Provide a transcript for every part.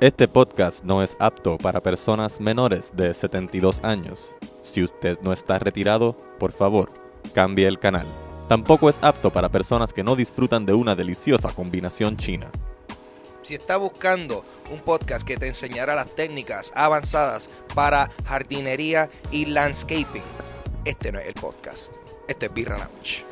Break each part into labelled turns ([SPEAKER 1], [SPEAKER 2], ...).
[SPEAKER 1] Este podcast no es apto para personas menores de 72 años. Si usted no está retirado, por favor, cambie el canal. Tampoco es apto para personas que no disfrutan de una deliciosa combinación china.
[SPEAKER 2] Si estás buscando un podcast que te enseñará las técnicas avanzadas para jardinería y landscaping, este no es el podcast. Este es Birra Lounge.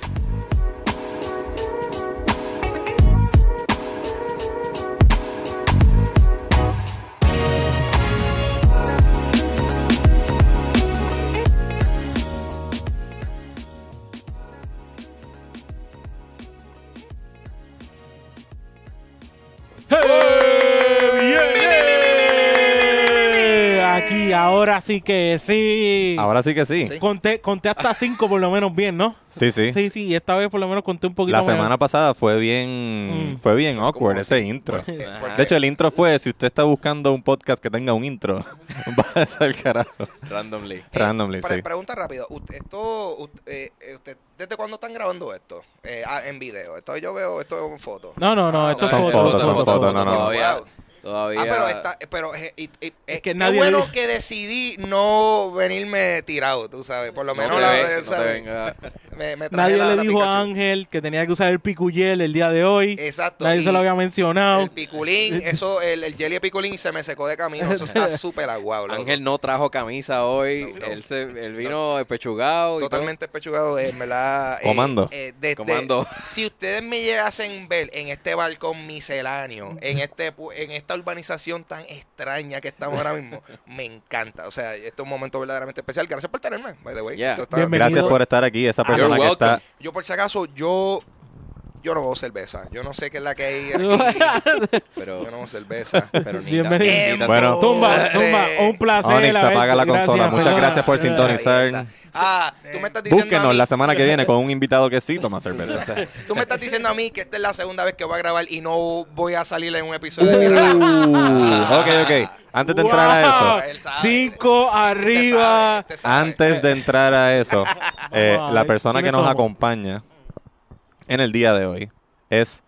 [SPEAKER 3] Aquí, ahora sí que sí.
[SPEAKER 1] Ahora sí que sí.
[SPEAKER 2] Sí.
[SPEAKER 3] Conté, conté hasta cinco por lo menos bien, ¿no?
[SPEAKER 1] Sí, sí.
[SPEAKER 3] Sí, sí, y esta vez por lo menos conté un poquito
[SPEAKER 1] La
[SPEAKER 3] menos.
[SPEAKER 1] semana pasada fue bien,
[SPEAKER 3] Mm.
[SPEAKER 1] fue bien awkward
[SPEAKER 2] ¿Cómo
[SPEAKER 1] ese intro.
[SPEAKER 4] Ah.
[SPEAKER 2] Eh,
[SPEAKER 1] De hecho, el intro fue, si usted está buscando un podcast que tenga un intro, va a ser carajo.
[SPEAKER 4] Randomly.
[SPEAKER 1] Randomly,
[SPEAKER 2] Pre-
[SPEAKER 1] sí.
[SPEAKER 2] Pregunta rápido. Usted, esto, ut- eh, eh, usted- ¿Desde cuándo están grabando esto? Eh, ah, en video. Esto yo veo, esto es en foto.
[SPEAKER 3] No, no, no,
[SPEAKER 2] Ah,
[SPEAKER 3] esto es
[SPEAKER 2] no,
[SPEAKER 3] foto,
[SPEAKER 2] es
[SPEAKER 3] foto,
[SPEAKER 1] foto, son
[SPEAKER 3] foto,
[SPEAKER 1] fotos,
[SPEAKER 3] foto.
[SPEAKER 1] no, no, no.
[SPEAKER 4] Todavía.
[SPEAKER 2] Wow.
[SPEAKER 4] todavía
[SPEAKER 2] Ah, pero está, pero eh, y- y- eh,
[SPEAKER 3] que
[SPEAKER 2] qué
[SPEAKER 3] nadie
[SPEAKER 2] bueno
[SPEAKER 3] le-
[SPEAKER 2] que decidí no venirme tirado, tú sabes. Por lo
[SPEAKER 4] No
[SPEAKER 2] menos
[SPEAKER 4] te
[SPEAKER 2] la,
[SPEAKER 4] ve- no te
[SPEAKER 2] ¿sabes?
[SPEAKER 4] venga.
[SPEAKER 2] Me, me traje
[SPEAKER 3] Nadie
[SPEAKER 2] la-
[SPEAKER 3] le
[SPEAKER 2] la
[SPEAKER 3] dijo
[SPEAKER 2] Pikachu.
[SPEAKER 3] a Ángel que tenía que usar el picuyel el día de hoy.
[SPEAKER 2] Exacto.
[SPEAKER 3] Nadie
[SPEAKER 2] y
[SPEAKER 3] se lo había mencionado.
[SPEAKER 2] El piculín, eso, el, el jelly de piculín se me secó de camino. Eso está súper aguado. loco.
[SPEAKER 4] Ángel no trajo camisa hoy.
[SPEAKER 2] No, no.
[SPEAKER 4] Él, se, él vino pechugado.
[SPEAKER 2] Totalmente pechugado, en verdad. eh,
[SPEAKER 1] Comando.
[SPEAKER 2] eh, desde-
[SPEAKER 4] Comando.
[SPEAKER 2] Si ustedes me llegasen ver en este balcón misceláneo, en este pu- en esta urbanización tan extraña que estamos ahora mismo, me encanta. O sea, este es un momento verdaderamente especial. Gracias por tenerme, by the way.
[SPEAKER 4] Yeah.
[SPEAKER 2] Esto está-
[SPEAKER 3] Bienvenido.
[SPEAKER 1] Gracias por estar aquí, esa persona
[SPEAKER 4] You're
[SPEAKER 1] que está...
[SPEAKER 2] Yo, por si acaso, yo, yo no bebo cerveza. Yo no sé qué es la que hay. aquí.
[SPEAKER 4] Pero,
[SPEAKER 2] yo no bebo cerveza. Este,
[SPEAKER 4] pero ni
[SPEAKER 3] Bienvenido.
[SPEAKER 4] tan- ni tan-
[SPEAKER 1] Bueno.
[SPEAKER 3] Tumba, tumba, un placer.
[SPEAKER 1] Onyx,
[SPEAKER 3] haberte-
[SPEAKER 1] apaga la consola. Muchas
[SPEAKER 3] perdona.
[SPEAKER 1] gracias por sintonizar.
[SPEAKER 2] Ah, tú me estás diciendo. a
[SPEAKER 1] Búsquenos
[SPEAKER 2] mí-
[SPEAKER 1] la semana que viene con un invitado que sí toma cerveza.
[SPEAKER 2] Tú me estás diciendo a mí que esta es la segunda vez que voy a grabar y no voy a salir en un episodio de Mira.
[SPEAKER 1] Uh, ok, ok. Antes de entrar a
[SPEAKER 3] Wow,
[SPEAKER 1] eso,
[SPEAKER 2] Él sabe.
[SPEAKER 3] Cinco arriba.
[SPEAKER 2] Este sabe, este sabe.
[SPEAKER 1] antes de entrar a eso, eh,
[SPEAKER 3] Vamos a
[SPEAKER 1] la
[SPEAKER 3] ver,
[SPEAKER 1] persona que
[SPEAKER 3] ¿quiénes
[SPEAKER 1] nos
[SPEAKER 3] somos?
[SPEAKER 1] acompaña en el día de hoy es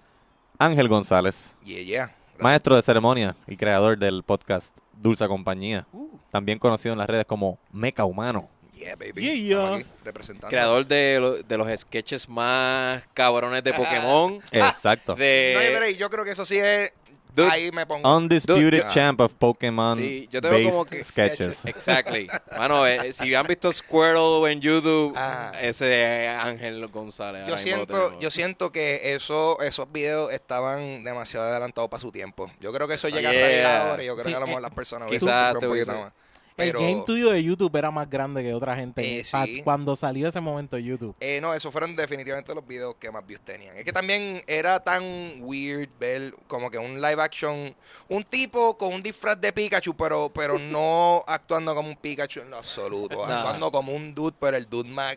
[SPEAKER 1] Ángel González,
[SPEAKER 2] Yeah, yeah.
[SPEAKER 1] maestro de ceremonia y creador del podcast Dulce Compañía, también conocido en las redes como Meca Humano.
[SPEAKER 2] Uh, Yeah, baby.
[SPEAKER 3] Yeah,
[SPEAKER 2] Estamos
[SPEAKER 3] yeah.
[SPEAKER 2] aquí representando.
[SPEAKER 4] Creador de, lo- de los sketches más cabrones de
[SPEAKER 1] Ah.
[SPEAKER 4] Pokémon.
[SPEAKER 1] Exacto.
[SPEAKER 2] No hay
[SPEAKER 4] Ah, De,
[SPEAKER 2] break, yo creo que eso sí es.
[SPEAKER 4] Dude.
[SPEAKER 2] ahí me pongo.
[SPEAKER 1] Oh, Undisputed
[SPEAKER 4] Dude, yo-
[SPEAKER 1] champ of Pokémon
[SPEAKER 4] Sí, yo tengo
[SPEAKER 1] based
[SPEAKER 4] como que
[SPEAKER 1] sketches.
[SPEAKER 4] Exactly. Mano, eh, si han visto Squirtle en YouTube,
[SPEAKER 2] Ah.
[SPEAKER 4] ese es Ángel González.
[SPEAKER 2] Yo
[SPEAKER 4] ahora mismo lo
[SPEAKER 2] siento,
[SPEAKER 4] tenemos.
[SPEAKER 2] yo siento que eso, esos videos estaban demasiado adelantados para su tiempo. Yo creo que eso llega a
[SPEAKER 4] Yeah.
[SPEAKER 2] salir ahora y yo creo
[SPEAKER 3] Sí,
[SPEAKER 2] que a lo
[SPEAKER 3] eh,
[SPEAKER 2] mejor las personas
[SPEAKER 4] quizás
[SPEAKER 2] hubiesen
[SPEAKER 4] te
[SPEAKER 2] comprado un poquito
[SPEAKER 4] hubiese-
[SPEAKER 2] más.
[SPEAKER 3] El
[SPEAKER 2] Pero,
[SPEAKER 3] game tuyo de YouTube era más grande que otra gente.
[SPEAKER 2] Eh,
[SPEAKER 3] pa-
[SPEAKER 2] sí.
[SPEAKER 3] Cuando salió ese momento de YouTube.
[SPEAKER 2] eh, no, esos fueron definitivamente los videos que más views tenían. Es que también era tan weird ver como que un live action, un tipo con un disfraz de Pikachu, pero, pero no actuando como un Pikachu en lo absoluto,
[SPEAKER 4] Nah.
[SPEAKER 2] actuando como un dude, pero el dude más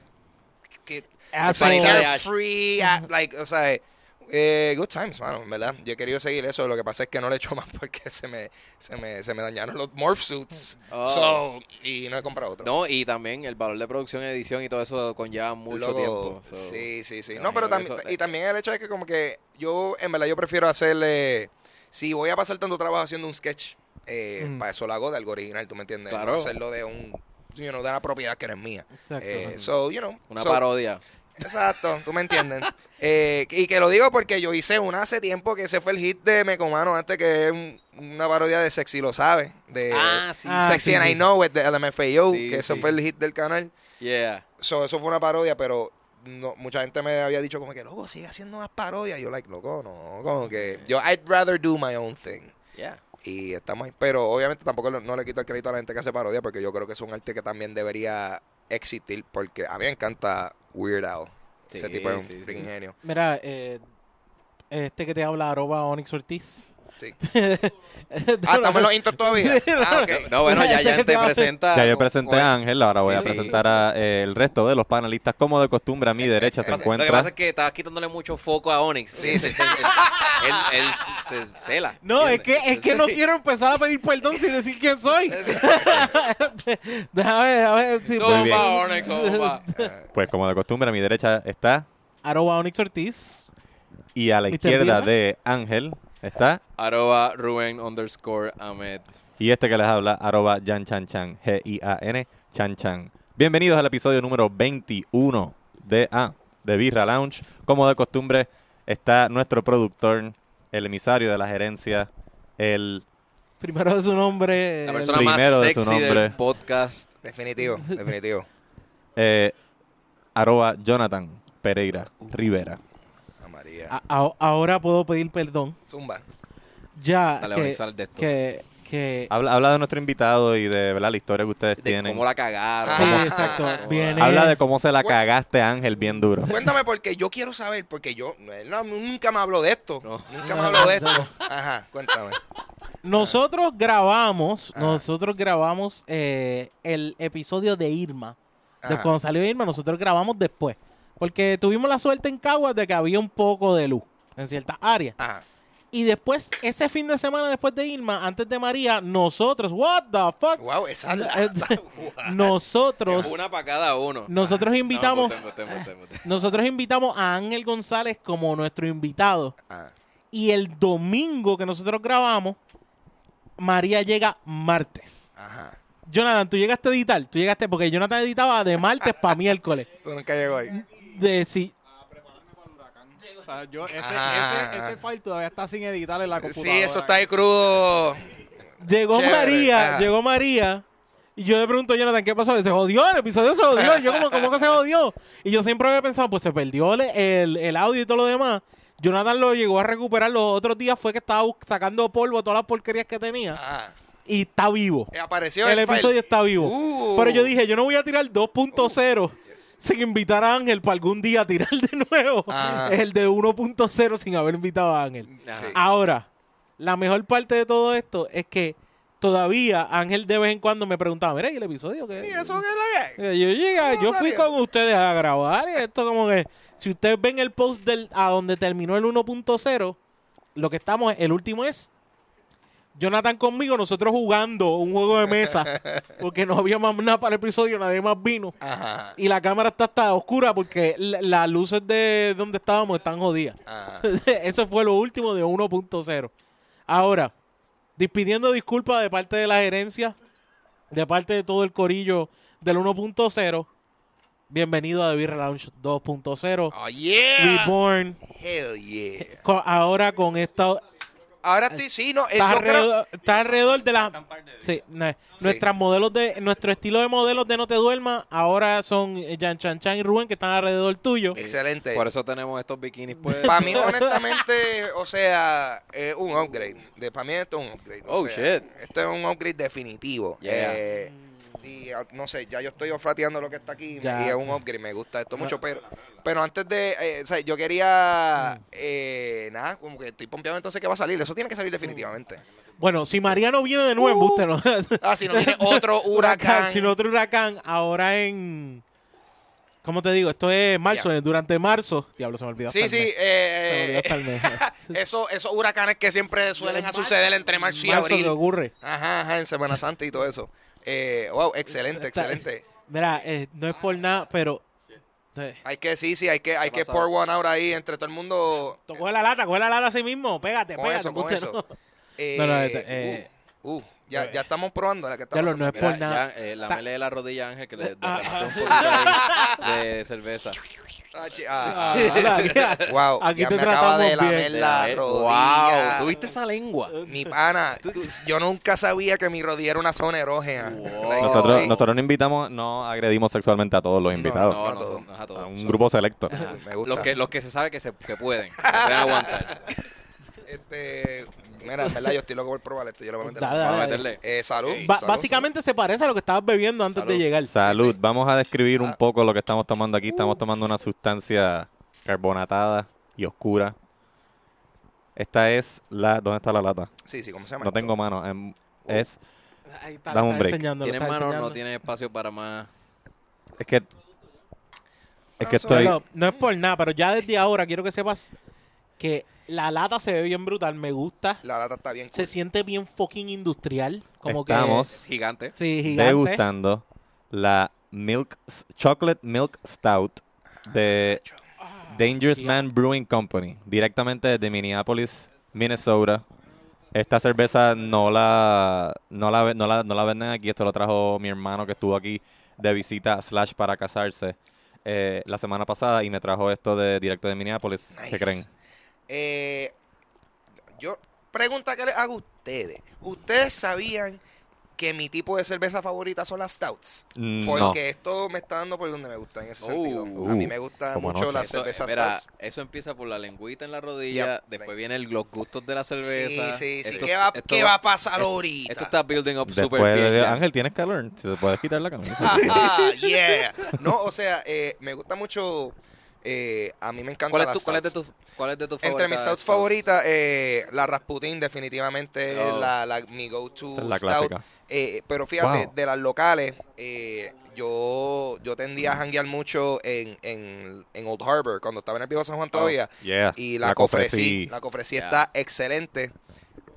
[SPEAKER 2] que
[SPEAKER 3] Asshole.
[SPEAKER 4] Así que-
[SPEAKER 2] free, ah, like, o sea, eh, good times, mano, en ¿verdad? Yo he querido seguir eso, lo que pasa es que no le he hecho más porque se me, se me, se me dañaron los morph suits.
[SPEAKER 4] Oh.
[SPEAKER 2] So, y no he comprado otro.
[SPEAKER 4] No, y también el valor de producción, edición y todo eso conlleva mucho
[SPEAKER 2] Luego,
[SPEAKER 4] tiempo. so.
[SPEAKER 2] Sí, sí, sí.
[SPEAKER 4] me
[SPEAKER 2] No, pero
[SPEAKER 4] imagino
[SPEAKER 2] también,
[SPEAKER 4] que eso-
[SPEAKER 2] y también el hecho es que como que yo, en verdad, yo prefiero hacerle, si voy a pasar tanto trabajo haciendo un sketch, eh,
[SPEAKER 3] Mm.
[SPEAKER 2] para eso lo hago de algo original, ¿tú me entiendes?
[SPEAKER 4] Claro.
[SPEAKER 2] No hacerlo de un, you know, de una propiedad que no es mía.
[SPEAKER 3] Exacto,
[SPEAKER 2] Eh,
[SPEAKER 3] exacto.
[SPEAKER 2] so, you know.
[SPEAKER 4] Una
[SPEAKER 2] so,
[SPEAKER 4] parodia.
[SPEAKER 2] Exacto, tú me entiendes. Eh, y que lo digo porque yo hice una hace tiempo que ese fue el hit de Mecomano antes, que es un- una parodia de Sexy Lo Sabe,
[SPEAKER 4] eh,
[SPEAKER 2] de
[SPEAKER 4] sí.
[SPEAKER 3] Ah,
[SPEAKER 2] Sexy
[SPEAKER 3] sí,
[SPEAKER 2] and
[SPEAKER 3] sí,
[SPEAKER 2] I
[SPEAKER 3] sí.
[SPEAKER 2] Know It de LMFAO,
[SPEAKER 4] Sí,
[SPEAKER 2] que eso
[SPEAKER 4] sí.
[SPEAKER 2] fue el hit del canal.
[SPEAKER 4] Yeah.
[SPEAKER 2] So, eso fue una parodia, pero no, mucha gente me había dicho como que, loco, sigue haciendo más parodias. Yo, like, loco, no, como que yo, I'd rather do my own thing.
[SPEAKER 4] Yeah.
[SPEAKER 2] Y estamos ahí. Pero obviamente tampoco lo- no le quito el crédito a la gente que hace parodia, porque yo creo que es un arte que también debería existir, porque a mí me encanta Weird Al. Ese
[SPEAKER 4] Sí,
[SPEAKER 2] tipo es un
[SPEAKER 4] sí, sí.
[SPEAKER 2] freaking genio.
[SPEAKER 3] Mira, eh, este que te habla, arroba Onyx Ortiz.
[SPEAKER 2] Sí. Ah, estamos en los intros todavía. Ah, ok.
[SPEAKER 4] No, bueno, ya, ya te
[SPEAKER 3] No.
[SPEAKER 4] presenta.
[SPEAKER 1] Ya yo presenté a Ángel, ahora voy
[SPEAKER 4] Sí,
[SPEAKER 1] a
[SPEAKER 4] sí.
[SPEAKER 1] presentar al resto de los panelistas. Como de costumbre, a mi derecha se
[SPEAKER 4] Eh, Lo que pasa- Lo que pasa
[SPEAKER 1] encuentra.
[SPEAKER 4] es que estabas quitándole mucho foco a Onyx.
[SPEAKER 2] Sí, sí.
[SPEAKER 4] Él, él- él se cela.
[SPEAKER 3] No, es que,
[SPEAKER 4] ¿entiendes?
[SPEAKER 3] es que no
[SPEAKER 4] Sí.
[SPEAKER 3] quiero empezar a pedir perdón sin decir quién soy. déjame, déjame. sí.
[SPEAKER 1] Muy bien.
[SPEAKER 4] Zumba, Onyx, zumba.
[SPEAKER 2] Eh,
[SPEAKER 1] Pues como de costumbre, a mi derecha está
[SPEAKER 3] Arroba Onyx Ortiz.
[SPEAKER 1] y a la
[SPEAKER 3] Mr.
[SPEAKER 1] izquierda
[SPEAKER 3] Birra.
[SPEAKER 1] de Ángel Está.
[SPEAKER 4] Arroba Rubén underscore Ahmed.
[SPEAKER 1] Y este que les habla, arroba Yan Chan Chan, G-I-A-N, Chan Chan. Bienvenidos al episodio número 21 de, ah, de Birra Lounge. Como de costumbre, está nuestro productor, el emisario de la gerencia, el
[SPEAKER 3] Primero de su nombre.
[SPEAKER 4] La
[SPEAKER 3] el-
[SPEAKER 4] persona
[SPEAKER 1] primero
[SPEAKER 4] más
[SPEAKER 1] de su
[SPEAKER 4] sexy
[SPEAKER 1] nombre.
[SPEAKER 4] del podcast.
[SPEAKER 2] Definitivo, definitivo.
[SPEAKER 1] eh, arroba Jonathan Pereira Rivera.
[SPEAKER 2] Ah, María.
[SPEAKER 3] a- a- ahora puedo pedir perdón.
[SPEAKER 2] Zumba.
[SPEAKER 3] Ya
[SPEAKER 4] Dale,
[SPEAKER 3] que,
[SPEAKER 4] Gonzalo, de estos.
[SPEAKER 3] que, que-
[SPEAKER 1] Habla, habla de nuestro invitado y de ¿verdad? la historia que ustedes
[SPEAKER 4] De
[SPEAKER 1] tienen.
[SPEAKER 4] cómo la cagaron.
[SPEAKER 3] Sí,
[SPEAKER 2] Ah.
[SPEAKER 3] exacto. Viene-
[SPEAKER 1] Habla de cómo se la
[SPEAKER 2] Bueno.
[SPEAKER 1] cagaste, Ángel, bien duro.
[SPEAKER 2] Cuéntame porque yo quiero saber, porque yo, él no- nunca me habló de esto.
[SPEAKER 4] No.
[SPEAKER 2] Nunca me habló de esto. Ajá, cuéntame.
[SPEAKER 3] Nosotros grabamos,
[SPEAKER 2] Ah.
[SPEAKER 3] nosotros grabamos eh, el episodio de Irma. De
[SPEAKER 2] Ajá.
[SPEAKER 3] cuando salió Irma, nosotros grabamos después. Porque tuvimos la suerte en Caguas de que había un poco de luz en ciertas áreas.
[SPEAKER 2] Ajá.
[SPEAKER 3] Y después, ese fin de semana después de Irma, antes de María, nosotros, what the fuck,
[SPEAKER 2] Wow, esa es la-
[SPEAKER 3] Eh,
[SPEAKER 2] What?
[SPEAKER 3] nosotros,
[SPEAKER 4] Una para cada uno.
[SPEAKER 3] nosotros invitamos,
[SPEAKER 4] No, boté, boté, boté, boté.
[SPEAKER 3] nosotros invitamos a Ángel González como nuestro invitado.
[SPEAKER 2] Ah,
[SPEAKER 3] Y el domingo que nosotros grabamos, María llega martes.
[SPEAKER 2] Ajá.
[SPEAKER 3] Jonathan, tú llegaste a editar, tú llegaste porque Jonathan editaba de martes para miércoles.
[SPEAKER 2] Eso nunca llegó ahí.
[SPEAKER 3] De, sí,
[SPEAKER 5] O sea, yo, ese,
[SPEAKER 2] Ah.
[SPEAKER 5] ese, ese file todavía está sin editar en la
[SPEAKER 2] Sí,
[SPEAKER 5] computadora.
[SPEAKER 2] eso está ahí crudo.
[SPEAKER 3] Llegó
[SPEAKER 2] Chévere, Ah.
[SPEAKER 3] María,
[SPEAKER 2] ajá.
[SPEAKER 3] llegó María. Y yo le pregunto a Jonathan, ¿qué pasó? Se jodió, el episodio se jodió. Yo como, ¿cómo que se jodió? Y yo siempre había pensado, pues se perdió el, el- el audio y todo lo demás. Jonathan lo llegó a recuperar los otros días, fue que estaba bus- sacando polvo todas las porquerías que tenía.
[SPEAKER 2] Ajá.
[SPEAKER 3] Y está vivo.
[SPEAKER 2] Eh, Apareció
[SPEAKER 3] El
[SPEAKER 2] file.
[SPEAKER 3] episodio está vivo.
[SPEAKER 2] Uh.
[SPEAKER 3] Pero yo dije, yo no voy a tirar 2.0 sin invitar a Ángel para algún día tirar de nuevo
[SPEAKER 2] Ajá.
[SPEAKER 3] el de 1.0 sin haber invitado a Ángel.
[SPEAKER 4] Ajá.
[SPEAKER 2] Sí.
[SPEAKER 3] Ahora, la mejor parte de todo esto es que todavía Ángel de vez en cuando me preguntaba, mira, ¿y el episodio qué?
[SPEAKER 2] Y
[SPEAKER 3] es?"
[SPEAKER 2] eso que es la que-
[SPEAKER 3] Eh, Yo llega,
[SPEAKER 2] No,
[SPEAKER 3] yo fui
[SPEAKER 2] salió.
[SPEAKER 3] con ustedes a grabar y esto como que si ustedes ven el post del a donde terminó el 1.0, lo que estamos el último es Jonathan conmigo nosotros jugando un juego de mesa porque no había más nada para el episodio, nadie más vino
[SPEAKER 2] Ajá.
[SPEAKER 3] y la cámara está hasta oscura porque la- las luces de donde estábamos están jodidas.
[SPEAKER 2] Ajá.
[SPEAKER 3] Eso fue lo último de 1.0. Ahora, dis- pidiendo disculpas de parte de la gerencia, de parte de todo el corillo del 1.0. Bienvenido a The Beer Lounge 2.0.
[SPEAKER 2] Oh, yeah.
[SPEAKER 3] Reborn.
[SPEAKER 2] Hell yeah.
[SPEAKER 3] Co- ahora con esta.
[SPEAKER 2] Ahora estoy, sí, no, eh,
[SPEAKER 3] Está
[SPEAKER 2] yo creo-
[SPEAKER 3] alrededor, está alrededor de las. Sí, na- nuestras modelos de, nuestro estilo de modelos de No Te Duerma ahora son eh, Yan Chan Chan y Rubén que están alrededor tuyo.
[SPEAKER 2] Excelente.
[SPEAKER 4] Por eso tenemos estos bikinis, pues.
[SPEAKER 2] Para mí, honestamente, o sea, es un upgrade. De, para mí esto es un upgrade. o
[SPEAKER 4] Oh,
[SPEAKER 2] sea,
[SPEAKER 4] shit.
[SPEAKER 2] Esto es un upgrade definitivo.
[SPEAKER 4] Yeah.
[SPEAKER 2] Eh, y ah, no sé, ya yo estoy ofrateando lo que está aquí
[SPEAKER 3] Ya,
[SPEAKER 2] y es un
[SPEAKER 3] sí.
[SPEAKER 2] upgrade, me gusta esto mucho, pero pero antes de, eh, o sea, yo quería, eh, nada, como que estoy pompeado entonces que va a salir, eso tiene que salir definitivamente.
[SPEAKER 3] Bueno, si Mariano viene de nuevo, embuste, ¿no?
[SPEAKER 2] Ah, si no tiene otro huracán.
[SPEAKER 3] Sin otro huracán, ahora en. ¿Cómo te digo? Esto es marzo,
[SPEAKER 2] Ya.
[SPEAKER 3] eh, durante marzo. Diablo, se me olvidó.
[SPEAKER 2] Sí,
[SPEAKER 3] hasta el
[SPEAKER 2] sí,
[SPEAKER 3] mes. Se me olvidó
[SPEAKER 2] eh,
[SPEAKER 3] hasta el mes.
[SPEAKER 2] eso- esos huracanes que siempre suelen a
[SPEAKER 3] Marzo,
[SPEAKER 2] suceder entre marzo y
[SPEAKER 3] Marzo, ¿qué
[SPEAKER 2] abril.
[SPEAKER 3] ocurre?
[SPEAKER 2] Ajá, ajá, en Semana Santa y todo eso. Eh, wow, excelente,
[SPEAKER 3] Está-
[SPEAKER 2] excelente.
[SPEAKER 3] Mira, eh, no es por nada, pero. eh,
[SPEAKER 2] Hay que, sí, sí, hay que, hay
[SPEAKER 4] ¿Qué ha
[SPEAKER 2] que
[SPEAKER 4] pasado?
[SPEAKER 2] pour one ahora ahí entre todo el mundo.
[SPEAKER 3] to- coge la lata, coge la lata a sí mismo. Pégate,
[SPEAKER 2] Con
[SPEAKER 3] pégate.
[SPEAKER 2] eso, con
[SPEAKER 3] usted
[SPEAKER 2] eso.
[SPEAKER 3] no.
[SPEAKER 2] Eh,
[SPEAKER 3] No, no, este, eh,
[SPEAKER 2] uh, uh, ya, ya estamos probando la que está
[SPEAKER 3] Diablo,
[SPEAKER 2] pasando.
[SPEAKER 3] no es
[SPEAKER 2] Mira,
[SPEAKER 3] por nada.
[SPEAKER 4] eh, la
[SPEAKER 3] Ta-
[SPEAKER 4] de la rodilla, Ángel, que le derrapó
[SPEAKER 3] Ah,
[SPEAKER 4] un poquito ahí de cerveza.
[SPEAKER 2] ah, chi- ah,
[SPEAKER 3] Ah, la-
[SPEAKER 2] wow,
[SPEAKER 3] Aquí
[SPEAKER 2] ya
[SPEAKER 3] te
[SPEAKER 2] me acaba de
[SPEAKER 3] tratamos
[SPEAKER 2] lamer
[SPEAKER 3] bien.
[SPEAKER 2] la
[SPEAKER 4] Eh,
[SPEAKER 2] rodilla.
[SPEAKER 4] ¡Wow! ¿Tuviste esa lengua?
[SPEAKER 2] Mi pana, tú- yo nunca sabía que mi rodilla era una zona erógena.
[SPEAKER 4] Wow.
[SPEAKER 2] Like,
[SPEAKER 1] Nosotros,
[SPEAKER 2] sí.
[SPEAKER 1] nosotros no invitamos, no agredimos sexualmente a todos los invitados.
[SPEAKER 4] No,
[SPEAKER 2] a
[SPEAKER 4] no,
[SPEAKER 2] todos.
[SPEAKER 4] son- no es a
[SPEAKER 1] O sea,
[SPEAKER 4] todos.
[SPEAKER 1] un
[SPEAKER 4] Son
[SPEAKER 1] grupo selecto.
[SPEAKER 2] Me gusta.
[SPEAKER 4] Los que, los que se sabe que se que pueden, que pueden aguantar.
[SPEAKER 2] Este, mira, en verdad, yo estoy loco por probar esto. Yo lo voy a meter.
[SPEAKER 3] Dale,
[SPEAKER 4] Vamos a
[SPEAKER 3] dale, dale.
[SPEAKER 4] meterle.
[SPEAKER 2] Eh, salud,
[SPEAKER 3] Ba-
[SPEAKER 2] salud,
[SPEAKER 3] básicamente se parece a lo que estabas bebiendo antes
[SPEAKER 4] Salud.
[SPEAKER 3] de llegar.
[SPEAKER 1] Salud,
[SPEAKER 2] sí.
[SPEAKER 1] vamos a describir un
[SPEAKER 2] Ah.
[SPEAKER 1] poco lo que estamos tomando aquí. Estamos tomando una sustancia carbonatada y oscura. Esta es la... ¿Dónde está la lata?
[SPEAKER 2] salud. Sí, sí, ¿cómo se llama?
[SPEAKER 1] No
[SPEAKER 2] esto?
[SPEAKER 1] tengo mano. em, Es,
[SPEAKER 3] Ahí está,
[SPEAKER 1] Dame
[SPEAKER 3] lo
[SPEAKER 1] un
[SPEAKER 3] está
[SPEAKER 1] break.
[SPEAKER 3] enseñando, lo
[SPEAKER 4] Tienen
[SPEAKER 3] está
[SPEAKER 4] manos, no
[SPEAKER 3] enseñando.
[SPEAKER 4] tienen espacio para más.
[SPEAKER 1] es que... Es que
[SPEAKER 2] Ah,
[SPEAKER 1] estoy...
[SPEAKER 3] Pero no es por nada, pero ya desde ahora quiero que sepas que la lata se ve bien brutal, me gusta.
[SPEAKER 2] La lata está bien.
[SPEAKER 3] Se siente bien fucking industrial. Como
[SPEAKER 1] Estamos
[SPEAKER 4] Es gigante.
[SPEAKER 3] que. Sí, gigante.
[SPEAKER 1] degustando la milk, S- Chocolate Milk Stout de Dangerous Man Brewing Company, directamente desde Minneapolis, Minnesota. Esta cerveza no la, no, la, ve- no, la, no la venden aquí. Esto lo trajo mi hermano que estuvo aquí de visita slash para casarse eh, la semana pasada y me trajo esto de directo de Minneapolis.
[SPEAKER 2] Nice.
[SPEAKER 1] ¿Qué creen?
[SPEAKER 2] Eh, yo pregunta que les hago a ustedes. ¿Ustedes sabían que mi tipo de cerveza favorita son las stouts?
[SPEAKER 1] Mm,
[SPEAKER 2] Porque
[SPEAKER 1] No.
[SPEAKER 2] esto me está dando por donde me gusta en ese
[SPEAKER 4] Uh,
[SPEAKER 2] sentido.
[SPEAKER 1] uh,
[SPEAKER 2] a mí me gusta
[SPEAKER 1] como
[SPEAKER 2] mucho
[SPEAKER 1] anoche.
[SPEAKER 2] la
[SPEAKER 4] Eso,
[SPEAKER 2] cerveza
[SPEAKER 4] espera,
[SPEAKER 2] stouts.
[SPEAKER 4] eso empieza por la lengüita en la rodilla,
[SPEAKER 2] Yep.
[SPEAKER 4] después vienen los gustos de la cerveza.
[SPEAKER 2] sí, sí, sí.
[SPEAKER 4] Esto-
[SPEAKER 2] ¿Qué, va,
[SPEAKER 4] esto
[SPEAKER 2] qué va a pasar ahorita?
[SPEAKER 4] Esto está building up super
[SPEAKER 1] Después
[SPEAKER 4] bien.
[SPEAKER 1] de
[SPEAKER 4] ya.
[SPEAKER 1] Ángel, tienes calor. Si te puedes quitar la camisa.
[SPEAKER 2] Ajá, yeah. No, o sea, eh, me gusta mucho. eh, a mí me encanta
[SPEAKER 4] ¿Cuál es,
[SPEAKER 2] la
[SPEAKER 4] tu, cuál, es de
[SPEAKER 2] stouts.
[SPEAKER 4] tus cuál es de tus
[SPEAKER 2] Entre mis stouts favoritas, eh, la Rasputin, definitivamente
[SPEAKER 4] Oh.
[SPEAKER 2] la, la- mi go-to
[SPEAKER 1] Esa es la
[SPEAKER 2] stout.
[SPEAKER 1] clásica.
[SPEAKER 2] Eh, pero fíjate,
[SPEAKER 1] Wow.
[SPEAKER 2] de las locales, eh, yo, yo tendía
[SPEAKER 1] Mm.
[SPEAKER 2] a janguear mucho en, en, en Old Harbor, cuando estaba en el viejo San Juan todavía.
[SPEAKER 1] Yeah.
[SPEAKER 2] Y la, cofresí.
[SPEAKER 1] Cofresí.
[SPEAKER 2] La cofresí
[SPEAKER 4] Yeah.
[SPEAKER 2] está excelente.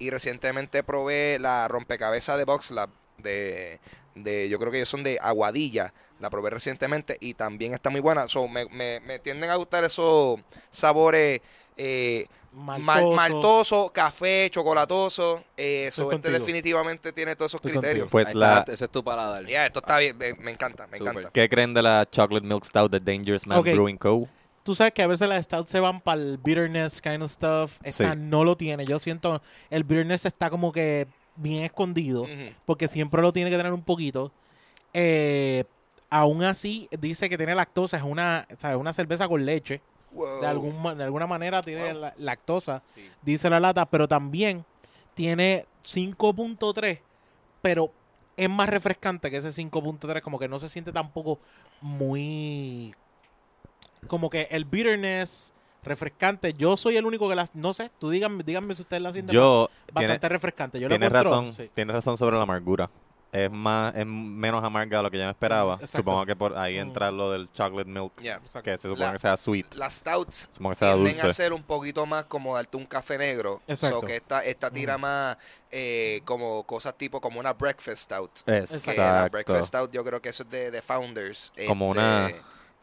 [SPEAKER 2] Y recientemente probé la rompecabezas de Box Lab. De, de, yo creo que ellos son de Aguadilla. La probé recientemente y también está muy buena. So, me, me- me tienden a gustar esos sabores eh, mal- maltoso.
[SPEAKER 3] Maltoso.
[SPEAKER 2] café, chocolatoso. Eh, so, este
[SPEAKER 3] Estoy contigo.
[SPEAKER 2] definitivamente tiene todos esos
[SPEAKER 3] Estoy
[SPEAKER 2] criterios.
[SPEAKER 1] Pues
[SPEAKER 4] Ahí
[SPEAKER 1] la,
[SPEAKER 4] está, ese es tu paladar.
[SPEAKER 2] Ya, esto está bien. Me, me encanta, me
[SPEAKER 4] Súper.
[SPEAKER 2] encanta.
[SPEAKER 1] ¿Qué creen de la Chocolate Milk Stout de Dangerous Man
[SPEAKER 3] Ok.
[SPEAKER 1] Brewing Co?
[SPEAKER 3] Tú sabes que a veces las stouts se van para el bitterness kind of stuff. Esta
[SPEAKER 1] Sí.
[SPEAKER 3] no lo tiene. Yo siento el bitterness está como que bien escondido.
[SPEAKER 2] Ujú.
[SPEAKER 3] porque siempre lo tiene que tener un poquito. Eh, aún así, dice que tiene lactosa, es una, ¿sabes? una cerveza con leche.
[SPEAKER 2] Wow.
[SPEAKER 3] De, algún ma- de alguna manera tiene
[SPEAKER 2] Oh. Wow.
[SPEAKER 3] la- lactosa,
[SPEAKER 4] Sí.
[SPEAKER 3] dice la lata, pero también tiene 5.3, pero es más refrescante que ese 5.3, como que no se siente tampoco muy... Como que el bitterness refrescante, yo soy el único que las... No sé, tú díganme, díganme si ustedes la sienten
[SPEAKER 1] Yo, tiene-
[SPEAKER 3] bastante refrescante. Yo la
[SPEAKER 1] tienes
[SPEAKER 3] encuentro-
[SPEAKER 1] razón,
[SPEAKER 3] sí.
[SPEAKER 1] tienes razón sobre la amargura. Es más, es menos amarga de lo que yo me esperaba.
[SPEAKER 3] Exacto.
[SPEAKER 1] Supongo que por ahí
[SPEAKER 3] Mm.
[SPEAKER 1] entra lo del chocolate milk,
[SPEAKER 2] Ya.
[SPEAKER 1] que se supone
[SPEAKER 2] La-
[SPEAKER 1] que sea sweet,
[SPEAKER 2] Las stouts
[SPEAKER 1] supongo que sea
[SPEAKER 2] tienden a
[SPEAKER 1] dulce.
[SPEAKER 2] ser un poquito más como darte un café negro.
[SPEAKER 3] Exacto.
[SPEAKER 2] So que esta, esta tira más eh, como cosas tipo como una breakfast stout. Que la
[SPEAKER 1] Exacto.
[SPEAKER 2] breakfast stout yo creo que eso es de, de Founders. Este,
[SPEAKER 1] Como una-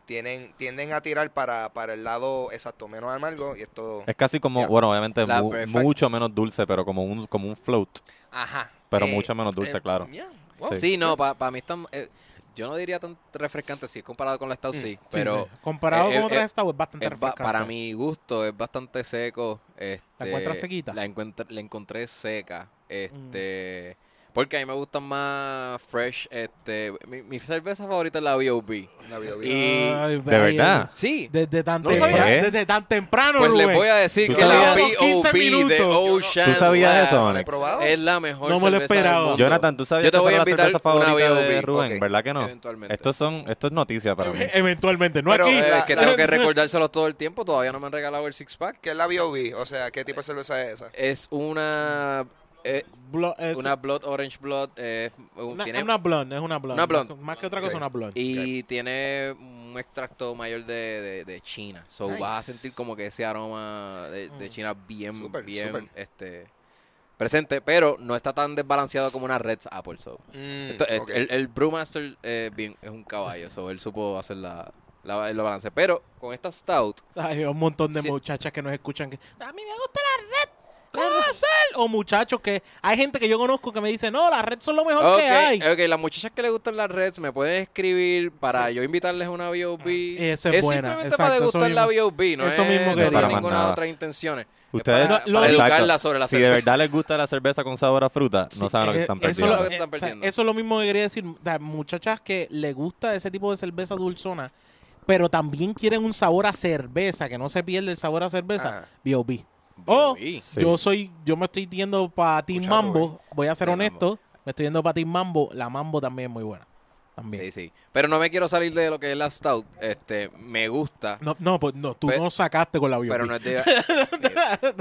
[SPEAKER 2] Tienen, tienden a tirar para, para el lado exacto menos amargo y esto...
[SPEAKER 1] Es casi como,
[SPEAKER 2] Yeah.
[SPEAKER 1] bueno, obviamente
[SPEAKER 4] La
[SPEAKER 1] mu-
[SPEAKER 4] perfect-
[SPEAKER 1] mucho menos dulce, pero como un como un float,
[SPEAKER 2] Ajá.
[SPEAKER 1] pero
[SPEAKER 2] Eh,
[SPEAKER 1] mucho menos dulce,
[SPEAKER 2] eh,
[SPEAKER 1] claro.
[SPEAKER 2] yeah.
[SPEAKER 4] Wow,
[SPEAKER 1] Sí.
[SPEAKER 4] sí. no, para mí están... eh, yo no diría tan refrescante si es comparado con la Stout,
[SPEAKER 2] Mm.
[SPEAKER 4] sí.
[SPEAKER 3] Sí,
[SPEAKER 4] Pero
[SPEAKER 3] sí. comparado
[SPEAKER 4] eh,
[SPEAKER 3] con
[SPEAKER 4] eh,
[SPEAKER 3] otras
[SPEAKER 4] eh,
[SPEAKER 3] Stout es bastante
[SPEAKER 4] es ba-
[SPEAKER 3] refrescante.
[SPEAKER 4] para mi gusto es bastante seco. Este,
[SPEAKER 3] ¿La encuentras sequita?
[SPEAKER 4] La, encuentr- la encontré seca. Este,
[SPEAKER 3] Mm.
[SPEAKER 4] Porque a mí me gustan más fresh. Este, mi, mi cerveza favorita es la B.O.B.
[SPEAKER 2] Una bio- bio-
[SPEAKER 4] Y,
[SPEAKER 3] Ay,
[SPEAKER 1] ¿De verdad?
[SPEAKER 4] sí,
[SPEAKER 3] Desde tan,
[SPEAKER 4] ¿No
[SPEAKER 3] tem-
[SPEAKER 1] sabía?
[SPEAKER 3] desde tan temprano,
[SPEAKER 4] pues les
[SPEAKER 3] Rubén.
[SPEAKER 4] voy a decir
[SPEAKER 1] ¿Tú
[SPEAKER 4] que la
[SPEAKER 1] sabías?
[SPEAKER 3] Quince
[SPEAKER 4] B.O.B. de
[SPEAKER 3] minutos.
[SPEAKER 4] Ocean
[SPEAKER 1] ¿Tú sabías eso,
[SPEAKER 4] Lab
[SPEAKER 2] ¿Lo he
[SPEAKER 1] Alex?
[SPEAKER 2] probado?
[SPEAKER 4] es la mejor
[SPEAKER 3] No me lo
[SPEAKER 4] cerveza
[SPEAKER 3] esperaba.
[SPEAKER 4] del mundo.
[SPEAKER 1] Jonathan, tú sabías
[SPEAKER 4] Yo te
[SPEAKER 1] que
[SPEAKER 4] voy
[SPEAKER 1] esa
[SPEAKER 4] a
[SPEAKER 1] es la
[SPEAKER 4] invitar
[SPEAKER 1] cerveza
[SPEAKER 4] una
[SPEAKER 1] favorita de
[SPEAKER 4] B.O.B.,
[SPEAKER 1] Rubén,
[SPEAKER 2] ok.
[SPEAKER 1] ¿verdad que no?
[SPEAKER 4] Eventualmente.
[SPEAKER 1] Estos son, esto es noticia para mí.
[SPEAKER 3] Ev- Eventualmente, no
[SPEAKER 2] Pero,
[SPEAKER 3] aquí.
[SPEAKER 4] Eh,
[SPEAKER 2] la-
[SPEAKER 4] que
[SPEAKER 2] la-
[SPEAKER 4] tengo que recordárselos todo el tiempo. Todavía no me han regalado el six-pack.
[SPEAKER 2] ¿Qué es la B.O.B.? O sea, ¿qué tipo de cerveza es esa?
[SPEAKER 4] Es una... eh,
[SPEAKER 3] Blo- es-
[SPEAKER 4] una Blood Orange Blood. eh, un-
[SPEAKER 3] una-
[SPEAKER 4] tiene-
[SPEAKER 3] una blonde, es una blonde.
[SPEAKER 4] Una blonde.
[SPEAKER 3] Más, más que otra cosa,
[SPEAKER 2] Ok.
[SPEAKER 3] una blonde.
[SPEAKER 4] y tiene un extracto mayor de, de- de China. So
[SPEAKER 2] Nice.
[SPEAKER 4] vas a sentir como que ese aroma de, de
[SPEAKER 3] Mm.
[SPEAKER 4] China bien,
[SPEAKER 2] Súper,
[SPEAKER 4] bien
[SPEAKER 2] súper.
[SPEAKER 4] este presente, pero no está tan desbalanceado como una Red Apple. So.
[SPEAKER 2] Mm,
[SPEAKER 4] Esto- eh,
[SPEAKER 2] ok.
[SPEAKER 4] el, el Brewmaster eh, bien, es un caballo, so él supo hacer la, la, el balance. Pero con esta Stout,
[SPEAKER 3] Ay, un montón de
[SPEAKER 4] Sí.
[SPEAKER 3] muchachas que nos escuchan que a mí me gusta la red. ¿Cómo va a ser? O muchachos que hay gente que yo conozco que me dice, no, la red son lo mejor
[SPEAKER 4] Ok, eh,
[SPEAKER 3] que hay.
[SPEAKER 4] ok, las muchachas que les gustan las reds me pueden escribir para yo invitarles una B.O.B.
[SPEAKER 3] Esa Ah, es buena,
[SPEAKER 4] simplemente
[SPEAKER 3] exacto,
[SPEAKER 4] para
[SPEAKER 3] eso
[SPEAKER 4] degustar la
[SPEAKER 3] mismo.
[SPEAKER 4] B.O.B., no
[SPEAKER 3] Eso
[SPEAKER 4] es-
[SPEAKER 3] mismo
[SPEAKER 4] no
[SPEAKER 3] que
[SPEAKER 4] tiene
[SPEAKER 1] para más
[SPEAKER 4] ninguna
[SPEAKER 1] nada.
[SPEAKER 4] otra intención. Es
[SPEAKER 1] Ustedes,
[SPEAKER 4] para,
[SPEAKER 3] No, lo
[SPEAKER 4] para
[SPEAKER 3] digo-
[SPEAKER 4] educarla sobre la
[SPEAKER 1] si de
[SPEAKER 4] cerveza.
[SPEAKER 1] verdad les gusta la cerveza con sabor a fruta, no
[SPEAKER 3] Sí,
[SPEAKER 1] saben lo que
[SPEAKER 3] eh,
[SPEAKER 1] están
[SPEAKER 3] eso
[SPEAKER 1] perdiendo.
[SPEAKER 4] Eso es lo que están
[SPEAKER 3] eh, o sea,
[SPEAKER 4] perdiendo.
[SPEAKER 3] eso es lo mismo que quería decir. O sea, muchachas que le gusta ese tipo de cerveza dulzona, pero también quieren un sabor a cerveza, que no se pierde el sabor a cerveza.
[SPEAKER 4] Ah.
[SPEAKER 2] Ajá.
[SPEAKER 3] B.O.B. O
[SPEAKER 4] B.O.B..
[SPEAKER 1] Sí.
[SPEAKER 3] yo soy, yo me estoy yendo para Team
[SPEAKER 2] Escucha,
[SPEAKER 3] Mambo. Voy a ser
[SPEAKER 4] Team
[SPEAKER 3] honesto, me estoy yendo para Team Mambo. La Mambo también es muy buena. También.
[SPEAKER 4] Sí, sí. Pero no me quiero salir de lo que es la stout. Este, me gusta,
[SPEAKER 3] No, no, pues no, tú
[SPEAKER 4] Pe-
[SPEAKER 3] no sacaste con la B.O.B.
[SPEAKER 4] pero no es de...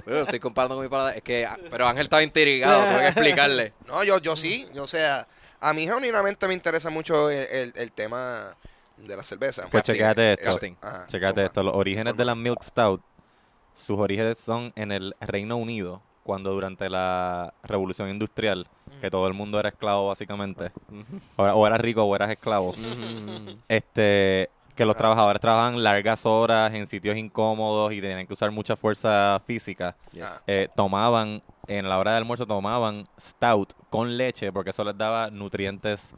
[SPEAKER 4] Pero estoy comparando con mi palabra. Es que... ah, Pero Ángel estaba intrigado, tuve que explicarle.
[SPEAKER 2] No, yo, yo sí. Yo, o sea, a mí genuinamente me interesa mucho el, el- el tema de la cerveza.
[SPEAKER 1] Pues chequéate esto.
[SPEAKER 4] Captain.
[SPEAKER 2] Ajá,
[SPEAKER 1] Checate
[SPEAKER 2] toma.
[SPEAKER 1] esto, los orígenes de la Milk Stout, sus orígenes son en el Reino Unido, cuando durante la Revolución Industrial,
[SPEAKER 4] Mm.
[SPEAKER 1] que todo el mundo
[SPEAKER 4] Mm-hmm.
[SPEAKER 1] era esclavo básicamente,
[SPEAKER 4] Ujú. Mm-hmm.
[SPEAKER 1] ahora o eras rico o eras esclavo, este, que
[SPEAKER 4] Ah.
[SPEAKER 1] los trabajadores trabajan largas horas en sitios incómodos y tenían que usar mucha fuerza física.
[SPEAKER 2] Ah,
[SPEAKER 1] eh, tomaban, en la hora del almuerzo tomaban stout con leche porque eso les daba nutrientes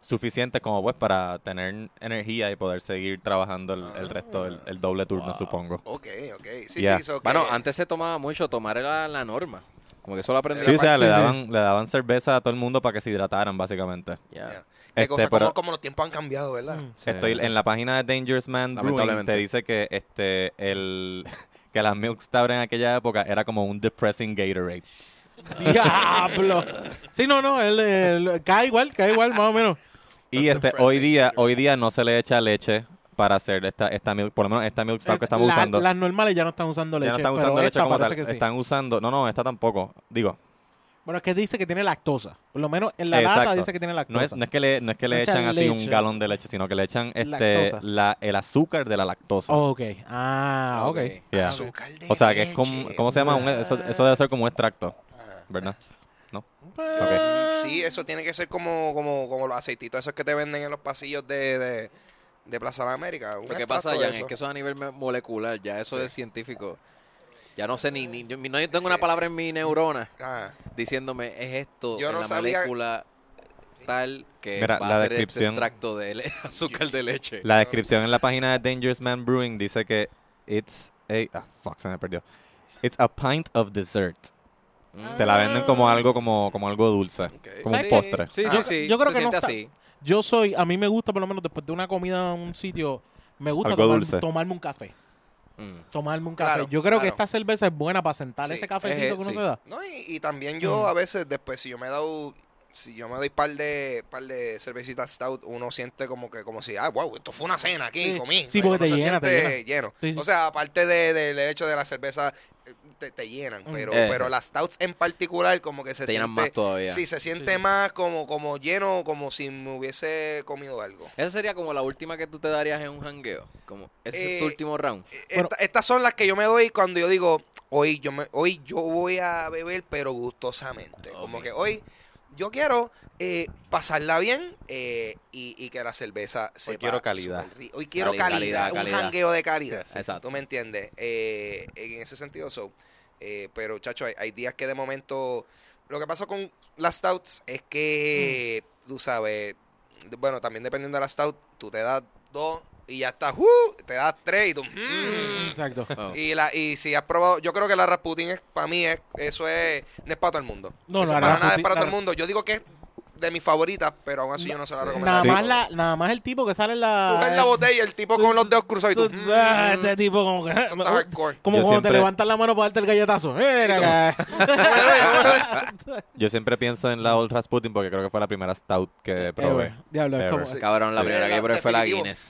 [SPEAKER 1] suficientes como pues para tener energía y poder seguir trabajando el, el resto del el doble turno, supongo.
[SPEAKER 2] ok, ok. Sí,
[SPEAKER 1] Yeah.
[SPEAKER 2] sí, so
[SPEAKER 4] Bueno,
[SPEAKER 2] que-
[SPEAKER 4] antes se tomaba mucho tomar era la norma. Como que eso lo aprendí.
[SPEAKER 1] Sí, o sea,
[SPEAKER 2] parte-
[SPEAKER 1] le daban, le daban cerveza a todo el mundo para que se hidrataran, básicamente.
[SPEAKER 4] Ya.
[SPEAKER 2] Yeah. Qué
[SPEAKER 1] Este,
[SPEAKER 2] cosa,
[SPEAKER 1] pero-
[SPEAKER 2] como, como los tiempos han cambiado, ¿verdad?
[SPEAKER 4] Sí.
[SPEAKER 1] Estoy en la página de Dangerous Man Brewing
[SPEAKER 4] Lamentablemente.
[SPEAKER 1] te dice que este el que la Milk Stout en aquella época era como un depressing Gatorade.
[SPEAKER 3] Diablo. Sí, no, no, él, él- cae igual, cae igual, más o menos.
[SPEAKER 1] Y este hoy día hoy día no se le echa leche para hacer esta esta milk, por lo menos esta Milk Stout que estamos
[SPEAKER 3] La-
[SPEAKER 1] usando.
[SPEAKER 3] Las normales ya no están usando
[SPEAKER 1] ya
[SPEAKER 3] leche.
[SPEAKER 1] no están
[SPEAKER 3] pero
[SPEAKER 1] usando leche
[SPEAKER 3] esta
[SPEAKER 1] como
[SPEAKER 3] parece
[SPEAKER 1] tal,
[SPEAKER 3] que sí.
[SPEAKER 1] están usando, no, no, esta tampoco. Digo,
[SPEAKER 3] Bueno, es que dice que tiene lactosa. Por lo menos en la lata
[SPEAKER 1] Exacto.
[SPEAKER 3] dice que tiene lactosa.
[SPEAKER 1] no es, no es que le no es que le
[SPEAKER 3] No echan
[SPEAKER 1] echan así un
[SPEAKER 3] leche.
[SPEAKER 1] galón de leche, sino que le echan este
[SPEAKER 3] Lactosa. Oh,
[SPEAKER 1] la el azúcar de la lactosa.
[SPEAKER 3] Ok. Ah, ok.
[SPEAKER 1] Yeah.
[SPEAKER 2] Azúcar de
[SPEAKER 1] O sea, que es como
[SPEAKER 2] leche.
[SPEAKER 1] ¿cómo se llama? Un- eso, eso debe ser como un extracto,
[SPEAKER 3] Ah.
[SPEAKER 1] ¿verdad? ¿No? Ok.
[SPEAKER 2] Sí, eso tiene que ser como, como, como los aceititos esos que te venden en los pasillos de, de, de Plaza de América. Un
[SPEAKER 4] Lo que
[SPEAKER 2] extracto
[SPEAKER 4] pasa,
[SPEAKER 2] de
[SPEAKER 4] Jan,
[SPEAKER 2] eso.
[SPEAKER 4] es que eso es a nivel me- molecular, ya eso
[SPEAKER 2] Sí.
[SPEAKER 4] es científico. Ya no sé ni. ni- yo, no yo tengo
[SPEAKER 2] Sí.
[SPEAKER 4] una palabra en mi neurona
[SPEAKER 2] Ah,
[SPEAKER 4] diciéndome, es esto,
[SPEAKER 2] Yo
[SPEAKER 4] en
[SPEAKER 2] no
[SPEAKER 4] la
[SPEAKER 2] sabía-
[SPEAKER 4] molécula tal que
[SPEAKER 1] Mira,
[SPEAKER 4] va
[SPEAKER 1] la
[SPEAKER 4] a ser este
[SPEAKER 1] descripción-
[SPEAKER 4] extracto de le- azúcar de leche.
[SPEAKER 1] La descripción en la página de Dangerous Man Brewing dice que it's a ah, fuck, se me perdió. It's a pint of dessert.
[SPEAKER 4] Mm.
[SPEAKER 1] Te la venden como algo como como algo dulce,
[SPEAKER 3] Eh,
[SPEAKER 1] como
[SPEAKER 4] Sí,
[SPEAKER 1] un postre.
[SPEAKER 4] Sí, sí,
[SPEAKER 2] Yo-
[SPEAKER 4] sí.
[SPEAKER 3] yo creo
[SPEAKER 4] Ah, se
[SPEAKER 3] que no
[SPEAKER 4] siente
[SPEAKER 3] está-
[SPEAKER 4] así.
[SPEAKER 3] Yo soy, a mí me gusta, por lo menos después de una comida en un sitio, me gusta
[SPEAKER 1] Algo
[SPEAKER 3] tomar-
[SPEAKER 1] dulce.
[SPEAKER 3] tomarme un café.
[SPEAKER 4] Mm.
[SPEAKER 3] Tomarme un café.
[SPEAKER 2] Claro,
[SPEAKER 3] Yo creo que
[SPEAKER 2] claro.
[SPEAKER 3] esta cerveza es buena para sentar
[SPEAKER 2] Sí,
[SPEAKER 3] ese cafecito
[SPEAKER 4] es-
[SPEAKER 3] que uno
[SPEAKER 4] sí.
[SPEAKER 3] se da.
[SPEAKER 2] no, y, y también
[SPEAKER 3] Mm.
[SPEAKER 2] yo a veces después, si yo me he dado, si yo me doy par de, par de cervecitas stout, uno siente como que, como si, ah, wow, esto fue una cena aquí,
[SPEAKER 3] Sí,
[SPEAKER 2] comí.
[SPEAKER 3] sí,
[SPEAKER 2] Uno
[SPEAKER 3] porque te
[SPEAKER 2] se
[SPEAKER 3] llena, te
[SPEAKER 2] siente lleno.
[SPEAKER 3] Sí, sí.
[SPEAKER 2] O sea, aparte de- del hecho de la cerveza, eh, te, te llenan,
[SPEAKER 3] Mm.
[SPEAKER 2] pero,
[SPEAKER 4] Eh.
[SPEAKER 2] pero las stouts en particular como que se
[SPEAKER 4] Te llenan
[SPEAKER 2] siente-
[SPEAKER 4] más todavía.
[SPEAKER 2] Sí, se siente más como, como lleno, como si me hubiese comido algo.
[SPEAKER 4] Esa sería como la última que tú te darías en un jangueo. Como, ese es
[SPEAKER 2] Eh,
[SPEAKER 4] tu último round.
[SPEAKER 3] Bueno.
[SPEAKER 2] Esta- estas son las que yo me doy cuando yo digo, hoy yo, me, hoy yo voy a beber, pero gustosamente. Como
[SPEAKER 4] Ok.
[SPEAKER 2] que hoy yo quiero eh, pasarla bien eh, y, y que la cerveza sepa
[SPEAKER 1] quiero calidad.
[SPEAKER 2] súper rico. Hoy quiero
[SPEAKER 4] Calidad,
[SPEAKER 2] calidad,
[SPEAKER 4] calidad, calidad.
[SPEAKER 2] un jangueo de calidad.
[SPEAKER 4] Sí, sí. Exacto.
[SPEAKER 2] ¿Tú me entiendes? Eh, en ese sentido, so, eh, pero chacho, hay, hay días que de momento... Lo que pasa con las stouts es que,
[SPEAKER 3] Mm.
[SPEAKER 2] tú sabes, de- bueno, también dependiendo de la stout, tú te das dos y ya estás, ¡uh! te das tres y tú, mm.
[SPEAKER 3] Exacto.
[SPEAKER 4] Oh.
[SPEAKER 2] Y, la, y si has probado, yo creo que la Rasputin es, para mí, es, eso es, no es para todo el mundo.
[SPEAKER 3] No,
[SPEAKER 2] Eso
[SPEAKER 3] la
[SPEAKER 2] para nada es
[SPEAKER 3] Rasputin-
[SPEAKER 2] para
[SPEAKER 3] la
[SPEAKER 2] todo el mundo. Yo digo que es de mis favoritas, pero aún así yo no se la recomiendo.
[SPEAKER 3] Nada,
[SPEAKER 1] Sí.
[SPEAKER 3] más la, nada más el tipo que sale en
[SPEAKER 2] Tú
[SPEAKER 3] la...
[SPEAKER 2] coges la botella, el tipo con los dedos cruzados y tú,
[SPEAKER 3] Tú-
[SPEAKER 2] mm,
[SPEAKER 3] ah, Este tipo como que...
[SPEAKER 2] eso está hardcore.
[SPEAKER 3] Como
[SPEAKER 1] Yo
[SPEAKER 3] cuando te
[SPEAKER 1] siempre-
[SPEAKER 3] levantas la mano para darte el galletazo. Ven acá. Eh,
[SPEAKER 1] Yo siempre pienso en la Old Rasputin porque creo que fue la primera stout
[SPEAKER 4] Eh,
[SPEAKER 1] que probé.
[SPEAKER 3] Ever. Diablo, es
[SPEAKER 1] Ever.
[SPEAKER 3] como...
[SPEAKER 1] Sí.
[SPEAKER 4] Cabrón, la
[SPEAKER 2] Sí.
[SPEAKER 4] primera que yo probé fue la
[SPEAKER 2] Definitivo.
[SPEAKER 4] Guinness.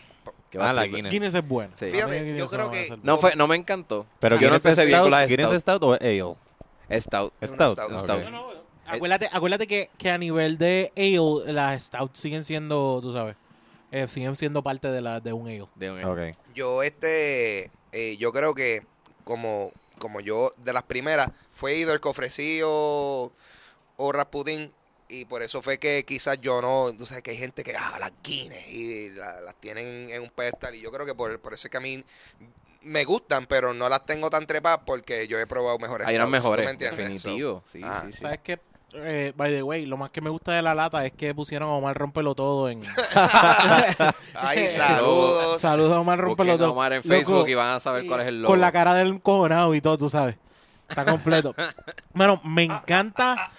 [SPEAKER 4] Que va
[SPEAKER 1] Ah, la
[SPEAKER 4] triple.
[SPEAKER 1] Guinness.
[SPEAKER 3] Guinness es buena.
[SPEAKER 4] Sí.
[SPEAKER 2] Fíjate,
[SPEAKER 3] A mí Guinness
[SPEAKER 2] yo
[SPEAKER 3] es
[SPEAKER 2] creo
[SPEAKER 3] una
[SPEAKER 2] que-
[SPEAKER 3] cerveza.
[SPEAKER 4] No, fue, no me encantó.
[SPEAKER 1] Pero
[SPEAKER 4] Ah, yo no
[SPEAKER 1] Guinness
[SPEAKER 4] empecé bien
[SPEAKER 1] Stout-
[SPEAKER 4] con las
[SPEAKER 1] Guinness
[SPEAKER 4] Stout.
[SPEAKER 1] Stout o Ale.
[SPEAKER 4] Stout.
[SPEAKER 2] Una
[SPEAKER 1] Stout.
[SPEAKER 2] stout.
[SPEAKER 1] ok.
[SPEAKER 4] Stout.
[SPEAKER 3] No, no, acuérdate, acuérdate que, que a nivel de ale, las stouts siguen siendo, tú sabes, eh, siguen siendo parte de, la, de un ale.
[SPEAKER 4] De un-
[SPEAKER 1] Ok.
[SPEAKER 2] Yo este, eh, yo creo que como, como yo de las primeras fue ido el cofrecillo o, o Rasputin y por eso fue que quizás yo no, tú sabes que hay gente que ah, las Guinness y la- las tienen en un pedestal y yo creo que por, por eso es que a mí me gustan, pero no las tengo tan trepadas porque yo he probado mejores.
[SPEAKER 4] Hay unas
[SPEAKER 2] stouts, ¿tú me
[SPEAKER 4] mejores.
[SPEAKER 2] entiendes?
[SPEAKER 4] Definitivo. Sí,
[SPEAKER 2] Ah.
[SPEAKER 4] sí, sí.
[SPEAKER 3] ¿Sabes qué? Eh, by the way, lo más que me gusta de la lata es que pusieron a Omar Rompelo Todo en...
[SPEAKER 2] So, ay, saludos.
[SPEAKER 3] Saludos a Omar
[SPEAKER 4] Busquen
[SPEAKER 3] Rompelo
[SPEAKER 4] a
[SPEAKER 3] Todo.
[SPEAKER 4] Omar en
[SPEAKER 3] Loco,
[SPEAKER 4] Facebook y van a saber cuál es el logo.
[SPEAKER 3] Con la cara del cojonado y todo, tú sabes. Está completo. Mano, me encanta...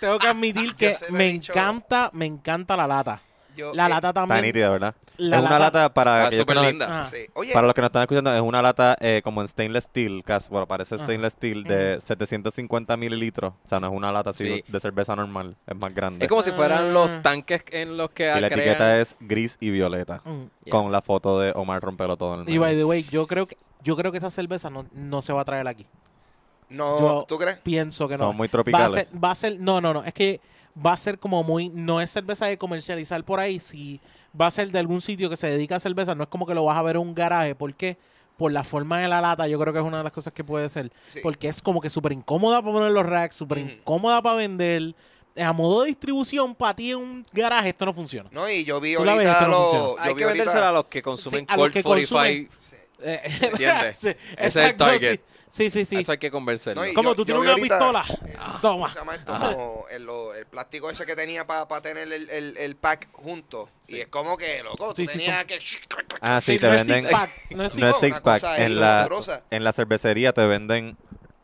[SPEAKER 3] Tengo que admitir que
[SPEAKER 2] Yo se lo he
[SPEAKER 3] me
[SPEAKER 2] dicho.
[SPEAKER 3] encanta, me encanta la lata.
[SPEAKER 2] Yo,
[SPEAKER 3] La
[SPEAKER 2] eh,
[SPEAKER 3] lata
[SPEAKER 1] Está
[SPEAKER 3] también.
[SPEAKER 1] nítida, ¿verdad?
[SPEAKER 3] La
[SPEAKER 1] es una
[SPEAKER 3] lata-
[SPEAKER 1] lata para
[SPEAKER 4] Está
[SPEAKER 1] aquellos que
[SPEAKER 4] súper
[SPEAKER 1] no-
[SPEAKER 4] linda.
[SPEAKER 3] Ajá.
[SPEAKER 2] sí. Oye,
[SPEAKER 1] Para los que nos están escuchando, es una lata eh, como en stainless steel, casi, bueno, parece
[SPEAKER 3] Ajá.
[SPEAKER 1] stainless steel de 750 mililitros. O sea, no es una lata así
[SPEAKER 4] Sí.
[SPEAKER 1] de cerveza normal, es más grande.
[SPEAKER 4] Es como si fueran
[SPEAKER 3] Ah.
[SPEAKER 4] los tanques en los que
[SPEAKER 1] y la
[SPEAKER 4] crean-
[SPEAKER 1] etiqueta es gris y violeta,
[SPEAKER 3] Mm.
[SPEAKER 4] Yeah.
[SPEAKER 1] con la foto de Omar Rompelo todo en el
[SPEAKER 3] Y
[SPEAKER 1] medio.
[SPEAKER 3] by the way, yo creo que yo creo que esa cerveza no, no se va a traer aquí.
[SPEAKER 2] no,
[SPEAKER 3] yo-
[SPEAKER 2] ¿tú crees?
[SPEAKER 3] Pienso que no.
[SPEAKER 1] Son muy
[SPEAKER 3] va a
[SPEAKER 1] tropicales.
[SPEAKER 3] ser, va a ser, no, no, no. Es que va a ser como muy, no es cerveza de comercializar por ahí. Si va a ser de algún sitio que se dedica a cerveza, no es como que lo vas a ver en un garaje. ¿Por qué? Por la forma de la lata, yo creo que es una de las cosas que puede ser.
[SPEAKER 2] Sí.
[SPEAKER 3] Porque es como que súper incómoda para poner en los racks, súper
[SPEAKER 2] Ujú.
[SPEAKER 3] incómoda para vender. Eh, a modo de distribución, para ti en un garaje esto no funciona.
[SPEAKER 2] No, y yo vi
[SPEAKER 3] Tú la ves,
[SPEAKER 2] ahorita
[SPEAKER 3] esto no
[SPEAKER 2] los-
[SPEAKER 3] funciona.
[SPEAKER 2] yo
[SPEAKER 4] Hay
[SPEAKER 2] vi
[SPEAKER 4] que
[SPEAKER 2] ahorita-
[SPEAKER 4] vendérsela a los que consumen
[SPEAKER 3] Sí, a los
[SPEAKER 4] Colt
[SPEAKER 3] que
[SPEAKER 4] 45.
[SPEAKER 3] consumen. Eh,
[SPEAKER 4] ¿Entiendes?
[SPEAKER 3] sí,
[SPEAKER 4] Ese es el
[SPEAKER 3] exacto,
[SPEAKER 4] target.
[SPEAKER 3] Sí, sí, sí.
[SPEAKER 4] Eso hay que convencerlo.
[SPEAKER 2] No, y
[SPEAKER 3] Como
[SPEAKER 2] yo-
[SPEAKER 3] tú
[SPEAKER 2] yo
[SPEAKER 3] tienes
[SPEAKER 2] vi
[SPEAKER 3] una
[SPEAKER 2] ahorita-
[SPEAKER 3] pistola. Ah.
[SPEAKER 2] ¿Cómo
[SPEAKER 3] Toma.
[SPEAKER 2] se llama esto? Como el, lo- el plástico ese que tenía para tener el, el- el pack junto. Y es como que, loco, tú
[SPEAKER 3] Sí, sí,
[SPEAKER 2] tenías
[SPEAKER 3] son-
[SPEAKER 2] que...
[SPEAKER 1] Ah, sí,
[SPEAKER 3] Sí,
[SPEAKER 1] te
[SPEAKER 3] no es
[SPEAKER 1] venden.
[SPEAKER 3] six pack, no es six
[SPEAKER 2] no,
[SPEAKER 1] No es
[SPEAKER 2] una
[SPEAKER 1] six pack.
[SPEAKER 2] cosa ahí
[SPEAKER 1] En la,
[SPEAKER 2] dolorosa.
[SPEAKER 1] en la cervecería te venden,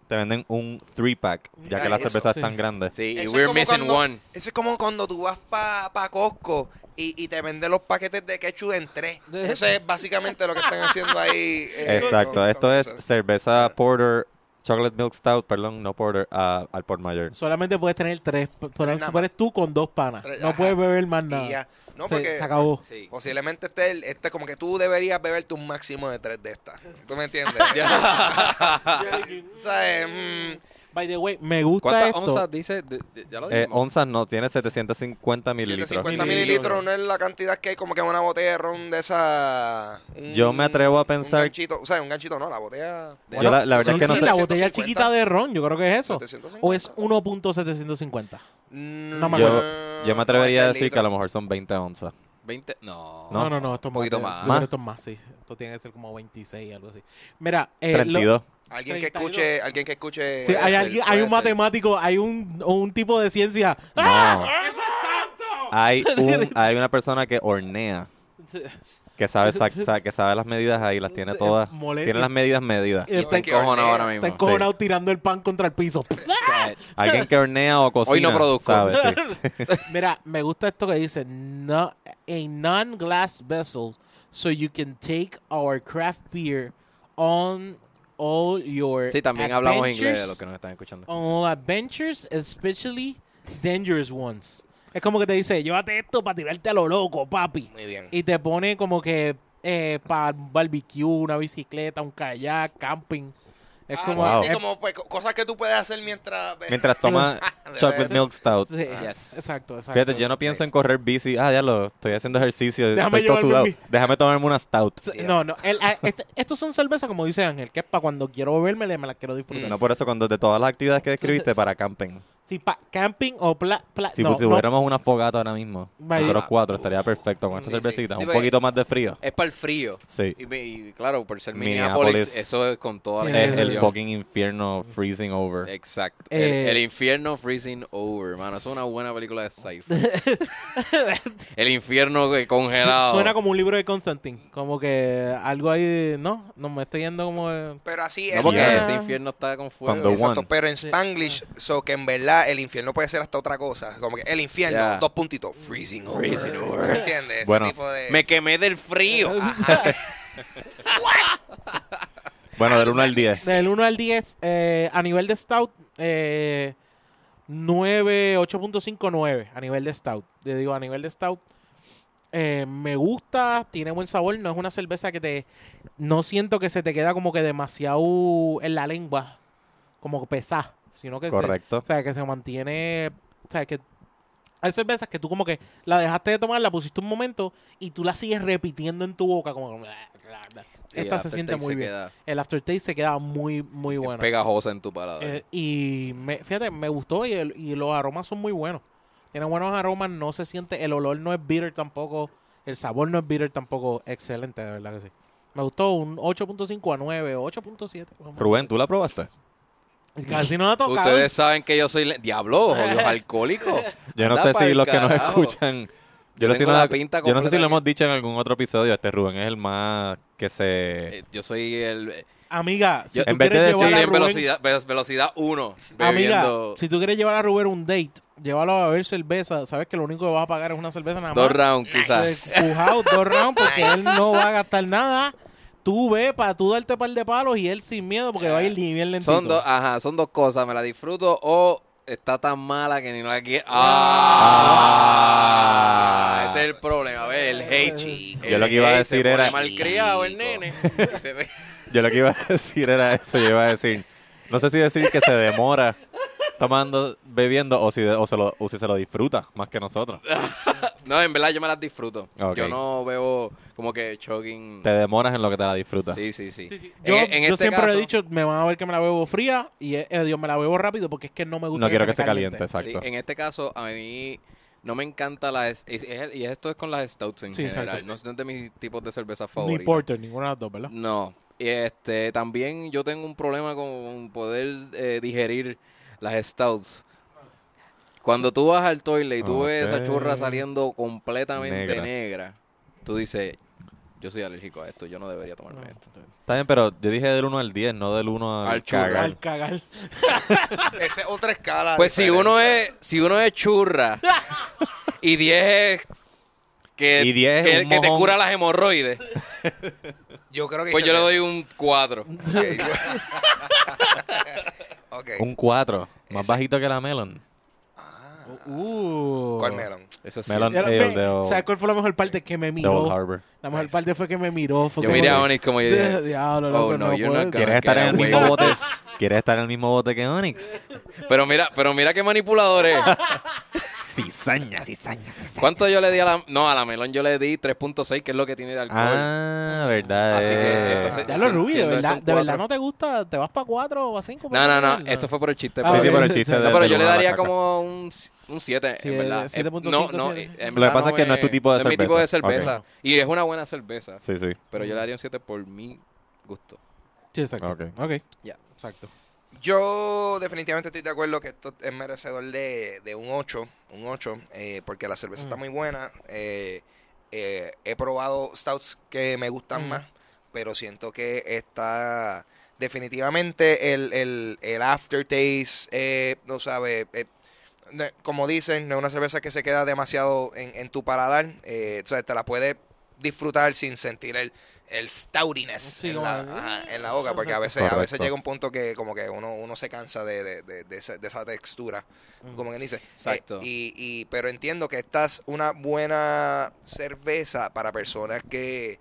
[SPEAKER 1] te venden un three pack, ya
[SPEAKER 2] Mira
[SPEAKER 1] que la
[SPEAKER 2] eso,
[SPEAKER 1] cerveza es
[SPEAKER 3] sí.
[SPEAKER 1] tan grande.
[SPEAKER 4] Sí, y
[SPEAKER 2] Eso es
[SPEAKER 4] we're
[SPEAKER 2] como
[SPEAKER 4] missing
[SPEAKER 2] cuando-
[SPEAKER 4] one.
[SPEAKER 2] Eso es como cuando tú vas para pa Costco y, y te venden los paquetes de ketchup en tres.
[SPEAKER 3] De-
[SPEAKER 2] Eso es básicamente lo que están haciendo ahí. eh,
[SPEAKER 1] Exacto.
[SPEAKER 2] con-
[SPEAKER 1] Esto
[SPEAKER 2] con
[SPEAKER 1] es
[SPEAKER 2] eso.
[SPEAKER 1] cerveza porter, chocolate milk stout, perdón, no porter, a- al por mayor.
[SPEAKER 3] Solamente puedes tener tres. p- Pero
[SPEAKER 2] nada
[SPEAKER 3] eres tú con dos panas.
[SPEAKER 2] Tres,
[SPEAKER 3] No
[SPEAKER 2] ajá.
[SPEAKER 3] puedes beber más
[SPEAKER 2] Y
[SPEAKER 3] nada.
[SPEAKER 2] ya. No,
[SPEAKER 3] se,
[SPEAKER 2] porque
[SPEAKER 3] se acabó.
[SPEAKER 4] Sí.
[SPEAKER 2] posiblemente este, el- este como que tú deberías beberte un máximo de tres de estas. ¿Tú me entiendes? ¿Sabes? Mm,
[SPEAKER 3] By the way, me gusta
[SPEAKER 4] ¿Cuántas
[SPEAKER 3] esto.
[SPEAKER 4] onzas dice? De- de- ya lo
[SPEAKER 1] Eh,
[SPEAKER 4] dijimos.
[SPEAKER 1] onzas no, tiene 750 mililitros.
[SPEAKER 2] 750
[SPEAKER 3] Mililitros.
[SPEAKER 2] mililitros no es la cantidad que hay como que una botella de ron de esa... un-
[SPEAKER 1] Yo me atrevo a pensar-
[SPEAKER 2] Un ganchito, o sea, un ganchito no, la botella...
[SPEAKER 1] Yo la- la verdad
[SPEAKER 3] Sí,
[SPEAKER 1] es que no
[SPEAKER 3] sí,
[SPEAKER 1] sé-
[SPEAKER 3] la botella chiquita de ron, yo creo que es eso.
[SPEAKER 2] 750.
[SPEAKER 3] O es 1.750.
[SPEAKER 2] No
[SPEAKER 3] No me
[SPEAKER 1] Yo,
[SPEAKER 2] acuerdo.
[SPEAKER 1] yo me atrevería a
[SPEAKER 2] Puede ser
[SPEAKER 1] decir que a lo
[SPEAKER 2] litro.
[SPEAKER 1] mejor son 20 onzas.
[SPEAKER 4] 20. No.
[SPEAKER 3] No, no, no, esto es
[SPEAKER 4] Un poquito
[SPEAKER 3] más.
[SPEAKER 4] más.
[SPEAKER 3] Yo creo
[SPEAKER 1] ¿Más?
[SPEAKER 3] que Esto es más, sí. Esto tiene que ser como 26, algo así. Mira, eh, lo-
[SPEAKER 1] 32.
[SPEAKER 2] Alguien que
[SPEAKER 3] 32.
[SPEAKER 2] escuche, alguien que escuche...
[SPEAKER 3] sí,
[SPEAKER 2] puede
[SPEAKER 3] hay,
[SPEAKER 2] ser,
[SPEAKER 3] alguien-
[SPEAKER 2] puede
[SPEAKER 3] hay un
[SPEAKER 2] ser.
[SPEAKER 3] matemático, hay un, o un tipo de ciencia.
[SPEAKER 1] No. ¡Ah!
[SPEAKER 3] ¡Ah!
[SPEAKER 1] Hay, un- hay una persona que hornea. Que sabe, sa- sa- que sabe las medidas ahí, las
[SPEAKER 3] Eh,
[SPEAKER 1] tiene todas.
[SPEAKER 3] Molesto.
[SPEAKER 1] Tiene las medidas medidas.
[SPEAKER 3] Y está,
[SPEAKER 2] Yo que
[SPEAKER 4] Cojones
[SPEAKER 2] hornea.
[SPEAKER 4] ahora
[SPEAKER 3] está
[SPEAKER 4] mismo.
[SPEAKER 3] encojonado tirando el pan contra el piso.
[SPEAKER 1] Alguien que hornea o cocina.
[SPEAKER 4] Hoy no produzco.
[SPEAKER 1] sabe, sí.
[SPEAKER 3] Mira, me gusta esto que dice, no, a non-glass vessel so you can take our craft beer on all your
[SPEAKER 4] Sí, también hablamos inglés de
[SPEAKER 3] adventures,
[SPEAKER 4] los que nos están escuchando.
[SPEAKER 3] On all adventures, especially dangerous ones. Es como que te dice, llévate esto para tirarte a lo loco, papi.
[SPEAKER 2] Muy bien.
[SPEAKER 3] Y te pone como que para un barbecue, una bicicleta, un kayak, camping. Es
[SPEAKER 2] Ah,
[SPEAKER 3] como...
[SPEAKER 2] sí,
[SPEAKER 1] Wow.
[SPEAKER 2] sí,
[SPEAKER 3] es-
[SPEAKER 2] como pues, co- cosas que tú puedes hacer mientras...
[SPEAKER 1] Mientras toma chocolate milk stout.
[SPEAKER 3] sí,
[SPEAKER 4] Yes.
[SPEAKER 3] Exacto, exacto.
[SPEAKER 1] Fíjate, yo no pienso en correr bici. Ah, ya lo estoy haciendo ejercicio.
[SPEAKER 3] Déjame
[SPEAKER 1] estoy todo
[SPEAKER 3] llevarme
[SPEAKER 1] sudado.
[SPEAKER 3] mi-
[SPEAKER 1] Déjame tomarme una stout.
[SPEAKER 3] No, no. el- a- este- estos son cervezas, como dice Ángel, que es para cuando quiero beberme, me las quiero disfrutar.
[SPEAKER 1] No por eso, cuando de todas las actividades que describiste, para camping.
[SPEAKER 3] Si pa- camping o pla, pla-
[SPEAKER 1] pues, Si
[SPEAKER 3] no, no.
[SPEAKER 1] tuviéramos una fogata ahora mismo,
[SPEAKER 3] Vaya.
[SPEAKER 1] nosotros cuatro estaría perfecto con esta
[SPEAKER 4] Sí, sí.
[SPEAKER 1] cervecita.
[SPEAKER 4] Sí,
[SPEAKER 1] un
[SPEAKER 4] porque-
[SPEAKER 1] poquito más de frío.
[SPEAKER 4] Es para el frío.
[SPEAKER 1] Sí.
[SPEAKER 4] Y, me- y claro, por ser
[SPEAKER 1] Minneapolis.
[SPEAKER 4] Minneapolis, eso es con toda la
[SPEAKER 3] Tiene
[SPEAKER 1] Es el
[SPEAKER 4] intención.
[SPEAKER 1] fucking infierno freezing over.
[SPEAKER 4] Exacto.
[SPEAKER 3] Eh,
[SPEAKER 4] el, el infierno freezing over, mano. Es una buena película de sci-fi. el infierno eh, congelado.
[SPEAKER 3] Su- Suena como un libro de Constantine. Como que algo ahí, de- no, no me estoy yendo como de-
[SPEAKER 2] Pero así
[SPEAKER 4] No,
[SPEAKER 2] es.
[SPEAKER 4] porque
[SPEAKER 1] Yeah.
[SPEAKER 4] ese infierno está con fuego.
[SPEAKER 1] Cuando
[SPEAKER 4] Exacto.
[SPEAKER 2] Exacto,
[SPEAKER 1] One.
[SPEAKER 2] pero en Spanglish, so que en verdad el infierno puede ser hasta otra cosa. Como que el infierno,
[SPEAKER 4] Ya.
[SPEAKER 2] dos puntitos, freezing over.
[SPEAKER 4] Freezing over.
[SPEAKER 2] ¿Me entiendes? Ese
[SPEAKER 1] Bueno,
[SPEAKER 2] tipo de...
[SPEAKER 4] Me quemé del frío.
[SPEAKER 1] Bueno,
[SPEAKER 4] Ah,
[SPEAKER 1] del 1 al 10.
[SPEAKER 3] Del 1 al 10, eh, a nivel de stout, eh, 9, 8.59 a nivel de stout. Te digo, a nivel de stout, eh, me gusta, tiene buen sabor, no es una cerveza que te... No siento que se te queda como que demasiado en la lengua, como pesada, sino que se-
[SPEAKER 1] Correcto.
[SPEAKER 3] o sea, que se mantiene. O sea, que hay cervezas que tú como que la dejaste de tomar, la pusiste un momento y tú la sigues repitiendo en tu boca. Como. "Ah,
[SPEAKER 4] Sí,
[SPEAKER 3] Esta
[SPEAKER 4] el
[SPEAKER 3] se siente
[SPEAKER 4] aftertaste
[SPEAKER 3] muy bien.
[SPEAKER 4] queda
[SPEAKER 3] El aftertaste se queda muy, muy bueno.
[SPEAKER 4] Pegajosa en tu paladar.
[SPEAKER 3] Eh, y me, fíjate, me gustó y, el- y los aromas son muy buenos. Tiene buenos aromas, no se siente. El olor no es bitter tampoco. El sabor no es bitter tampoco. Excelente, de verdad que sí. Me gustó un 8.5 a 9, 8.7.
[SPEAKER 1] Rubén, ¿tú la probaste?
[SPEAKER 3] Casi no la tocado.
[SPEAKER 4] Ustedes saben que yo soy... le- Diablo, jodidos alcohólicos.
[SPEAKER 3] Eh.
[SPEAKER 1] Yo no
[SPEAKER 4] Anda
[SPEAKER 1] sé
[SPEAKER 4] pa'l
[SPEAKER 1] si los que nos
[SPEAKER 4] carajo.
[SPEAKER 1] escuchan. Yo,
[SPEAKER 4] Yo
[SPEAKER 1] no sé si
[SPEAKER 4] tengo
[SPEAKER 1] nos-
[SPEAKER 4] la pinta
[SPEAKER 1] yo no sé si
[SPEAKER 4] completa
[SPEAKER 1] lo hemos dicho en algún otro episodio. Este Rubén es el más que se.
[SPEAKER 4] Eh, Yo soy el...
[SPEAKER 3] Amiga, si
[SPEAKER 4] Yo-
[SPEAKER 3] tú
[SPEAKER 1] en vez de
[SPEAKER 3] quieres
[SPEAKER 1] decir-
[SPEAKER 3] llevar a
[SPEAKER 4] estoy en
[SPEAKER 3] Rubén- Ah,
[SPEAKER 4] velocidad, ve- velocidad 1.
[SPEAKER 3] Amiga,
[SPEAKER 4] Bebiendo
[SPEAKER 3] si tú quieres llevar a Ruber un date, llévalo a beber cerveza. Sabes que lo único que vas a pagar es una cerveza nada más.
[SPEAKER 4] dos rounds quizás.
[SPEAKER 3] De Pues, cujao, dos rounds, porque él no va a gastar nada. Tú ve para tú darte par de palos y él sin miedo porque va a ir bien lentito.
[SPEAKER 4] Son dos, ajá, son dos cosas. Me la disfruto o está tan mala que ni la quiero.
[SPEAKER 1] Ah.
[SPEAKER 4] ¡Ah! Ese es el problema. A ver, el Heichi.
[SPEAKER 1] Yo lo que iba a decir era-
[SPEAKER 4] Malcriado el nene.
[SPEAKER 1] Yo lo que iba a decir era eso. Yo iba a decir. No sé si decir que se demora tomando, bebiendo o si, o, se lo, o si se lo disfruta más que nosotros.
[SPEAKER 4] No, en verdad yo me las disfruto.
[SPEAKER 1] Ok.
[SPEAKER 4] Yo no veo como que chugging.
[SPEAKER 1] Te demoras en lo que te la disfrutas.
[SPEAKER 4] Sí, sí, sí.
[SPEAKER 3] Yo,
[SPEAKER 4] En- en
[SPEAKER 3] yo
[SPEAKER 4] este
[SPEAKER 3] siempre
[SPEAKER 4] caso-
[SPEAKER 3] he dicho, me van a ver que me la bebo fría y eh, eh, Dios me la bebo rápido porque es que no me gusta.
[SPEAKER 1] no quiero que
[SPEAKER 3] me
[SPEAKER 1] se caliente, exacto.
[SPEAKER 4] Sí, en este caso, a mí no me encanta las... es- es- y esto es con las stouts en
[SPEAKER 3] Sí, exacto.
[SPEAKER 4] general. No son de mis tipos de cerveza
[SPEAKER 3] Ni
[SPEAKER 4] favoritos.
[SPEAKER 3] porter, ninguna de las dos, ¿verdad?
[SPEAKER 4] No. Y, Este, también yo tengo un problema con poder eh, digerir las stouts. Cuando tú vas al toilet y tú ves esa
[SPEAKER 1] Ok.
[SPEAKER 4] churra saliendo completamente
[SPEAKER 1] Negra.
[SPEAKER 4] negra. tú dices, yo soy alérgico a esto, yo no debería tomarme
[SPEAKER 3] Ah,
[SPEAKER 4] esto.
[SPEAKER 1] Está bien, pero yo dije del 1 al 10, no del 1 al,
[SPEAKER 4] Al churro.
[SPEAKER 1] cagar.
[SPEAKER 3] Al cagar.
[SPEAKER 2] Esa es otra escala.
[SPEAKER 4] Pues si
[SPEAKER 2] diferente.
[SPEAKER 4] uno es, si uno es churra y 10 es que,
[SPEAKER 1] Y 10 es
[SPEAKER 4] que,
[SPEAKER 1] un
[SPEAKER 4] que te
[SPEAKER 1] mojón.
[SPEAKER 4] cura las hemorroides,
[SPEAKER 2] Yo creo que.
[SPEAKER 4] pues yo le doy un 4.
[SPEAKER 2] Ok.
[SPEAKER 1] Un 4, más bajito que la melon.
[SPEAKER 4] Ah.
[SPEAKER 3] Uh.
[SPEAKER 2] ¿Cuál melon?
[SPEAKER 4] Eso sí.
[SPEAKER 1] Melon
[SPEAKER 3] Era-
[SPEAKER 1] ale
[SPEAKER 3] ve,
[SPEAKER 1] de Old-
[SPEAKER 3] ¿Sabes cuál fue la mejor parte? Que me
[SPEAKER 1] de Old
[SPEAKER 3] miró.
[SPEAKER 1] Harbor.
[SPEAKER 3] La mejor parte fue que me miró. fue
[SPEAKER 4] Yo
[SPEAKER 3] como
[SPEAKER 4] miré
[SPEAKER 3] que-
[SPEAKER 4] a Onyx como yo
[SPEAKER 3] de-
[SPEAKER 4] dije,
[SPEAKER 3] Diablo,
[SPEAKER 4] Oh,
[SPEAKER 3] loco,
[SPEAKER 4] no,
[SPEAKER 3] no
[SPEAKER 4] you're
[SPEAKER 3] puedo.
[SPEAKER 4] not gonna-
[SPEAKER 1] ¿Quieres estar en el
[SPEAKER 4] Cara,
[SPEAKER 1] mismo
[SPEAKER 4] güey.
[SPEAKER 1] bote? ¿Quieres estar en el mismo bote que Onyx?
[SPEAKER 4] pero mira, pero mira qué manipulador es.
[SPEAKER 1] Cizaña, cizaña, cizaña.
[SPEAKER 4] ¿Cuánto yo le di a la... No, a la melón yo le di 3.6, que es lo que tiene de alcohol.
[SPEAKER 1] Ah, verdad.
[SPEAKER 4] Así que,
[SPEAKER 1] eh.
[SPEAKER 4] entonces-
[SPEAKER 3] Ya lo
[SPEAKER 4] Siendo
[SPEAKER 3] rubio, de
[SPEAKER 4] esto un
[SPEAKER 3] verdad, de
[SPEAKER 4] cuatro.
[SPEAKER 3] verdad no te gusta, te vas para 4 o a 5.
[SPEAKER 4] no, no, no, esto fue por el chiste.
[SPEAKER 3] Ah,
[SPEAKER 1] Sí, sí,
[SPEAKER 4] pero-
[SPEAKER 3] ok.
[SPEAKER 1] por el chiste
[SPEAKER 4] No,
[SPEAKER 1] de-
[SPEAKER 4] pero
[SPEAKER 1] del
[SPEAKER 4] yo
[SPEAKER 1] uno
[SPEAKER 4] le
[SPEAKER 1] a la
[SPEAKER 4] daría
[SPEAKER 1] caca.
[SPEAKER 4] como un 7,
[SPEAKER 3] Sí,
[SPEAKER 4] en verdad.
[SPEAKER 3] siete
[SPEAKER 4] Eh,
[SPEAKER 3] punto
[SPEAKER 4] no,
[SPEAKER 3] cinco,
[SPEAKER 4] no,
[SPEAKER 3] siete.
[SPEAKER 4] en
[SPEAKER 1] Lo que
[SPEAKER 4] verdad
[SPEAKER 1] pasa es que no es tu tipo de
[SPEAKER 4] es mi tipo de
[SPEAKER 1] cerveza.
[SPEAKER 4] cerveza. Y es una buena cerveza.
[SPEAKER 1] Sí, sí.
[SPEAKER 4] Pero yo le daría un 7 por mi gusto.
[SPEAKER 3] Sí, exacto.
[SPEAKER 1] Ok.
[SPEAKER 3] Ok.
[SPEAKER 4] Ya.
[SPEAKER 3] Exacto.
[SPEAKER 2] Yo definitivamente estoy de acuerdo que esto es merecedor de, de un 8, un 8, eh, porque la cerveza
[SPEAKER 3] Mm.
[SPEAKER 2] está muy buena. eh, eh, he probado stouts que me gustan
[SPEAKER 3] Mm.
[SPEAKER 2] más, pero siento que está definitivamente el, el, el aftertaste, eh, no sabes, eh, ne- como dicen, no es una cerveza que se queda demasiado en, en tu paladar, eh, o sea, te la puedes disfrutar sin sentir el, el stoutiness
[SPEAKER 3] Sí,
[SPEAKER 2] en,
[SPEAKER 3] como
[SPEAKER 2] la,
[SPEAKER 3] de-
[SPEAKER 2] ajá, en la boca, porque a veces, a veces
[SPEAKER 1] Correcto.
[SPEAKER 2] llega un punto que como que uno, uno se cansa de, de- de- de esa, de esa textura, como que dice. Eh,
[SPEAKER 4] Exacto.
[SPEAKER 2] y, y- pero entiendo que esta es una buena cerveza para personas que,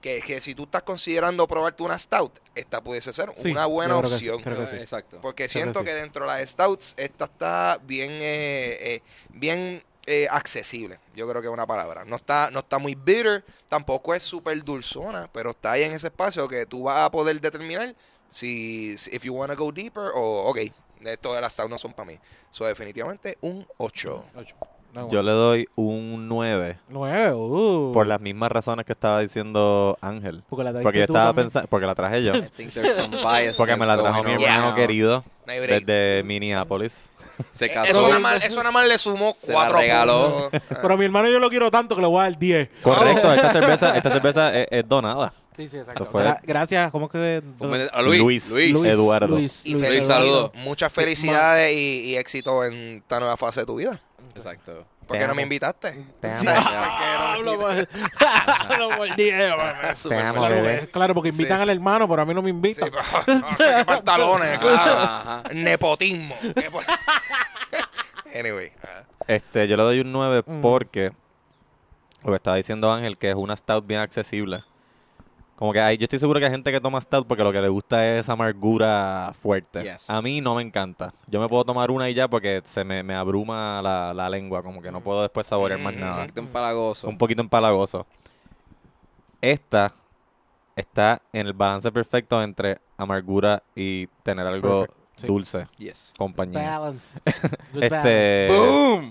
[SPEAKER 2] que, que si tú estás considerando probarte una stout, esta pudiese ser
[SPEAKER 3] Sí,
[SPEAKER 2] una buena
[SPEAKER 3] yo creo que sí,
[SPEAKER 2] opción.
[SPEAKER 3] creo que sí.
[SPEAKER 4] Exacto.
[SPEAKER 2] Porque
[SPEAKER 3] Creo que
[SPEAKER 2] siento
[SPEAKER 3] sí.
[SPEAKER 2] que dentro de las stouts, esta está bien, eh, eh, bien eh, accesible. Yo creo que es una palabra. No está, no está muy bitter, tampoco es súper dulzona, pero está ahí en ese espacio que tú vas a poder determinar si, si if you wanna go deeper o, ok, esto de las stouts no son para mí. So, definitivamente un 8.
[SPEAKER 3] 8.
[SPEAKER 1] Yo le doy un 9
[SPEAKER 3] 9, uh.
[SPEAKER 1] por las mismas razones que estaba diciendo Ángel.
[SPEAKER 3] Porque la trajiste
[SPEAKER 1] Porque yo
[SPEAKER 3] tú
[SPEAKER 1] estaba
[SPEAKER 3] también.
[SPEAKER 1] pensando, porque la traje yo.
[SPEAKER 4] I think there's some bias
[SPEAKER 1] Porque me la
[SPEAKER 4] that's
[SPEAKER 1] trajo mi
[SPEAKER 4] going
[SPEAKER 1] hermano
[SPEAKER 4] around.
[SPEAKER 1] querido
[SPEAKER 2] No hay break.
[SPEAKER 1] desde Minneapolis.
[SPEAKER 4] Se
[SPEAKER 2] Eh, Eso
[SPEAKER 4] casó.
[SPEAKER 2] nada más, eso nada más le sumó
[SPEAKER 4] Se la
[SPEAKER 2] 4
[SPEAKER 4] regaló.
[SPEAKER 2] puntos. Ah,
[SPEAKER 3] Pero a mi hermano yo lo quiero tanto que le voy a dar 10.
[SPEAKER 4] Oh.
[SPEAKER 1] Correcto, esta cerveza, esta cerveza es, es donada.
[SPEAKER 3] Sí, sí,
[SPEAKER 1] Esto fue- Gra-
[SPEAKER 3] gracias, ¿cómo que
[SPEAKER 4] Fue- a Luis. Luis.
[SPEAKER 1] Luis. Eduardo.
[SPEAKER 2] Y
[SPEAKER 4] Luis,
[SPEAKER 2] feliz-
[SPEAKER 4] saludo.
[SPEAKER 2] Muchas felicidades y, y éxito en esta nueva fase de tu vida.
[SPEAKER 4] Exacto.
[SPEAKER 2] ¿Por
[SPEAKER 1] Te
[SPEAKER 2] qué no
[SPEAKER 1] amo.
[SPEAKER 2] me invitaste?
[SPEAKER 1] Te amo.
[SPEAKER 4] Ah,
[SPEAKER 3] Hablo por- hablo por 10.
[SPEAKER 1] Te amo,
[SPEAKER 3] Claro,
[SPEAKER 1] bebé.
[SPEAKER 3] claro, porque invitan
[SPEAKER 2] Sí, sí.
[SPEAKER 3] al hermano, pero a mí no me
[SPEAKER 2] Sí,
[SPEAKER 3] invitan.
[SPEAKER 2] pero- qué pantalones, claro.
[SPEAKER 4] Ajá.
[SPEAKER 2] Nepotismo. Qué po- anyway. ah.
[SPEAKER 1] Este, yo le doy un 9
[SPEAKER 3] Ujú.
[SPEAKER 1] porque lo que estaba diciendo Ángel, que es una stout bien accesible. Como que hay, yo estoy seguro que hay gente que toma stout porque lo que le gusta es esa amargura fuerte.
[SPEAKER 4] Yes.
[SPEAKER 1] A mí no me encanta. Yo me puedo tomar una y ya porque se me, me abruma la, la lengua, como que no puedo después saborear más
[SPEAKER 2] Mm.
[SPEAKER 1] nada.
[SPEAKER 3] Mm-hmm.
[SPEAKER 4] Un empalagoso.
[SPEAKER 1] Un poquito empalagoso. Esta está en el balance perfecto entre amargura y tener algo
[SPEAKER 3] Perfect, sí.
[SPEAKER 1] dulce,
[SPEAKER 4] Yes.
[SPEAKER 1] compañía.
[SPEAKER 3] Balance. Good
[SPEAKER 1] Este,
[SPEAKER 3] balance.
[SPEAKER 4] ¡Boom!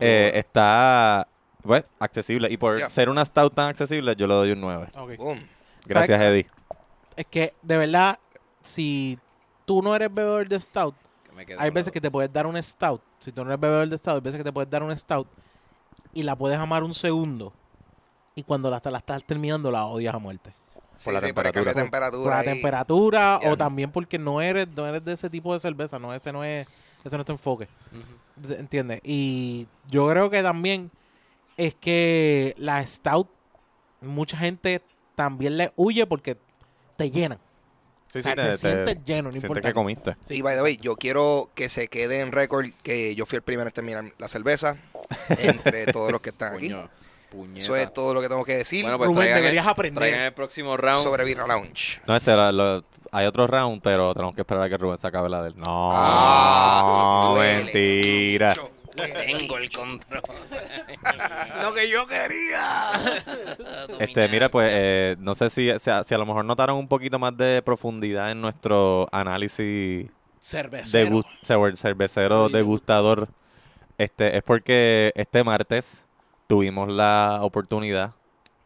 [SPEAKER 1] eh, está pues, accesible. Y por
[SPEAKER 2] Yeah.
[SPEAKER 1] ser una stout tan accesible, yo le doy un 9.
[SPEAKER 3] Ok.
[SPEAKER 2] Boom.
[SPEAKER 1] Gracias, Eddie.
[SPEAKER 3] Es que, de verdad, si tú no eres bebedor de stout,
[SPEAKER 4] Me quedo
[SPEAKER 3] hay
[SPEAKER 4] con
[SPEAKER 3] veces
[SPEAKER 4] la-
[SPEAKER 3] que te puedes dar un stout. Si tú no eres bebedor de stout, hay veces que te puedes dar un stout y la puedes amar un segundo. Y cuando la, la estás terminando, la odias a muerte.
[SPEAKER 2] Sí,
[SPEAKER 1] la
[SPEAKER 2] sí, pero
[SPEAKER 1] temperatura.
[SPEAKER 2] cambia temperatura.
[SPEAKER 3] Por la
[SPEAKER 2] ahí.
[SPEAKER 3] temperatura
[SPEAKER 2] Ya.
[SPEAKER 3] o también porque no eres, no eres de ese tipo de cerveza. No, ese no es, ese no es tu enfoque.
[SPEAKER 4] Ujú.
[SPEAKER 3] ¿Te- ¿Entiendes? Y yo creo que también es que la stout, mucha gente también le huye porque te llenan.
[SPEAKER 1] Sí,
[SPEAKER 3] O sea, te, sientes lleno, no importa.
[SPEAKER 1] que comiste.
[SPEAKER 2] Y by the way, yo quiero que se quede en récord que yo fui el primero en terminar la cerveza entre todos los que están aquí.
[SPEAKER 4] Coño. Puñeta.
[SPEAKER 2] Eso es todo lo que tengo que decir
[SPEAKER 4] Bueno, pues
[SPEAKER 3] Rubén,
[SPEAKER 4] traigan el-
[SPEAKER 3] deberías aprender.
[SPEAKER 4] traigan el próximo round.
[SPEAKER 2] sobre Vino Lounge.
[SPEAKER 1] No, este, la- la- hay otro round, pero tenemos que esperar a que Rubén se acabe la del. No.
[SPEAKER 2] Ah,
[SPEAKER 1] Mentira.
[SPEAKER 2] Yo,
[SPEAKER 4] Tengo el control.
[SPEAKER 2] Lo que yo quería.
[SPEAKER 1] Este, mira, pues eh, no sé si, si, a, si a lo mejor notaron un poquito más de profundidad en nuestro análisis
[SPEAKER 3] Cerveza.
[SPEAKER 1] de cervecero degustador. Este, es porque este martes tuvimos la oportunidad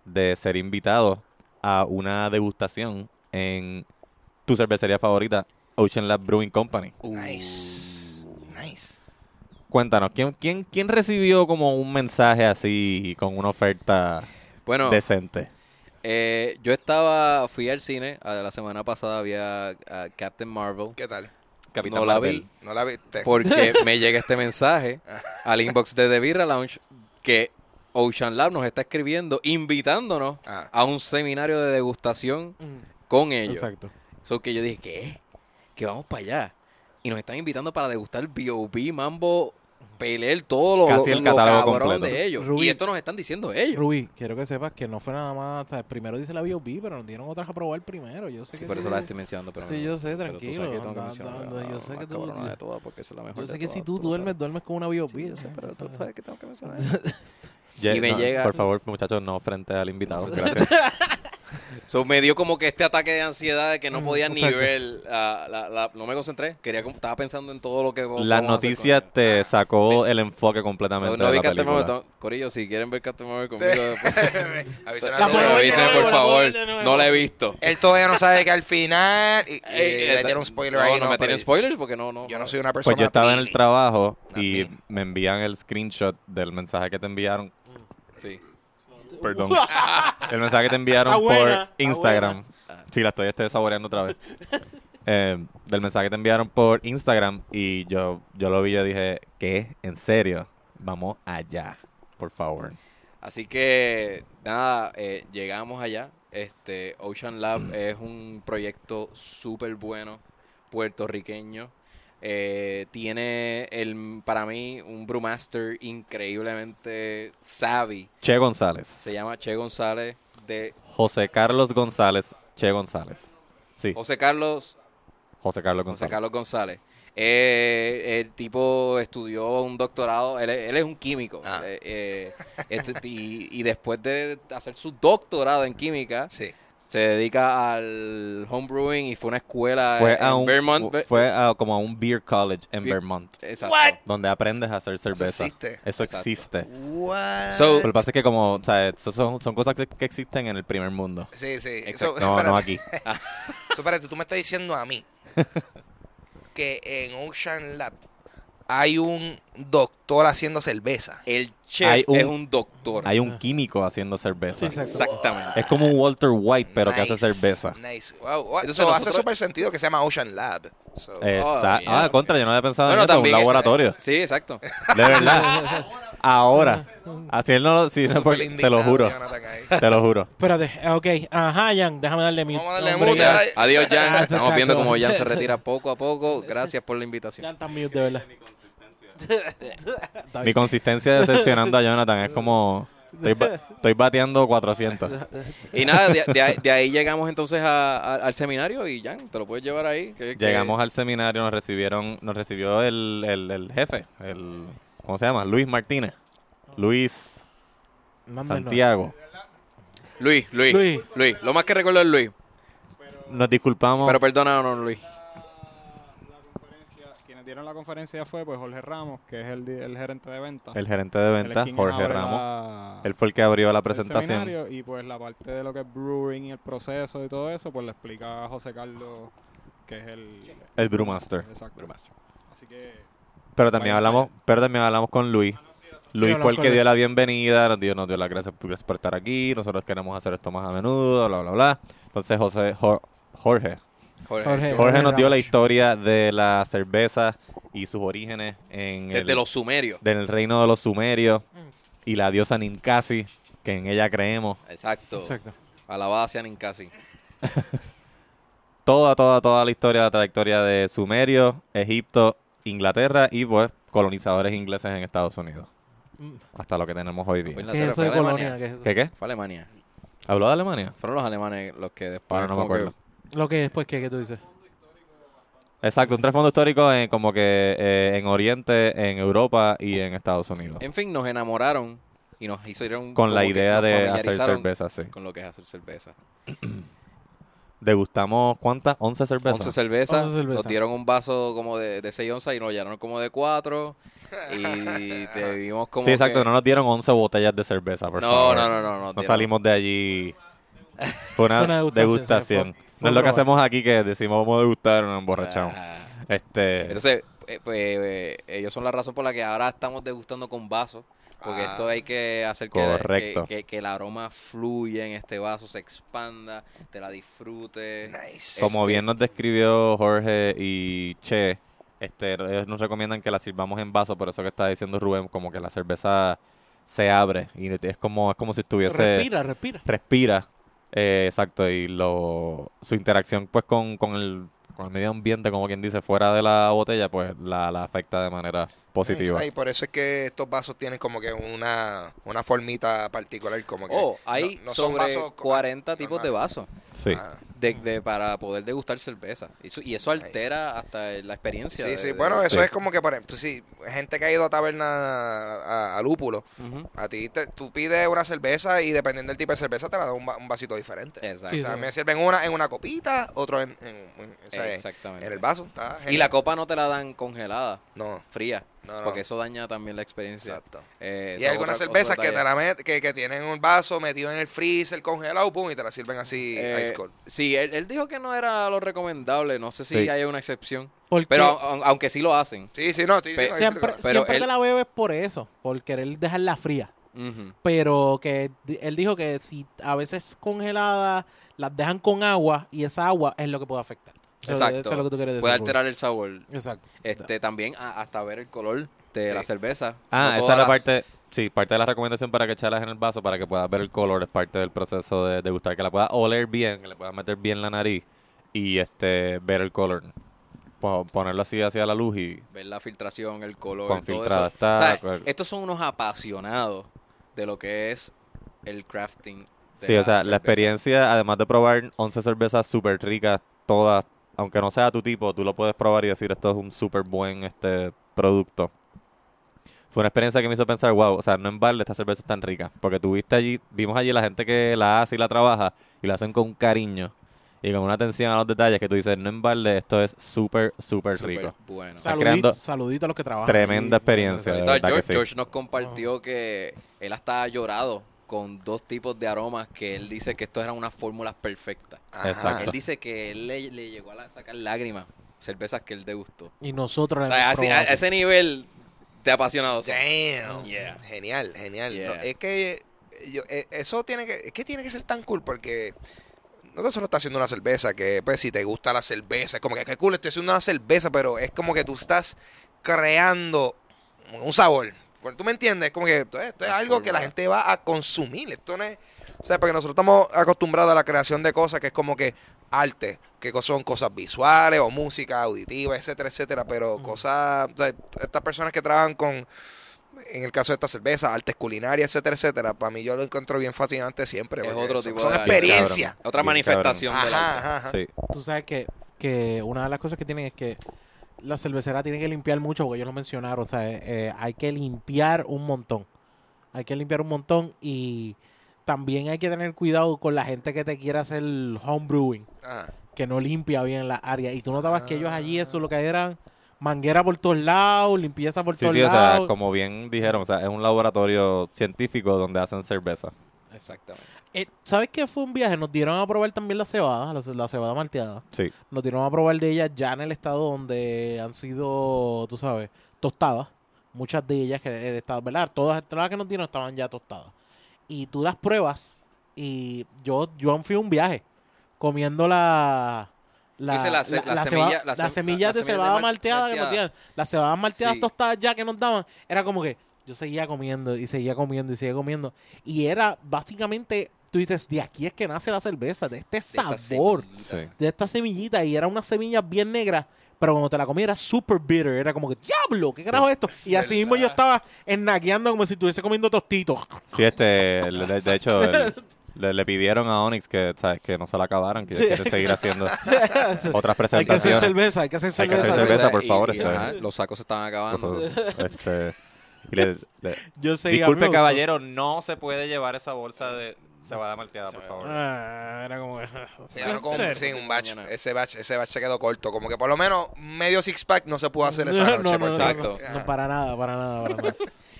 [SPEAKER 1] de ser invitados a una degustación en tu cervecería favorita, Ocean Lab Brewing Company.
[SPEAKER 4] Uh.
[SPEAKER 2] Nice. Nice.
[SPEAKER 1] Cuéntanos, ¿quién, quién, quién recibió como un mensaje así con una oferta
[SPEAKER 4] Bueno,
[SPEAKER 1] decente?
[SPEAKER 4] eh, yo estaba, fui al cine, a la semana pasada había a Captain Marvel.
[SPEAKER 2] ¿Qué tal?
[SPEAKER 1] Capitán
[SPEAKER 4] no la
[SPEAKER 1] Marvel.
[SPEAKER 4] vi
[SPEAKER 2] ¿No la viste?
[SPEAKER 4] porque me llega este mensaje al inbox de The Birra Lounge que Ocean Lab nos está escribiendo invitándonos
[SPEAKER 2] Ah.
[SPEAKER 4] a un seminario de degustación con ellos.
[SPEAKER 3] Exacto.
[SPEAKER 4] So que yo dije, ¿qué? Que vamos para allá. Y nos están invitando para degustar B.O.B., Mambo, Pelel, todo lo,
[SPEAKER 1] Casi el
[SPEAKER 4] lo
[SPEAKER 1] catálogo
[SPEAKER 4] cabrón
[SPEAKER 1] completo.
[SPEAKER 4] de ellos.
[SPEAKER 3] Rubí.
[SPEAKER 4] Y esto nos están diciendo ellos.
[SPEAKER 3] Rubí, quiero que sepas que no fue nada más. o sea, primero dice la B.O.B., pero nos dieron otras a probar primero. Yo sé
[SPEAKER 4] Sí,
[SPEAKER 3] que
[SPEAKER 4] por
[SPEAKER 3] sí.
[SPEAKER 4] eso las estoy mencionando. Pero
[SPEAKER 3] Sí,
[SPEAKER 4] no-
[SPEAKER 3] yo sé,
[SPEAKER 4] pero tú sabes
[SPEAKER 3] tranquilo,
[SPEAKER 4] que yo tengo que
[SPEAKER 3] anda,
[SPEAKER 4] mencionar
[SPEAKER 3] anda,
[SPEAKER 4] la-
[SPEAKER 3] yo sé
[SPEAKER 4] la
[SPEAKER 3] que tú-
[SPEAKER 4] cabrona de todas, porque esa es la mejor
[SPEAKER 3] Yo sé
[SPEAKER 4] de
[SPEAKER 3] que
[SPEAKER 4] todas,
[SPEAKER 3] si tú,
[SPEAKER 4] lo
[SPEAKER 3] duermes,
[SPEAKER 4] sabes.
[SPEAKER 3] duermes con una B.O.B.
[SPEAKER 4] Sí, yo
[SPEAKER 3] o
[SPEAKER 4] sé,
[SPEAKER 3] sea,
[SPEAKER 4] pero tú
[SPEAKER 3] ¿sabes?
[SPEAKER 4] sabes que tengo que mencionar.
[SPEAKER 1] Ye-
[SPEAKER 4] Y me
[SPEAKER 1] no,
[SPEAKER 4] llega-
[SPEAKER 1] Por favor, muchachos, no frente al invitado. Gracias.
[SPEAKER 4] So, me dio como que este ataque de ansiedad de que no
[SPEAKER 3] Mm,
[SPEAKER 4] podía ni
[SPEAKER 3] exacto.
[SPEAKER 4] ver. ah, la- la- no me concentré. Quería como- estaba pensando en todo lo que. vamos a
[SPEAKER 1] la
[SPEAKER 4] hacer con
[SPEAKER 1] noticia
[SPEAKER 4] ello.
[SPEAKER 1] te sacó el enfoque
[SPEAKER 4] So,
[SPEAKER 1] completamente
[SPEAKER 4] no
[SPEAKER 1] de
[SPEAKER 4] vi este
[SPEAKER 1] la
[SPEAKER 4] Captain
[SPEAKER 1] película.
[SPEAKER 4] Marvel. to- Corillo, si quieren ver Captain Marvel conmigo, después,
[SPEAKER 2] Avísala
[SPEAKER 3] La
[SPEAKER 2] a Rubén.
[SPEAKER 3] puedo
[SPEAKER 4] pero
[SPEAKER 3] ver de
[SPEAKER 4] avísenme,
[SPEAKER 3] nuevo,
[SPEAKER 4] por
[SPEAKER 3] la puedo
[SPEAKER 4] favor.
[SPEAKER 3] ver de nuevo.
[SPEAKER 4] No la he visto.
[SPEAKER 2] Él todavía no sabe que al final. Y, y
[SPEAKER 4] Eh, eh,
[SPEAKER 2] le dieron spoiler
[SPEAKER 4] no,
[SPEAKER 2] ahí.
[SPEAKER 4] No, me
[SPEAKER 2] pero
[SPEAKER 4] tienen spoilers porque no, no.
[SPEAKER 2] Yo no soy una persona.
[SPEAKER 1] Pues yo estaba en el Ah,
[SPEAKER 2] pili.
[SPEAKER 1] trabajo
[SPEAKER 2] Not
[SPEAKER 1] y
[SPEAKER 2] me.
[SPEAKER 1] me envían el screenshot del mensaje que te enviaron.
[SPEAKER 4] Sí.
[SPEAKER 1] Perdón. el mensaje que te enviaron
[SPEAKER 3] Está buena,
[SPEAKER 1] por
[SPEAKER 3] está
[SPEAKER 1] Instagram. Sí, la estoy este, saboreando otra vez. Eh, del mensaje que te enviaron por Instagram y yo, yo lo vi y yo dije, ¿qué? ¿En serio? Vamos allá, por favor.
[SPEAKER 4] Así que, nada, eh, llegamos allá. Este, Ocean
[SPEAKER 1] Mm.
[SPEAKER 4] Lab es un proyecto súper bueno, puertorriqueño. Eh, tiene, el, para mí, un brewmaster increíblemente savvy.
[SPEAKER 1] Che González.
[SPEAKER 4] Se llama Che González de
[SPEAKER 1] José Carlos González. Che González. Sí,
[SPEAKER 4] José Carlos
[SPEAKER 1] José Carlos González.
[SPEAKER 4] José Carlos González. Eh, el tipo estudió un doctorado, él, es- él es un químico.
[SPEAKER 2] Ah.
[SPEAKER 4] Eh, eh, este- y, y después de hacer su doctorado en química,
[SPEAKER 2] Sí.
[SPEAKER 4] se dedica al homebrewing y fue a una escuela
[SPEAKER 1] fue
[SPEAKER 4] eh, en
[SPEAKER 1] a un
[SPEAKER 4] Vermont.
[SPEAKER 1] fu- fue a como a un beer college en
[SPEAKER 4] Beer-
[SPEAKER 1] Vermont
[SPEAKER 4] Exacto.
[SPEAKER 1] donde aprendes a hacer cerveza
[SPEAKER 2] existe.
[SPEAKER 1] eso
[SPEAKER 4] Exacto.
[SPEAKER 1] existe
[SPEAKER 2] What?
[SPEAKER 4] So-
[SPEAKER 1] Pero lo que pasa es que como o sea, eso son, son cosas que, que existen en el primer mundo
[SPEAKER 2] sí, sí.
[SPEAKER 4] Exacto.
[SPEAKER 2] So,
[SPEAKER 1] no
[SPEAKER 2] espérate.
[SPEAKER 1] no aquí
[SPEAKER 2] So, espérate, tú me estás diciendo a mí que en Ocean Lab hay un doctor haciendo cerveza.
[SPEAKER 4] El chef
[SPEAKER 1] Hay un-
[SPEAKER 4] es un doctor.
[SPEAKER 1] hay un químico haciendo cerveza
[SPEAKER 3] Sí, exacto.
[SPEAKER 4] Exactamente.
[SPEAKER 1] es como un Walter White pero que
[SPEAKER 2] Nice,
[SPEAKER 1] hace cerveza
[SPEAKER 2] Nice. Wow. wow.
[SPEAKER 4] Entonces
[SPEAKER 2] So, hace
[SPEAKER 4] nosotros-
[SPEAKER 2] súper sentido que se llama Ocean Lab. So,
[SPEAKER 1] Exacto.
[SPEAKER 4] Oh, yeah.
[SPEAKER 1] ah contra yo no había pensado en eso
[SPEAKER 4] también
[SPEAKER 1] un
[SPEAKER 4] es-
[SPEAKER 1] laboratorio
[SPEAKER 4] Sí, exacto.
[SPEAKER 1] de verdad ahora así él no lo- sí, no,
[SPEAKER 2] súper
[SPEAKER 1] porque- te lo
[SPEAKER 2] indignado,
[SPEAKER 1] juro
[SPEAKER 2] Jonathan, ahí.
[SPEAKER 1] te lo juro
[SPEAKER 3] Espérate, eh, ok. Ajá, Jan, déjame darle mi.
[SPEAKER 2] Vamos a darle
[SPEAKER 3] hombre,
[SPEAKER 2] mute.
[SPEAKER 3] Jan-
[SPEAKER 2] Ay.
[SPEAKER 4] Adiós, Jan.
[SPEAKER 3] Ah,
[SPEAKER 4] Estamos viendo
[SPEAKER 3] exacto.
[SPEAKER 4] cómo Jan se retira poco a poco. Gracias por la invitación.
[SPEAKER 3] Jan está mute, de verdad. Está
[SPEAKER 1] mi
[SPEAKER 3] bien.
[SPEAKER 1] consistencia decepcionando a Jonathan es como estoy, ba- estoy bateando 400
[SPEAKER 4] Y nada, de, de ahí- de ahí llegamos entonces a- a- al seminario y Jan, te lo puedes llevar ahí. que- que-
[SPEAKER 1] Llegamos al seminario, nos recibieron, nos recibió el, el, el jefe, el ¿cómo se llama? Luis Martínez. Luis
[SPEAKER 3] Mándenos.
[SPEAKER 1] Santiago.
[SPEAKER 4] Luis, Luis,
[SPEAKER 3] Luis.
[SPEAKER 4] Luis. Lo más que recuerdo es Luis.
[SPEAKER 1] Nos disculpamos.
[SPEAKER 4] Pero perdónanos, Luis.
[SPEAKER 5] La conferencia, quienes dieron la conferencia fue pues Jorge Ramos, que es el, di- el gerente de ventas.
[SPEAKER 1] el gerente de
[SPEAKER 5] Él es
[SPEAKER 1] ventas,
[SPEAKER 5] quien
[SPEAKER 1] Jorge
[SPEAKER 5] abre
[SPEAKER 1] Ramos.
[SPEAKER 5] la-
[SPEAKER 1] Él fue el que abrió la
[SPEAKER 5] el
[SPEAKER 1] presentación.
[SPEAKER 5] seminario, y pues la parte de lo que es brewing y el proceso y todo eso, pues le explica a José Carlos, que es el...
[SPEAKER 1] El Brewmaster.
[SPEAKER 5] Exacto. Así que...
[SPEAKER 1] Pero también
[SPEAKER 5] Vaya,
[SPEAKER 1] hablamos, pero también hablamos con Luis. Luis
[SPEAKER 3] hablamos
[SPEAKER 1] fue el
[SPEAKER 3] con
[SPEAKER 1] que dio
[SPEAKER 3] él.
[SPEAKER 1] la bienvenida, nos dio, nos dio las gracias por por estar aquí, nosotros queremos hacer esto más a menudo, bla, bla, bla. Entonces José, Jo- Jorge,
[SPEAKER 3] Jorge,
[SPEAKER 1] Jorge nos dio la
[SPEAKER 3] Ramos.
[SPEAKER 1] historia de la cerveza y sus orígenes en
[SPEAKER 4] Desde
[SPEAKER 1] el-
[SPEAKER 4] los sumerios.
[SPEAKER 1] del reino de los sumerios y la diosa Ninkasi, que en ella creemos.
[SPEAKER 4] Exacto.
[SPEAKER 3] Exacto.
[SPEAKER 4] Alabada sea Ninkasi.
[SPEAKER 1] Toda, toda, toda la historia, la trayectoria de sumerios, Egipto, Inglaterra y pues colonizadores ingleses en Estados Unidos.
[SPEAKER 3] Mm.
[SPEAKER 1] Hasta lo que tenemos hoy día.
[SPEAKER 3] ¿Qué es eso de
[SPEAKER 4] Fue
[SPEAKER 3] colonia?
[SPEAKER 4] Alemania.
[SPEAKER 3] ¿Qué es eso?
[SPEAKER 1] ¿Qué qué?
[SPEAKER 4] Fue Alemania.
[SPEAKER 1] ¿Habló de Alemania?
[SPEAKER 4] Fueron los alemanes los que después.
[SPEAKER 1] Ahora no me
[SPEAKER 4] como que-
[SPEAKER 3] pues,
[SPEAKER 1] acuerdo.
[SPEAKER 3] Lo que después, ¿qué, qué tú dices?
[SPEAKER 1] Exacto, un trasfondo histórico en, como que eh, en Oriente, en Europa y en Estados Unidos.
[SPEAKER 4] En fin, nos enamoraron y nos hicieron...
[SPEAKER 1] Con la
[SPEAKER 4] Em, como que
[SPEAKER 1] idea
[SPEAKER 4] nos
[SPEAKER 1] de hacer
[SPEAKER 4] familiarizaron
[SPEAKER 1] cerveza, sí.
[SPEAKER 4] Con lo que es hacer cerveza.
[SPEAKER 1] Degustamos, ¿cuántas? 11 cervezas.
[SPEAKER 4] 11 cervezas,
[SPEAKER 3] 11 cervezas.
[SPEAKER 4] nos dieron un vaso como de, de 6 onzas y nos llenaron como de 4 y te vimos como
[SPEAKER 1] sí, exacto,
[SPEAKER 4] que-
[SPEAKER 1] no nos dieron 11 botellas de cerveza, por
[SPEAKER 4] no,
[SPEAKER 1] favor.
[SPEAKER 4] no, no, no, nos
[SPEAKER 1] No
[SPEAKER 4] dieron-
[SPEAKER 1] salimos de allí. Fue una,
[SPEAKER 3] Fue una degustación,
[SPEAKER 1] degustación.
[SPEAKER 3] sí, fue- fue
[SPEAKER 1] No es lo que
[SPEAKER 3] probar.
[SPEAKER 1] hacemos aquí que decimos vamos a degustar, nos emborrachamos.
[SPEAKER 4] Ah.
[SPEAKER 1] Este,
[SPEAKER 4] Entonces, eh, pues, eh, ellos son la razón por la que ahora estamos degustando con vasos. Porque
[SPEAKER 2] Ah.
[SPEAKER 4] esto hay que hacer que,
[SPEAKER 1] Correcto.
[SPEAKER 4] que- que- que el aroma fluya en este vaso, se expanda, te la disfrutes.
[SPEAKER 2] Nice.
[SPEAKER 1] como
[SPEAKER 4] este-
[SPEAKER 1] bien nos describió Jorge y Che, este, ellos nos recomiendan que la sirvamos en vaso, por eso que está diciendo Rubén, como que la cerveza se abre y es como, es como si estuviese...
[SPEAKER 3] Respira, respira.
[SPEAKER 1] respira. eh, exacto, y lo, su interacción pues con, con, el, con el medio ambiente, como quien dice, fuera de la botella, pues la, la afecta de manera positiva.
[SPEAKER 2] Nice. Ay, por eso es que estos vasos tienen como que una, una formita particular. Como que
[SPEAKER 4] Oh, hay
[SPEAKER 2] no- no son
[SPEAKER 4] sobre
[SPEAKER 2] vasos co-
[SPEAKER 4] 40 tipos de
[SPEAKER 2] normales.
[SPEAKER 4] vasos
[SPEAKER 1] Sí.
[SPEAKER 2] Ah.
[SPEAKER 4] de, de- para poder degustar cerveza. Y eso, y eso
[SPEAKER 2] Nice.
[SPEAKER 4] altera hasta la experiencia.
[SPEAKER 2] Sí,
[SPEAKER 4] de-
[SPEAKER 2] sí,
[SPEAKER 4] de-
[SPEAKER 2] bueno, eso
[SPEAKER 1] Sí.
[SPEAKER 2] es como que, por ejemplo, sí, gente que ha ido a taberna a, a Lúpulo,
[SPEAKER 4] Ujú.
[SPEAKER 2] a ti te- tú pides una cerveza y dependiendo del tipo de cerveza te la da un, va- un vasito diferente.
[SPEAKER 4] Exacto.
[SPEAKER 2] O
[SPEAKER 3] Sí,
[SPEAKER 2] sea, me sirven una en una copita, otro en, en- en- o sea,
[SPEAKER 4] Exactamente.
[SPEAKER 2] en el vaso. está
[SPEAKER 4] y
[SPEAKER 2] genial.
[SPEAKER 4] la copa no te la dan congelada,
[SPEAKER 2] No,
[SPEAKER 4] fría.
[SPEAKER 2] No, no.
[SPEAKER 4] Porque eso daña también la experiencia.
[SPEAKER 2] exacto.
[SPEAKER 4] Eh,
[SPEAKER 2] Y hay
[SPEAKER 4] eso es
[SPEAKER 2] algunas
[SPEAKER 4] otra- otro
[SPEAKER 2] cervezas que, te
[SPEAKER 4] detalle.
[SPEAKER 2] la met- que, que tienen un vaso metido en el freezer congelado, pum, y te la sirven así,
[SPEAKER 4] Eh,
[SPEAKER 2] ice cold.
[SPEAKER 4] Sí, él, él dijo que no era lo recomendable. No sé si
[SPEAKER 1] Sí.
[SPEAKER 4] hay una excepción.
[SPEAKER 3] Porque
[SPEAKER 4] Pero au- aunque sí lo hacen.
[SPEAKER 2] Sí, sí, no, estoy
[SPEAKER 4] Pe-
[SPEAKER 2] diciendo que
[SPEAKER 3] siempre,
[SPEAKER 2] sí,
[SPEAKER 4] pero
[SPEAKER 3] siempre
[SPEAKER 4] él-
[SPEAKER 3] te la bebes por eso, por querer dejarla fría.
[SPEAKER 4] Ujú.
[SPEAKER 3] Pero que di- él dijo que si a veces congeladas las dejan con agua y esa agua es lo que puede afectar. Eso es lo-
[SPEAKER 4] Exacto.
[SPEAKER 3] eso es lo que tú quieres decir.
[SPEAKER 4] Puede
[SPEAKER 3] Rubén.
[SPEAKER 4] alterar el sabor.
[SPEAKER 3] Exacto.
[SPEAKER 4] Este, También a- hasta ver el color de
[SPEAKER 2] Sí.
[SPEAKER 4] la cerveza.
[SPEAKER 1] Ah,
[SPEAKER 4] No
[SPEAKER 1] esa
[SPEAKER 4] todas
[SPEAKER 1] es la
[SPEAKER 4] las-
[SPEAKER 1] parte, sí, parte de la recomendación para que echarlas en el vaso, para que puedas ver el color, es parte del proceso de degustar, que la puedas oler bien, que le puedas meter bien la nariz y este ver el color. Po- Ponerlo así hacia la luz y...
[SPEAKER 4] Ver la filtración, el color,
[SPEAKER 1] Cuán
[SPEAKER 4] todo
[SPEAKER 1] filtrada
[SPEAKER 4] eso.
[SPEAKER 1] está,
[SPEAKER 4] O sea,
[SPEAKER 1] cuál-
[SPEAKER 4] estos son unos apasionados de lo que es el crafting. de
[SPEAKER 1] Sí, o sea, la
[SPEAKER 4] cerveza.
[SPEAKER 1] experiencia, además de probar 11 cervezas súper ricas, todas, aunque no sea tu tipo, tú lo puedes probar y decir, esto es un súper buen este, producto. Fue una experiencia que me hizo pensar, wow, o sea, no en balde esta cerveza es tan rica. Porque tuviste allí, vimos allí la gente que la hace y la trabaja y la hacen con cariño y con una atención a los detalles que tú dices, no en balde esto es súper, súper
[SPEAKER 4] Súper
[SPEAKER 1] rico.
[SPEAKER 4] Bueno.
[SPEAKER 3] Saludito,
[SPEAKER 1] creando
[SPEAKER 3] saludito a los que trabajan.
[SPEAKER 1] Tremenda
[SPEAKER 3] ahí.
[SPEAKER 1] experiencia, de
[SPEAKER 4] Ahorita
[SPEAKER 1] verdad que
[SPEAKER 4] George,
[SPEAKER 1] sí.
[SPEAKER 4] George nos compartió que él hasta ha llorado con dos tipos de aromas que él dice que esto eran unas fórmulas perfectas.
[SPEAKER 2] Ajá.
[SPEAKER 1] Exacto.
[SPEAKER 4] Él dice que él le, le llegó a la- sacar lágrimas, cervezas que él degustó.
[SPEAKER 3] Y nosotros
[SPEAKER 4] O
[SPEAKER 3] la
[SPEAKER 4] sea,
[SPEAKER 3] hemos
[SPEAKER 4] así- a,
[SPEAKER 3] probado.
[SPEAKER 4] a ese nivel de apasionados. son.
[SPEAKER 2] Damn.
[SPEAKER 4] Yeah.
[SPEAKER 2] Genial, genial.
[SPEAKER 4] Yeah.
[SPEAKER 2] No, es que eh, yo- eh, eso tiene que, es que tiene que ser tan cool porque no solo está haciendo una cerveza, que pues si te gusta la cerveza, es como que qué cool, estoy haciendo una cerveza, pero es como que tú estás creando un sabor. Bueno, ¿Tú me entiendes? Es Como que esto, esto es
[SPEAKER 4] La
[SPEAKER 2] algo que la
[SPEAKER 4] fórmula.
[SPEAKER 2] gente va a consumir. Esto no es, o sea, porque nosotros estamos acostumbrados a la creación de cosas que es como que arte, que co- son cosas visuales o música, auditiva, etcétera, etcétera, pero cosas, o sea, estas personas que trabajan con, en el caso de esta cerveza, artes culinarias, etcétera, etcétera, para mí yo lo encuentro bien fascinante siempre.
[SPEAKER 4] Es
[SPEAKER 2] porque
[SPEAKER 4] otro
[SPEAKER 2] son,
[SPEAKER 4] tipo
[SPEAKER 2] son
[SPEAKER 4] de arte.
[SPEAKER 2] experiencias.
[SPEAKER 4] Otra
[SPEAKER 1] Bien,
[SPEAKER 4] manifestación del
[SPEAKER 2] Ajá,
[SPEAKER 4] arte.
[SPEAKER 2] ajá, ajá.
[SPEAKER 1] Sí.
[SPEAKER 3] Tú sabes que, que una de las cosas que tienen es que la cervecera tiene que limpiar mucho, porque ellos lo mencionaron. O sea, eh, eh, hay que limpiar un montón. Hay que limpiar un montón y también hay que tener cuidado con la gente que te quiera hacer home brewing,
[SPEAKER 2] Ajá.
[SPEAKER 3] que no limpia bien la área. Y tú notabas que ellos allí,
[SPEAKER 2] Ah.
[SPEAKER 3] eso lo que eran manguera por todos lados, limpieza por
[SPEAKER 1] Sí,
[SPEAKER 3] todos
[SPEAKER 1] sí, o sea,
[SPEAKER 3] lados.
[SPEAKER 1] como bien dijeron, o sea, es un laboratorio científico donde hacen cerveza.
[SPEAKER 4] Exactamente.
[SPEAKER 3] Eh, ¿Sabes qué fue un viaje? Nos dieron a probar también la cebada, la, ce- la cebada malteada.
[SPEAKER 1] Sí.
[SPEAKER 3] nos dieron a probar de ellas ya en el estado donde han sido, tú sabes, tostadas. Muchas de ellas que el estado, ¿verdad? Todas todas las que nos dieron estaban ya tostadas. Y tú las pruebas y yo, yo fui a un viaje comiendo la... La,
[SPEAKER 4] Dice la ce-
[SPEAKER 3] ceba-
[SPEAKER 4] la semilla- la
[SPEAKER 3] las
[SPEAKER 4] sem-
[SPEAKER 3] semillas de
[SPEAKER 4] la- la semilla de
[SPEAKER 3] cebada
[SPEAKER 4] mal-
[SPEAKER 3] malteada, que nos
[SPEAKER 4] malteada.
[SPEAKER 3] dieron, las cebadas malteadas
[SPEAKER 4] Sí.
[SPEAKER 3] tostadas ya que nos daban, era como que yo seguía comiendo y seguía comiendo y seguía comiendo. Y era básicamente, tú dices, de aquí es que nace la cerveza, de este
[SPEAKER 4] De esta
[SPEAKER 3] sabor
[SPEAKER 4] semillita.
[SPEAKER 1] Sí.
[SPEAKER 3] de esta semillita y era unas semillas bien negras, pero cuando te la comí era super bitter, era como que diablo, ¿qué carajo es esto? Y así mismo yo estaba ennaqueando como si estuviese comiendo tostitos.
[SPEAKER 1] Sí, este, el- de, de hecho, el, Le, le pidieron a Onyx que, ¿sabes? que no se la acabaran, que ella quiere seguir haciendo otras
[SPEAKER 3] hay que hacer
[SPEAKER 1] presentaciones.
[SPEAKER 3] cerveza, hay que hacer
[SPEAKER 1] Hay que hacer
[SPEAKER 3] cerveza.
[SPEAKER 1] cerveza, por
[SPEAKER 4] Y-
[SPEAKER 1] favor,
[SPEAKER 4] y,
[SPEAKER 1] está bien.
[SPEAKER 4] ajá, los sacos se estaban acabando.
[SPEAKER 1] Cosas, este, y le- le-
[SPEAKER 3] Yo seguí,
[SPEAKER 1] disculpe,
[SPEAKER 3] amigo.
[SPEAKER 1] caballero, no se puede llevar esa bolsa de cebada malteada, por favor.
[SPEAKER 3] Ah, era como.
[SPEAKER 2] Se ganó con
[SPEAKER 3] Cero.
[SPEAKER 2] sí, un batch.
[SPEAKER 4] Mañana.
[SPEAKER 2] Ese batch, ese batch se quedó corto. Como que por lo menos medio six pack no se pudo hacer esa
[SPEAKER 3] No,
[SPEAKER 2] noche. pues,
[SPEAKER 3] no,
[SPEAKER 2] por
[SPEAKER 3] no,
[SPEAKER 2] favor.
[SPEAKER 4] Exacto.
[SPEAKER 3] No, para nada, para nada, para nada.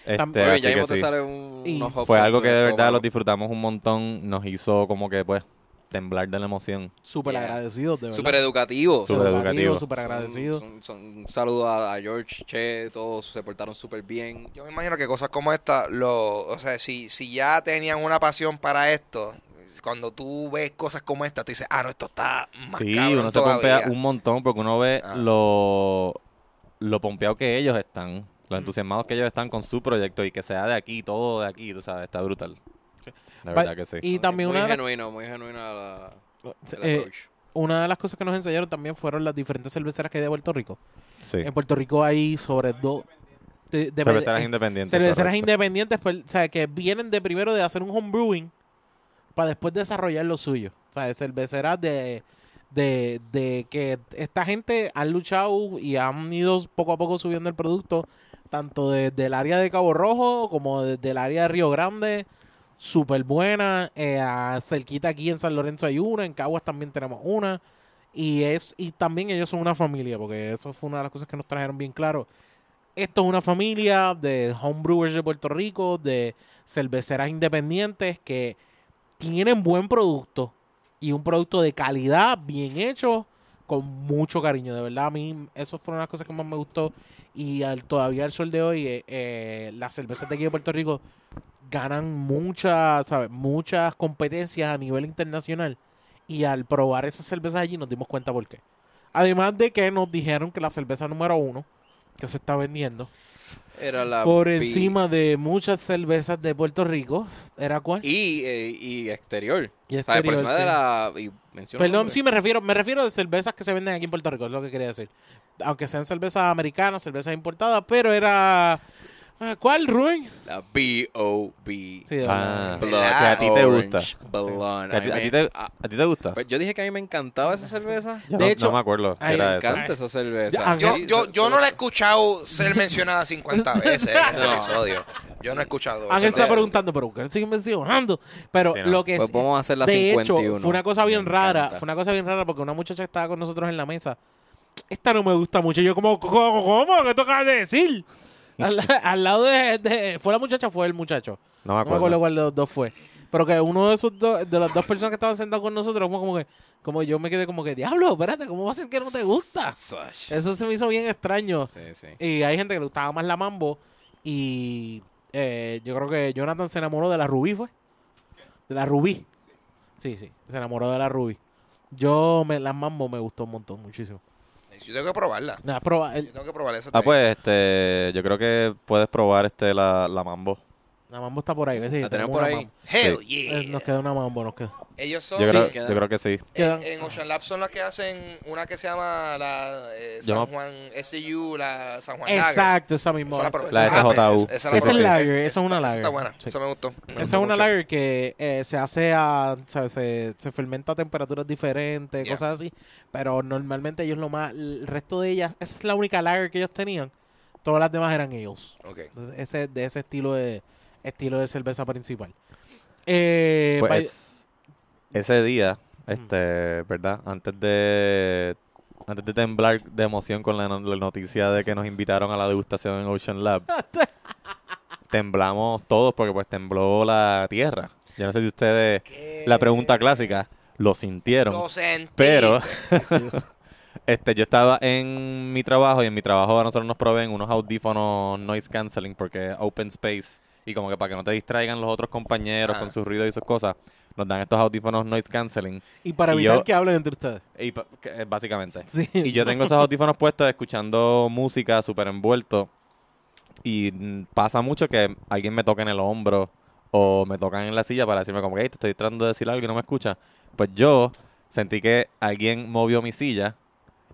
[SPEAKER 3] Tam-
[SPEAKER 1] Este,
[SPEAKER 4] Oye,
[SPEAKER 1] así
[SPEAKER 4] ya
[SPEAKER 1] que
[SPEAKER 4] mismo te
[SPEAKER 1] sí.
[SPEAKER 4] sale un-
[SPEAKER 3] Y-
[SPEAKER 4] unos hot
[SPEAKER 1] Fue
[SPEAKER 4] dogs
[SPEAKER 1] algo que
[SPEAKER 4] en el
[SPEAKER 1] de verdad
[SPEAKER 4] estómago.
[SPEAKER 1] los disfrutamos un montón, nos hizo como que pues temblar de la emoción.
[SPEAKER 3] Súper
[SPEAKER 4] Yeah.
[SPEAKER 3] agradecidos, de verdad.
[SPEAKER 4] Súper educativo.
[SPEAKER 1] Súper educativo.
[SPEAKER 3] Súper
[SPEAKER 4] Son-
[SPEAKER 3] agradecidos.
[SPEAKER 4] son- son- un saludo a, a George, Che, todos se portaron súper bien.
[SPEAKER 2] Yo me imagino que cosas como esta, lo, o sea, si, si ya tenían una pasión para esto, cuando tú ves cosas como esta, tú dices, ah, no, esto está más
[SPEAKER 1] sí,
[SPEAKER 2] cabrón
[SPEAKER 1] uno se
[SPEAKER 2] todavía.
[SPEAKER 1] pompea un montón porque uno ve
[SPEAKER 2] Ah.
[SPEAKER 1] lo, lo pompeado que ellos están, los entusiasmados que ellos están con su proyecto y que sea de aquí, todo de aquí, tú sabes, está brutal. La
[SPEAKER 3] Va-
[SPEAKER 1] verdad que sí.
[SPEAKER 3] Y también
[SPEAKER 4] muy
[SPEAKER 3] una de, las-
[SPEAKER 4] genuino, muy genuino la, el
[SPEAKER 3] eh,
[SPEAKER 4] approach.
[SPEAKER 3] una de las cosas que nos enseñaron también fueron las diferentes cerveceras que hay de Puerto Rico.
[SPEAKER 1] Sí.
[SPEAKER 3] En Puerto Rico hay sobre dos. de- de-
[SPEAKER 1] Cerveceras
[SPEAKER 3] eh,
[SPEAKER 1] independientes.
[SPEAKER 3] cerveceras
[SPEAKER 1] correcto.
[SPEAKER 3] independientes, pues, o sea, que vienen de primero de hacer un home brewing para después desarrollar lo suyo. O sea, de cerveceras de, de, de que esta gente han luchado y han ido poco a poco subiendo el producto, tanto desde el área de Cabo Rojo como desde el área de Río Grande. Súper buena. eh, a- cerquita aquí en San Lorenzo hay una, en Caguas también tenemos una. Y es y también ellos son una familia, porque eso fue una de las cosas que nos trajeron bien claro esto es una familia de homebrewers de Puerto Rico, de cerveceras independientes que tienen buen producto y un producto de calidad, bien hecho, con mucho cariño. De verdad, a mí eso fueron las cosas que más me gustó. Y al, todavía al sol de hoy, eh, eh, las cervezas de aquí de Puerto Rico ganan muchas, ¿sabes? muchas competencias a nivel internacional. Y al probar esas cervezas allí nos dimos cuenta por qué. Además de que nos dijeron que la cerveza número uno que se está vendiendo
[SPEAKER 4] Era la
[SPEAKER 3] por
[SPEAKER 4] pi-
[SPEAKER 3] encima de muchas cervezas de Puerto Rico era cuál
[SPEAKER 4] Y, eh, y exterior.
[SPEAKER 3] Y
[SPEAKER 4] O sea,
[SPEAKER 3] exterior,
[SPEAKER 4] por encima
[SPEAKER 3] sí.
[SPEAKER 4] de la... y menciono
[SPEAKER 3] perdón
[SPEAKER 4] nombres.
[SPEAKER 3] sí me refiero me refiero de cervezas que se venden aquí en Puerto Rico es lo que quería decir aunque sean cervezas americanas cervezas importadas pero era ah, cuál Rubén
[SPEAKER 4] La B.O.B.
[SPEAKER 3] Sí, de
[SPEAKER 1] Ah,
[SPEAKER 3] verdad.
[SPEAKER 4] Blood
[SPEAKER 1] que a ti te
[SPEAKER 4] Orange
[SPEAKER 1] gusta.
[SPEAKER 4] Blonde.
[SPEAKER 1] ¿A ti-
[SPEAKER 4] Ay,
[SPEAKER 1] a
[SPEAKER 4] me-
[SPEAKER 1] ti te-
[SPEAKER 4] ah,
[SPEAKER 1] ¿A ti te gusta?
[SPEAKER 4] pues yo dije que a mí me encantaba esa cerveza.
[SPEAKER 1] Yo
[SPEAKER 3] de
[SPEAKER 1] no,
[SPEAKER 3] hecho-
[SPEAKER 1] no me acuerdo si
[SPEAKER 3] Ay,
[SPEAKER 1] era
[SPEAKER 4] me
[SPEAKER 1] esa.
[SPEAKER 4] encanta esa cerveza.
[SPEAKER 3] Ya,
[SPEAKER 2] Yo,
[SPEAKER 4] Sí,
[SPEAKER 2] yo,
[SPEAKER 4] se-
[SPEAKER 2] yo
[SPEAKER 4] se-
[SPEAKER 2] no la he escuchado ser mencionada 50 veces en este
[SPEAKER 4] No.
[SPEAKER 2] episodio. Yo no he escuchado eso.
[SPEAKER 3] Ángel está
[SPEAKER 4] Pero-
[SPEAKER 3] preguntando pero ¿qué siguen mencionando pero
[SPEAKER 1] Sí, no.
[SPEAKER 3] lo que
[SPEAKER 4] Pues
[SPEAKER 3] sí-
[SPEAKER 4] vamos a hacer la
[SPEAKER 3] de
[SPEAKER 4] 51.
[SPEAKER 3] hecho, fue una cosa bien
[SPEAKER 4] Me
[SPEAKER 3] rara.
[SPEAKER 4] encanta.
[SPEAKER 3] Fue una cosa bien rara porque una muchacha estaba con nosotros en la mesa. Esta no me gusta mucho. Y Yo como, ¿cómo? cómo? ¿Qué tocas de decir? al, al lado de, de- ¿Fue la muchacha o fue el muchacho?
[SPEAKER 1] No me
[SPEAKER 3] No me
[SPEAKER 1] acuerdo.
[SPEAKER 3] acuerdo cuál de los dos fue. Pero que uno de esos dos, de las dos personas que estaban sentadas con nosotros, fue como que, como yo me quedé como que, diablo, espérate, ¿cómo va a ser que no te gusta?
[SPEAKER 4] Sash.
[SPEAKER 3] Eso se me hizo bien extraño.
[SPEAKER 4] Sí, sí.
[SPEAKER 3] Y hay gente que le gustaba más la mambo. Y eh, yo creo que Jonathan se enamoró de la rubí, ¿fue? De la rubí. Sí, sí, se enamoró de la rubí. Yo, me, la mambo me gustó un montón, muchísimo.
[SPEAKER 2] Yo tengo que probarla.
[SPEAKER 3] Nada, proba-
[SPEAKER 2] Yo
[SPEAKER 3] el-
[SPEAKER 2] tengo que probar esa.
[SPEAKER 1] Ah,
[SPEAKER 2] también.
[SPEAKER 1] pues este, yo creo que puedes probar este la, la mambo.
[SPEAKER 3] la mambo está por ahí. sí,
[SPEAKER 4] La tenemos
[SPEAKER 3] tenemos
[SPEAKER 4] por
[SPEAKER 3] una
[SPEAKER 4] ahí.
[SPEAKER 3] mambo.
[SPEAKER 2] Hell
[SPEAKER 3] Eh,
[SPEAKER 2] yeah.
[SPEAKER 3] nos queda una mambo, nos queda.
[SPEAKER 2] Ellos son.
[SPEAKER 1] Yo creo,
[SPEAKER 4] queda-
[SPEAKER 1] yo creo que sí.
[SPEAKER 3] quedan-
[SPEAKER 2] En, en Ocean Lab son las que hacen una que se llama la eh,
[SPEAKER 1] Yo
[SPEAKER 2] San
[SPEAKER 1] me-
[SPEAKER 2] Juan SU, la San Juan
[SPEAKER 4] Pues
[SPEAKER 2] Lager.
[SPEAKER 3] Exacto, esa misma.
[SPEAKER 2] Esa la
[SPEAKER 3] Esa,
[SPEAKER 2] probé.
[SPEAKER 4] Ah,
[SPEAKER 1] La
[SPEAKER 2] Esa-
[SPEAKER 1] SJU.
[SPEAKER 2] esa-
[SPEAKER 1] Sí, sí.
[SPEAKER 2] la probé.
[SPEAKER 1] Esa es
[SPEAKER 3] lager,
[SPEAKER 2] Es-
[SPEAKER 3] esa es una
[SPEAKER 2] esa
[SPEAKER 3] lager.
[SPEAKER 2] está buena,
[SPEAKER 3] Sí.
[SPEAKER 2] esa me gustó. me
[SPEAKER 3] es
[SPEAKER 2] gustó
[SPEAKER 3] una
[SPEAKER 2] mucho.
[SPEAKER 3] lager que eh, se hace a, ¿sabes? Se, se fermenta a temperaturas diferentes,
[SPEAKER 2] Yeah.
[SPEAKER 3] cosas así. Pero normalmente ellos lo más, el resto de ellas, esa es la única lager que ellos tenían. Todas las demás eran ellos.
[SPEAKER 2] Ok.
[SPEAKER 3] Entonces, ese, de ese estilo de estilo de cerveza principal. Eh,
[SPEAKER 1] Pues,
[SPEAKER 3] by-
[SPEAKER 1] es- ese día, este, ¿verdad? Antes de antes de temblar de emoción con la, no- la noticia de que nos invitaron a la degustación en Ocean Lab, temblamos todos porque pues tembló la tierra. Yo no sé si ustedes la pregunta clásica lo sintieron,
[SPEAKER 2] Lo sentí.
[SPEAKER 1] pero este yo estaba en mi trabajo y en mi trabajo a nosotros nos proveen unos audífonos noise canceling porque es open space y como que para que no te distraigan los otros compañeros
[SPEAKER 2] Ajá.
[SPEAKER 1] con sus ruidos y sus cosas, nos dan estos audífonos noise canceling
[SPEAKER 3] y para
[SPEAKER 1] y
[SPEAKER 3] evitar
[SPEAKER 1] yo-
[SPEAKER 3] que hablen entre ustedes.
[SPEAKER 1] y pa- que- eh, básicamente.
[SPEAKER 3] Sí.
[SPEAKER 1] Y yo tengo esos audífonos puestos escuchando música súper envuelto. Y mm, pasa mucho que alguien me toca en el hombro o me tocan en la silla para decirme como que "Hey, te estoy tratando de decir algo y no me escucha. Pues yo sentí que alguien movió mi silla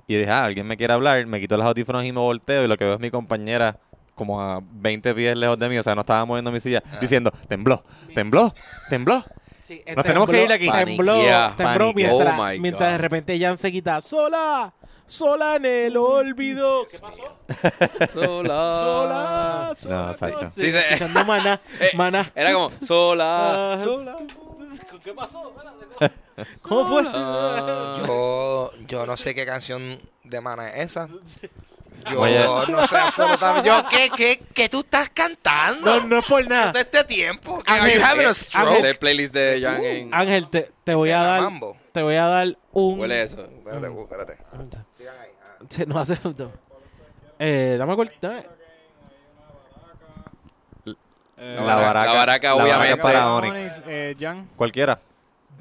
[SPEAKER 1] y dije, ah, alguien me quiere hablar. Me quito los audífonos y me volteo y lo que veo es mi compañera como
[SPEAKER 4] Ah.
[SPEAKER 1] a 20 pies lejos de mí, o sea, no estaba moviendo mi silla, diciendo, tembló, tembló, tembló.
[SPEAKER 3] Sí, este
[SPEAKER 1] Nos tenemos que ir de aquí.
[SPEAKER 3] Tembló,
[SPEAKER 4] Paniquea,
[SPEAKER 3] tembló
[SPEAKER 1] paniquea.
[SPEAKER 3] mientras,
[SPEAKER 4] Oh my God.
[SPEAKER 3] mientras de repente Jan se quita. Sola, sola en el olvido. ¿Qué pasó?
[SPEAKER 4] Sola.
[SPEAKER 3] Sola, sola.
[SPEAKER 1] exacto.
[SPEAKER 3] Sí,
[SPEAKER 4] Sí, sí.
[SPEAKER 3] escuchando maná,
[SPEAKER 4] Eh,
[SPEAKER 3] maná.
[SPEAKER 4] Era como, sola.
[SPEAKER 3] Ah,
[SPEAKER 4] sola.
[SPEAKER 3] ¿Qué pasó? Espérate, ¿Cómo, ¿Cómo
[SPEAKER 4] Sola.
[SPEAKER 3] fue?
[SPEAKER 2] Yo, yo no sé qué canción de Mana es esa. Yo
[SPEAKER 1] Oye.
[SPEAKER 2] no sé absolutamente. Yo, ¿qué, qué, qué tú estás cantando?
[SPEAKER 3] No, no es por nada.
[SPEAKER 2] Todo este tiempo.
[SPEAKER 3] Ángel,
[SPEAKER 2] Are you having a
[SPEAKER 4] Eh,
[SPEAKER 2] stroke?
[SPEAKER 4] Hacer playlist de
[SPEAKER 3] Uh,
[SPEAKER 4] Jan en-
[SPEAKER 3] Ángel, te, te voy a
[SPEAKER 2] Venga,
[SPEAKER 3] dar.
[SPEAKER 2] mambo.
[SPEAKER 3] Te voy a dar un.
[SPEAKER 4] Huele eso.
[SPEAKER 2] Espérate,
[SPEAKER 3] Mm.
[SPEAKER 2] uh, espérate. Sigan ahí. Ah.
[SPEAKER 3] Se nos hace. no. Eh, dame cuenta.
[SPEAKER 5] Eh,
[SPEAKER 1] La
[SPEAKER 4] La baraca-
[SPEAKER 1] baraca.
[SPEAKER 4] la baraca, obviamente.
[SPEAKER 1] para
[SPEAKER 5] Onyx,
[SPEAKER 1] Onyx.
[SPEAKER 5] eh, Jan,
[SPEAKER 1] Cualquiera.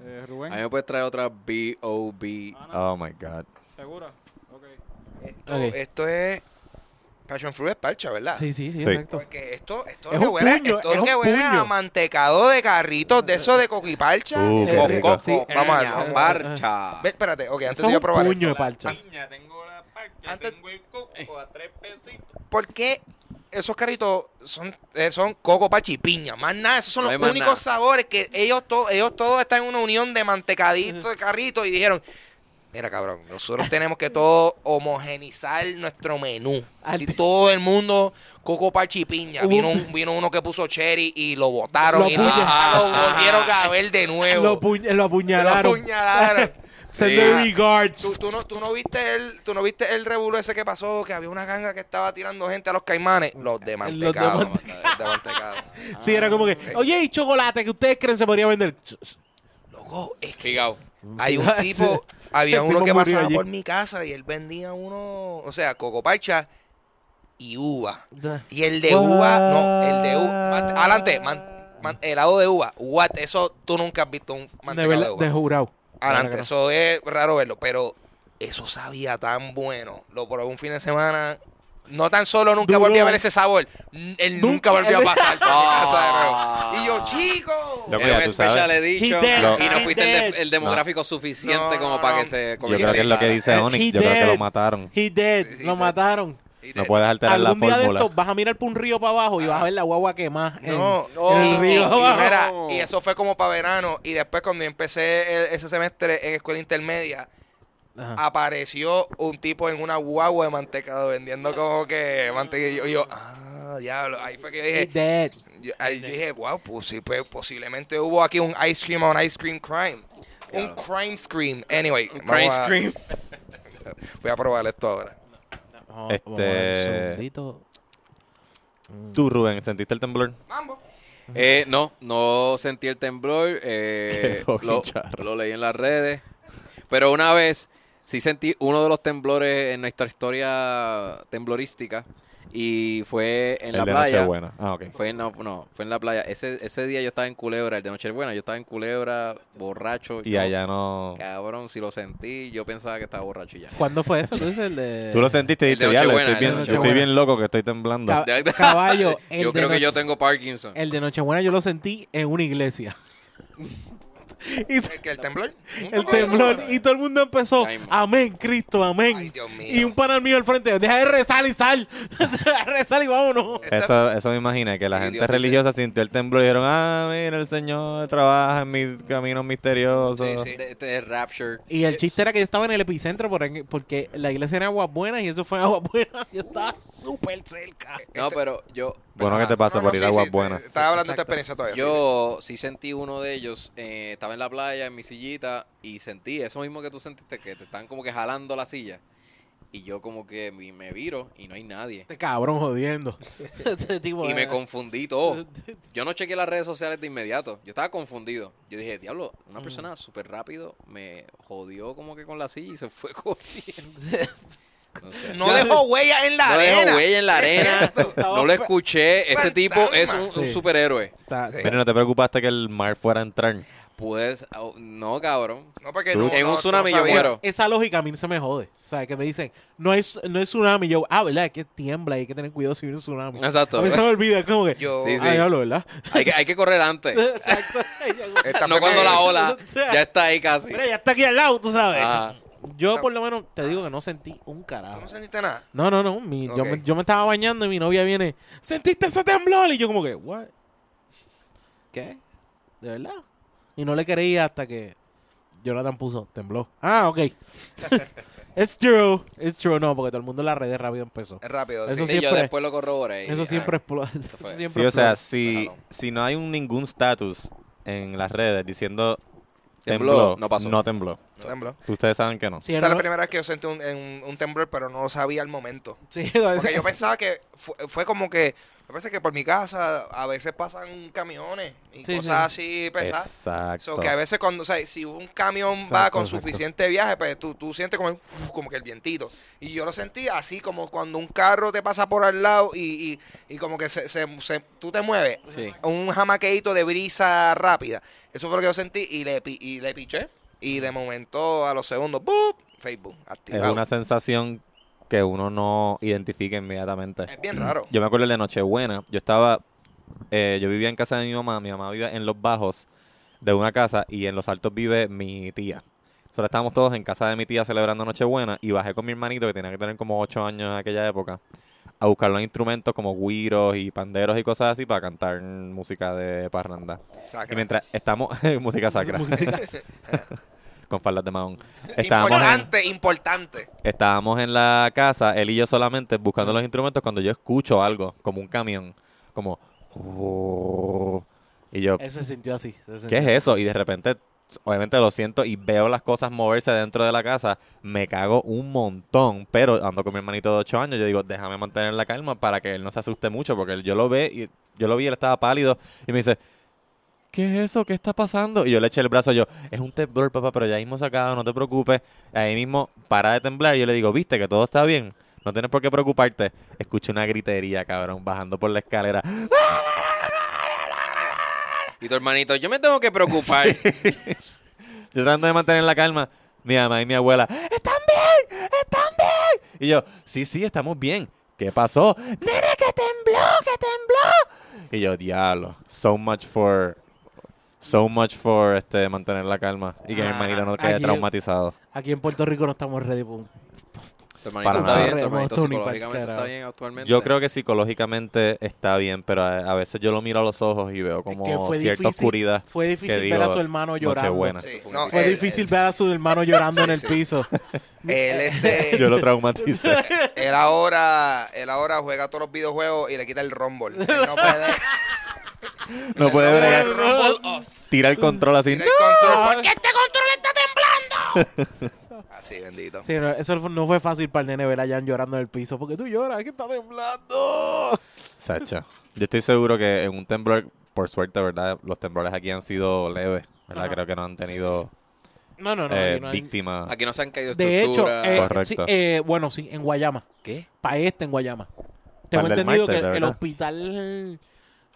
[SPEAKER 5] eh,
[SPEAKER 4] A
[SPEAKER 5] Rubén.
[SPEAKER 4] mí me puedes traer otra B.O.B.
[SPEAKER 1] Oh my God.
[SPEAKER 5] ¿Segura? Ok.
[SPEAKER 2] Esto,
[SPEAKER 3] Ok.
[SPEAKER 2] esto es. Passion Fruit es parcha, ¿verdad?
[SPEAKER 3] Sí, sí, sí,
[SPEAKER 1] Sí.
[SPEAKER 3] exacto.
[SPEAKER 2] Porque esto, esto
[SPEAKER 3] Es
[SPEAKER 2] lo que
[SPEAKER 3] un
[SPEAKER 2] huele,
[SPEAKER 3] puño,
[SPEAKER 2] esto
[SPEAKER 3] es
[SPEAKER 2] lo que
[SPEAKER 3] un
[SPEAKER 2] huele
[SPEAKER 3] puño.
[SPEAKER 2] a mantecado de carritos de eso de coquiparcha.
[SPEAKER 1] Uh,
[SPEAKER 2] o
[SPEAKER 1] qué
[SPEAKER 2] coco.
[SPEAKER 3] rico. Sí,
[SPEAKER 2] Vamos a
[SPEAKER 3] eh,
[SPEAKER 2] ver. vamos a ver.
[SPEAKER 4] Marcha.
[SPEAKER 2] Ve, Espérate, ok, antes
[SPEAKER 3] Eso
[SPEAKER 2] de
[SPEAKER 3] es
[SPEAKER 2] yo
[SPEAKER 3] un
[SPEAKER 2] probar.
[SPEAKER 3] puño
[SPEAKER 2] esto.
[SPEAKER 3] de parcha.
[SPEAKER 2] Antes-
[SPEAKER 6] tengo el coco a tres pesitos.
[SPEAKER 2] ¿Por qué esos carritos son, eh, son coco, parcha y piña? Más nada, esos son
[SPEAKER 4] No hay
[SPEAKER 2] los
[SPEAKER 4] más
[SPEAKER 2] únicos
[SPEAKER 4] nada.
[SPEAKER 2] sabores que ellos, to- ellos todos están en una unión de mantecadito de carritos y dijeron. Mira, cabrón, nosotros tenemos que todo homogenizar nuestro menú. Y
[SPEAKER 3] Antes-
[SPEAKER 2] todo el mundo, coco, parcha y piña.
[SPEAKER 3] Hubo
[SPEAKER 2] Vino,
[SPEAKER 3] un-
[SPEAKER 2] un- vino uno que puso cherry y lo botaron.
[SPEAKER 3] Lo
[SPEAKER 2] y nunca
[SPEAKER 3] puya-
[SPEAKER 2] lo volvieron a ver de nuevo.
[SPEAKER 3] Lo, puñ- lo
[SPEAKER 2] Lo
[SPEAKER 3] apuñalaron.
[SPEAKER 2] apuñalaron.
[SPEAKER 3] Send
[SPEAKER 2] Sí.
[SPEAKER 3] the regards.
[SPEAKER 2] ¿Tú, tú no, tú no viste el, tú no viste el revuelo ese que pasó, que había una ganga que estaba tirando gente a los caimanes. Los de mantecado. Los
[SPEAKER 3] mante-
[SPEAKER 2] de mantecado.
[SPEAKER 3] Sí, era como que, oye, y chocolate que ustedes creen se podría vender.
[SPEAKER 2] Loco, es que
[SPEAKER 4] Figao.
[SPEAKER 2] hay un tipo, había
[SPEAKER 3] El
[SPEAKER 2] uno
[SPEAKER 3] tipo
[SPEAKER 2] que
[SPEAKER 3] murió
[SPEAKER 2] pasaba
[SPEAKER 3] allí.
[SPEAKER 2] por mi casa y él vendía uno, o sea, coco parcha y uva. Y el de uva, no, el de uva. man- adelante, man- man- helado de uva. What, eso tú nunca has visto un
[SPEAKER 3] De,
[SPEAKER 2] mantecado de,
[SPEAKER 3] verdad,
[SPEAKER 2] uva.
[SPEAKER 3] de jurado.
[SPEAKER 2] Adelante,
[SPEAKER 3] Claro que no.
[SPEAKER 2] eso es raro verlo, pero eso sabía tan bueno. Lo probé un fin de semana. No tan solo nunca
[SPEAKER 3] Duro.
[SPEAKER 2] volví a ver ese sabor. n- Él nunca,
[SPEAKER 3] Nunca-
[SPEAKER 2] volvió a pasar por mi casa
[SPEAKER 4] Ah.
[SPEAKER 2] de nuevo. Y yo, chico.
[SPEAKER 1] Lo-
[SPEAKER 4] Era
[SPEAKER 1] Mira,
[SPEAKER 4] un
[SPEAKER 1] tú
[SPEAKER 4] Special
[SPEAKER 1] sabes.
[SPEAKER 4] Edition.
[SPEAKER 3] He
[SPEAKER 1] dead,
[SPEAKER 4] Y no
[SPEAKER 3] he
[SPEAKER 4] fuiste el, de-
[SPEAKER 3] dead.
[SPEAKER 4] el demográfico suficiente
[SPEAKER 2] No,
[SPEAKER 4] como
[SPEAKER 2] no,
[SPEAKER 4] para
[SPEAKER 2] no.
[SPEAKER 4] que se
[SPEAKER 1] Yo creo que es lo que dice
[SPEAKER 3] He
[SPEAKER 1] Onyx. Yo creo que lo
[SPEAKER 3] dead.
[SPEAKER 1] mataron.
[SPEAKER 3] He dead.
[SPEAKER 2] Sí, sí,
[SPEAKER 3] lo
[SPEAKER 2] dead.
[SPEAKER 3] mataron.
[SPEAKER 1] No puedes alterar la
[SPEAKER 3] Algún día de
[SPEAKER 1] fórmula.
[SPEAKER 3] estos vas a mirar por un río para abajo y vas a ver la guagua quemada en,
[SPEAKER 2] No,
[SPEAKER 4] en
[SPEAKER 2] y,
[SPEAKER 3] el río
[SPEAKER 2] y- y
[SPEAKER 3] abajo.
[SPEAKER 2] mira, y eso fue como para verano. Y después, cuando yo empecé el- ese semestre en escuela intermedia,
[SPEAKER 3] Ajá.
[SPEAKER 2] apareció un tipo en una guagua de mantecado vendiendo como que mantequilla. Y yo, ah, diablo. Ahí fue que yo
[SPEAKER 3] He
[SPEAKER 2] dije,
[SPEAKER 3] dead.
[SPEAKER 2] Yo, ahí yo dije, wow, pues, sí, pues, posiblemente hubo aquí un ice cream on ice cream crime. Un
[SPEAKER 4] Claro.
[SPEAKER 2] crime scream. Anyway, vamos
[SPEAKER 4] Crazy
[SPEAKER 2] a-
[SPEAKER 4] Scream.
[SPEAKER 2] voy a probar esto ahora.
[SPEAKER 3] Vamos- Oh, vamos a ver un
[SPEAKER 1] Este-
[SPEAKER 3] segundito.
[SPEAKER 1] Tú, Rubén, ¿sentiste el temblor?
[SPEAKER 2] Mambo.
[SPEAKER 4] Eh, no, no sentí el temblor. eh,
[SPEAKER 1] Qué fucking
[SPEAKER 4] lo,
[SPEAKER 1] charro.
[SPEAKER 4] lo leí en las redes. Pero una vez sí sentí uno de los temblores en nuestra historia temblorística. Y fue en
[SPEAKER 1] el
[SPEAKER 4] la
[SPEAKER 1] de
[SPEAKER 4] playa.
[SPEAKER 1] Nochebuena. Ah, ok.
[SPEAKER 4] Fue en, no, no, fue en la playa. Ese, ese día yo estaba en Culebra, el de Nochebuena. Yo estaba en Culebra, borracho.
[SPEAKER 1] Y
[SPEAKER 4] yo,
[SPEAKER 1] allá no...
[SPEAKER 4] Cabrón, si lo sentí, yo pensaba que estaba borracho y ya.
[SPEAKER 3] ¿Cuándo fue eso? Tú dices el de-
[SPEAKER 1] Tú lo sentiste y
[SPEAKER 4] el de
[SPEAKER 1] dijiste, ya,
[SPEAKER 4] Nochebuena,
[SPEAKER 1] estoy
[SPEAKER 4] el de
[SPEAKER 1] bien, yo estoy
[SPEAKER 3] Nochebuena.
[SPEAKER 1] bien loco que estoy temblando.
[SPEAKER 3] Ca- Caballo. el
[SPEAKER 4] yo
[SPEAKER 3] de
[SPEAKER 4] creo que yo
[SPEAKER 3] noche-
[SPEAKER 4] tengo Parkinson.
[SPEAKER 3] El de Nochebuena yo lo sentí en una iglesia. y
[SPEAKER 2] ¿El, que- el temblor?
[SPEAKER 3] el temblor y todo el mundo empezó,
[SPEAKER 4] Ay, ma-
[SPEAKER 3] amén, Cristo, amén.
[SPEAKER 2] Ay, Dios mío.
[SPEAKER 3] y un panal mío al frente, deja de rezar y sal, deja de rezar y vámonos.
[SPEAKER 1] Eso, eso me imaginé, que la
[SPEAKER 4] Sí,
[SPEAKER 1] gente
[SPEAKER 4] Dios te-
[SPEAKER 1] religiosa sintió el temblor y dijeron, ah, mira, el Señor trabaja en mis caminos misteriosos.
[SPEAKER 2] Sí, sí.
[SPEAKER 4] Este este es Rapture.
[SPEAKER 3] Y el chiste era que yo estaba en el epicentro por en- porque la iglesia era Aguas Buenas y eso fue Aguas Buenas y estaba súper cerca.
[SPEAKER 4] No, pero yo.
[SPEAKER 1] Bueno, ¿qué
[SPEAKER 4] Ajá.
[SPEAKER 1] te pasa por ir a aguas buenas?
[SPEAKER 2] Estaba hablando de tu
[SPEAKER 3] Exacto.
[SPEAKER 2] experiencia todavía. sí.
[SPEAKER 4] Yo sí sentí uno de ellos. eh, estaba en la playa, en mi sillita, y sentí eso mismo que tú sentiste, que te están como que jalando la silla. Y yo como que me, me viro y no hay nadie.
[SPEAKER 3] Este cabrón jodiendo. Este tipo
[SPEAKER 4] Y
[SPEAKER 3] de-
[SPEAKER 4] me confundí todo. Yo no chequeé las redes sociales de inmediato. Yo estaba confundido. Yo dije, diablo,
[SPEAKER 2] Mm.
[SPEAKER 4] una persona súper rápido me jodió como que con la silla y se fue corriendo. No sé.
[SPEAKER 2] No dejó huella en la
[SPEAKER 4] No
[SPEAKER 2] arena.
[SPEAKER 4] dejó huella en la arena.
[SPEAKER 3] Estaba
[SPEAKER 4] No lo escuché. Este
[SPEAKER 2] fantasma.
[SPEAKER 4] tipo es un, un
[SPEAKER 3] Sí.
[SPEAKER 4] superhéroe.
[SPEAKER 3] Está-
[SPEAKER 1] Pero no te preocupaste que el mar fuera a entrar.
[SPEAKER 4] Pues, oh, no, cabrón.
[SPEAKER 2] No, porque
[SPEAKER 1] Tú-
[SPEAKER 2] no,
[SPEAKER 4] En
[SPEAKER 2] no,
[SPEAKER 4] un
[SPEAKER 2] tú no
[SPEAKER 4] tsunami yo
[SPEAKER 2] sabías.
[SPEAKER 4] muero.
[SPEAKER 3] pues, Esa lógica a mí no se me jode. O sea, que me dicen, no hay, su- no hay tsunami. Yo, ah, ¿verdad? Es que tiembla y hay que tener cuidado si viene un tsunami.
[SPEAKER 4] Exacto.
[SPEAKER 3] A mí se me olvida, es como que,
[SPEAKER 2] Yo-
[SPEAKER 4] Sí, sí.
[SPEAKER 3] ah, diablo, ¿verdad?
[SPEAKER 4] Hay que, hay que correr antes.
[SPEAKER 3] Exacto.
[SPEAKER 2] Esta
[SPEAKER 4] No
[SPEAKER 2] fue
[SPEAKER 4] cuando
[SPEAKER 2] mi-
[SPEAKER 4] la ola ya está ahí casi.
[SPEAKER 3] Mira, ya está aquí al lado, tú sabes.
[SPEAKER 4] Ajá.
[SPEAKER 3] Yo por lo menos te digo que no sentí un
[SPEAKER 2] ¿Tú
[SPEAKER 3] carajo.
[SPEAKER 2] no sentiste nada?
[SPEAKER 3] No, no, no. mi- yo,
[SPEAKER 2] Ok.
[SPEAKER 3] me, yo me estaba bañando y mi novia viene. ¿Sentiste ese temblor? Y yo como que, ¿what? ¿Qué? ¿De verdad? Y no le creía hasta que Jonathan puso, tembló. Ah, ok. it's true, it's true. No, porque todo el mundo en las redes rápido empezó.
[SPEAKER 2] Rápido, sí.
[SPEAKER 3] Eso
[SPEAKER 4] Sí,
[SPEAKER 3] siempre-
[SPEAKER 4] yo después lo corroboré.
[SPEAKER 3] Eso
[SPEAKER 4] Ah,
[SPEAKER 3] siempre explota. eso
[SPEAKER 4] fue.
[SPEAKER 3] siempre
[SPEAKER 1] Sí, o sea,
[SPEAKER 3] explota.
[SPEAKER 1] si,
[SPEAKER 4] Déjalo.
[SPEAKER 1] si no hay un- ningún status en las redes diciendo
[SPEAKER 4] Tembló,
[SPEAKER 1] tembló,
[SPEAKER 4] no pasó.
[SPEAKER 1] tembló.
[SPEAKER 2] No tembló.
[SPEAKER 1] Ustedes saben que no.
[SPEAKER 3] Sí,
[SPEAKER 2] Esta es
[SPEAKER 3] no-
[SPEAKER 2] la primera vez que yo sentí un, en- un temblor, pero no lo sabía al momento.
[SPEAKER 3] sí,
[SPEAKER 2] Porque yo pensaba que fu- fue, como que. Me parece que por mi casa a veces pasan camiones y
[SPEAKER 3] Sí,
[SPEAKER 2] cosas así pesadas.
[SPEAKER 1] Exacto.
[SPEAKER 2] So, que a veces cuando, o sea, si un camión va
[SPEAKER 3] Exacto,
[SPEAKER 2] con
[SPEAKER 3] exacto.
[SPEAKER 2] suficiente viaje, pues tú, tú sientes como, el- uf, como que el vientito. Y yo lo sentí así como cuando un carro te pasa por al lado y, y- y como que se, se- se- tú te mueves.
[SPEAKER 4] Sí.
[SPEAKER 2] Un jamaqueito de brisa rápida. Eso fue lo que yo sentí y le, pi- y le piché. Y de momento a los segundos, ¡bup! Facebook
[SPEAKER 1] es
[SPEAKER 2] activado.
[SPEAKER 1] una sensación que uno no identifica inmediatamente.
[SPEAKER 2] Es bien raro.
[SPEAKER 1] Yo me acuerdo de Nochebuena. Yo estaba. eh, yo vivía en casa de mi mamá. Mi mamá vive en los bajos de una casa y en los altos vive mi tía. Solo estábamos todos en casa de mi tía celebrando Nochebuena y bajé con mi hermanito que tenía que tener como 8 años en aquella época a buscar los instrumentos como guiros y panderos y cosas así para cantar música de parranda.
[SPEAKER 2] Sacra.
[SPEAKER 1] Y mientras estamos música sacra con faldas de mahón. Estábamos en- Ah,
[SPEAKER 2] importante, importante.
[SPEAKER 1] Estábamos en la casa, él y yo solamente buscando los instrumentos cuando yo escucho algo, como un camión, como... "Oh", Y yo,
[SPEAKER 3] Él se sintió así. se
[SPEAKER 1] ¿qué
[SPEAKER 3] sintió.
[SPEAKER 1] es eso? Y de repente, obviamente lo siento y veo las cosas moverse dentro de la casa, me cago un montón, pero ando con mi hermanito de 8 años, yo digo, déjame mantener la calma para que él no se asuste mucho, porque él- yo lo ve y yo lo vi, él estaba pálido y me dice, ¿qué es eso? ¿Qué está pasando? Y yo le eché el brazo, yo, es un temblor, papá, pero ya mismo se acaba, no te preocupes, ahí mismo para de temblar y yo le digo, viste que todo está bien. No tienes por qué preocuparte. Escuché una gritería, cabrón, bajando por la escalera.
[SPEAKER 4] Y tu hermanito, yo me tengo que preocupar.
[SPEAKER 1] Yo tratando de mantener la calma. Mi mamá y mi abuela, ¡están bien! ¡Están bien! Y yo, sí, sí, estamos bien. ¿Qué pasó? ¡Nene, que tembló! ¡Que tembló! Y yo, diablo. So much for... So much for este, mantener la calma. Y que mi
[SPEAKER 3] Ah,
[SPEAKER 1] hermanito no quede
[SPEAKER 3] aquí-
[SPEAKER 1] traumatizado.
[SPEAKER 3] Aquí en Puerto Rico no estamos ready. pum.
[SPEAKER 4] Tu hermanito
[SPEAKER 1] Para
[SPEAKER 4] está
[SPEAKER 1] nada.
[SPEAKER 4] bien, tu
[SPEAKER 3] Remoto
[SPEAKER 4] hermanito
[SPEAKER 3] ni
[SPEAKER 4] psicológicamente
[SPEAKER 3] para el
[SPEAKER 4] está
[SPEAKER 3] carajo.
[SPEAKER 4] bien actualmente.
[SPEAKER 1] Yo creo que psicológicamente está bien, pero a, a veces yo lo miro a los ojos y veo
[SPEAKER 3] Es
[SPEAKER 1] como
[SPEAKER 3] que fue
[SPEAKER 1] cierta
[SPEAKER 3] difícil,
[SPEAKER 1] oscuridad.
[SPEAKER 3] Fue difícil
[SPEAKER 1] digo,
[SPEAKER 3] ver a su hermano llorando.
[SPEAKER 1] Nochebuena.
[SPEAKER 2] Sí,
[SPEAKER 4] fue
[SPEAKER 2] no,
[SPEAKER 4] un
[SPEAKER 3] Fue
[SPEAKER 2] él-
[SPEAKER 3] difícil ver a su hermano llorando en el
[SPEAKER 2] Sí, sí.
[SPEAKER 3] piso.
[SPEAKER 2] él, este,
[SPEAKER 1] Yo lo traumaticé.
[SPEAKER 2] Él ahora, él ahora juega todos los videojuegos y le quita el Rumble. Él no puede,
[SPEAKER 1] No puede
[SPEAKER 2] él
[SPEAKER 1] bregar.
[SPEAKER 2] puede Rumble off.
[SPEAKER 1] Tira el control así.
[SPEAKER 2] Tiene el control. ¿Por qué este control está temblando? Así, bendito.
[SPEAKER 3] Sí, no, eso no fue fácil para el nene ver a Jan llorando en el piso. Porque tú lloras, que está temblando.
[SPEAKER 1] Sacha, yo estoy seguro que en un temblor, por suerte, ¿verdad? Los temblores aquí han sido leves, ¿verdad?
[SPEAKER 3] Ajá.
[SPEAKER 1] Creo que no han tenido
[SPEAKER 3] No, no, no.
[SPEAKER 1] eh,
[SPEAKER 3] aquí no hay-
[SPEAKER 1] víctimas.
[SPEAKER 4] Aquí no se han caído
[SPEAKER 3] De hecho,
[SPEAKER 4] estructuras.
[SPEAKER 3] eh,
[SPEAKER 1] Correcto.
[SPEAKER 3] sí, eh, bueno, sí, en Guayama.
[SPEAKER 4] ¿Qué?
[SPEAKER 3] Para este en Guayama. Tengo
[SPEAKER 1] Pa'l del
[SPEAKER 3] entendido
[SPEAKER 1] Marte,
[SPEAKER 3] que
[SPEAKER 1] de
[SPEAKER 3] el
[SPEAKER 1] verdad.
[SPEAKER 3] hospital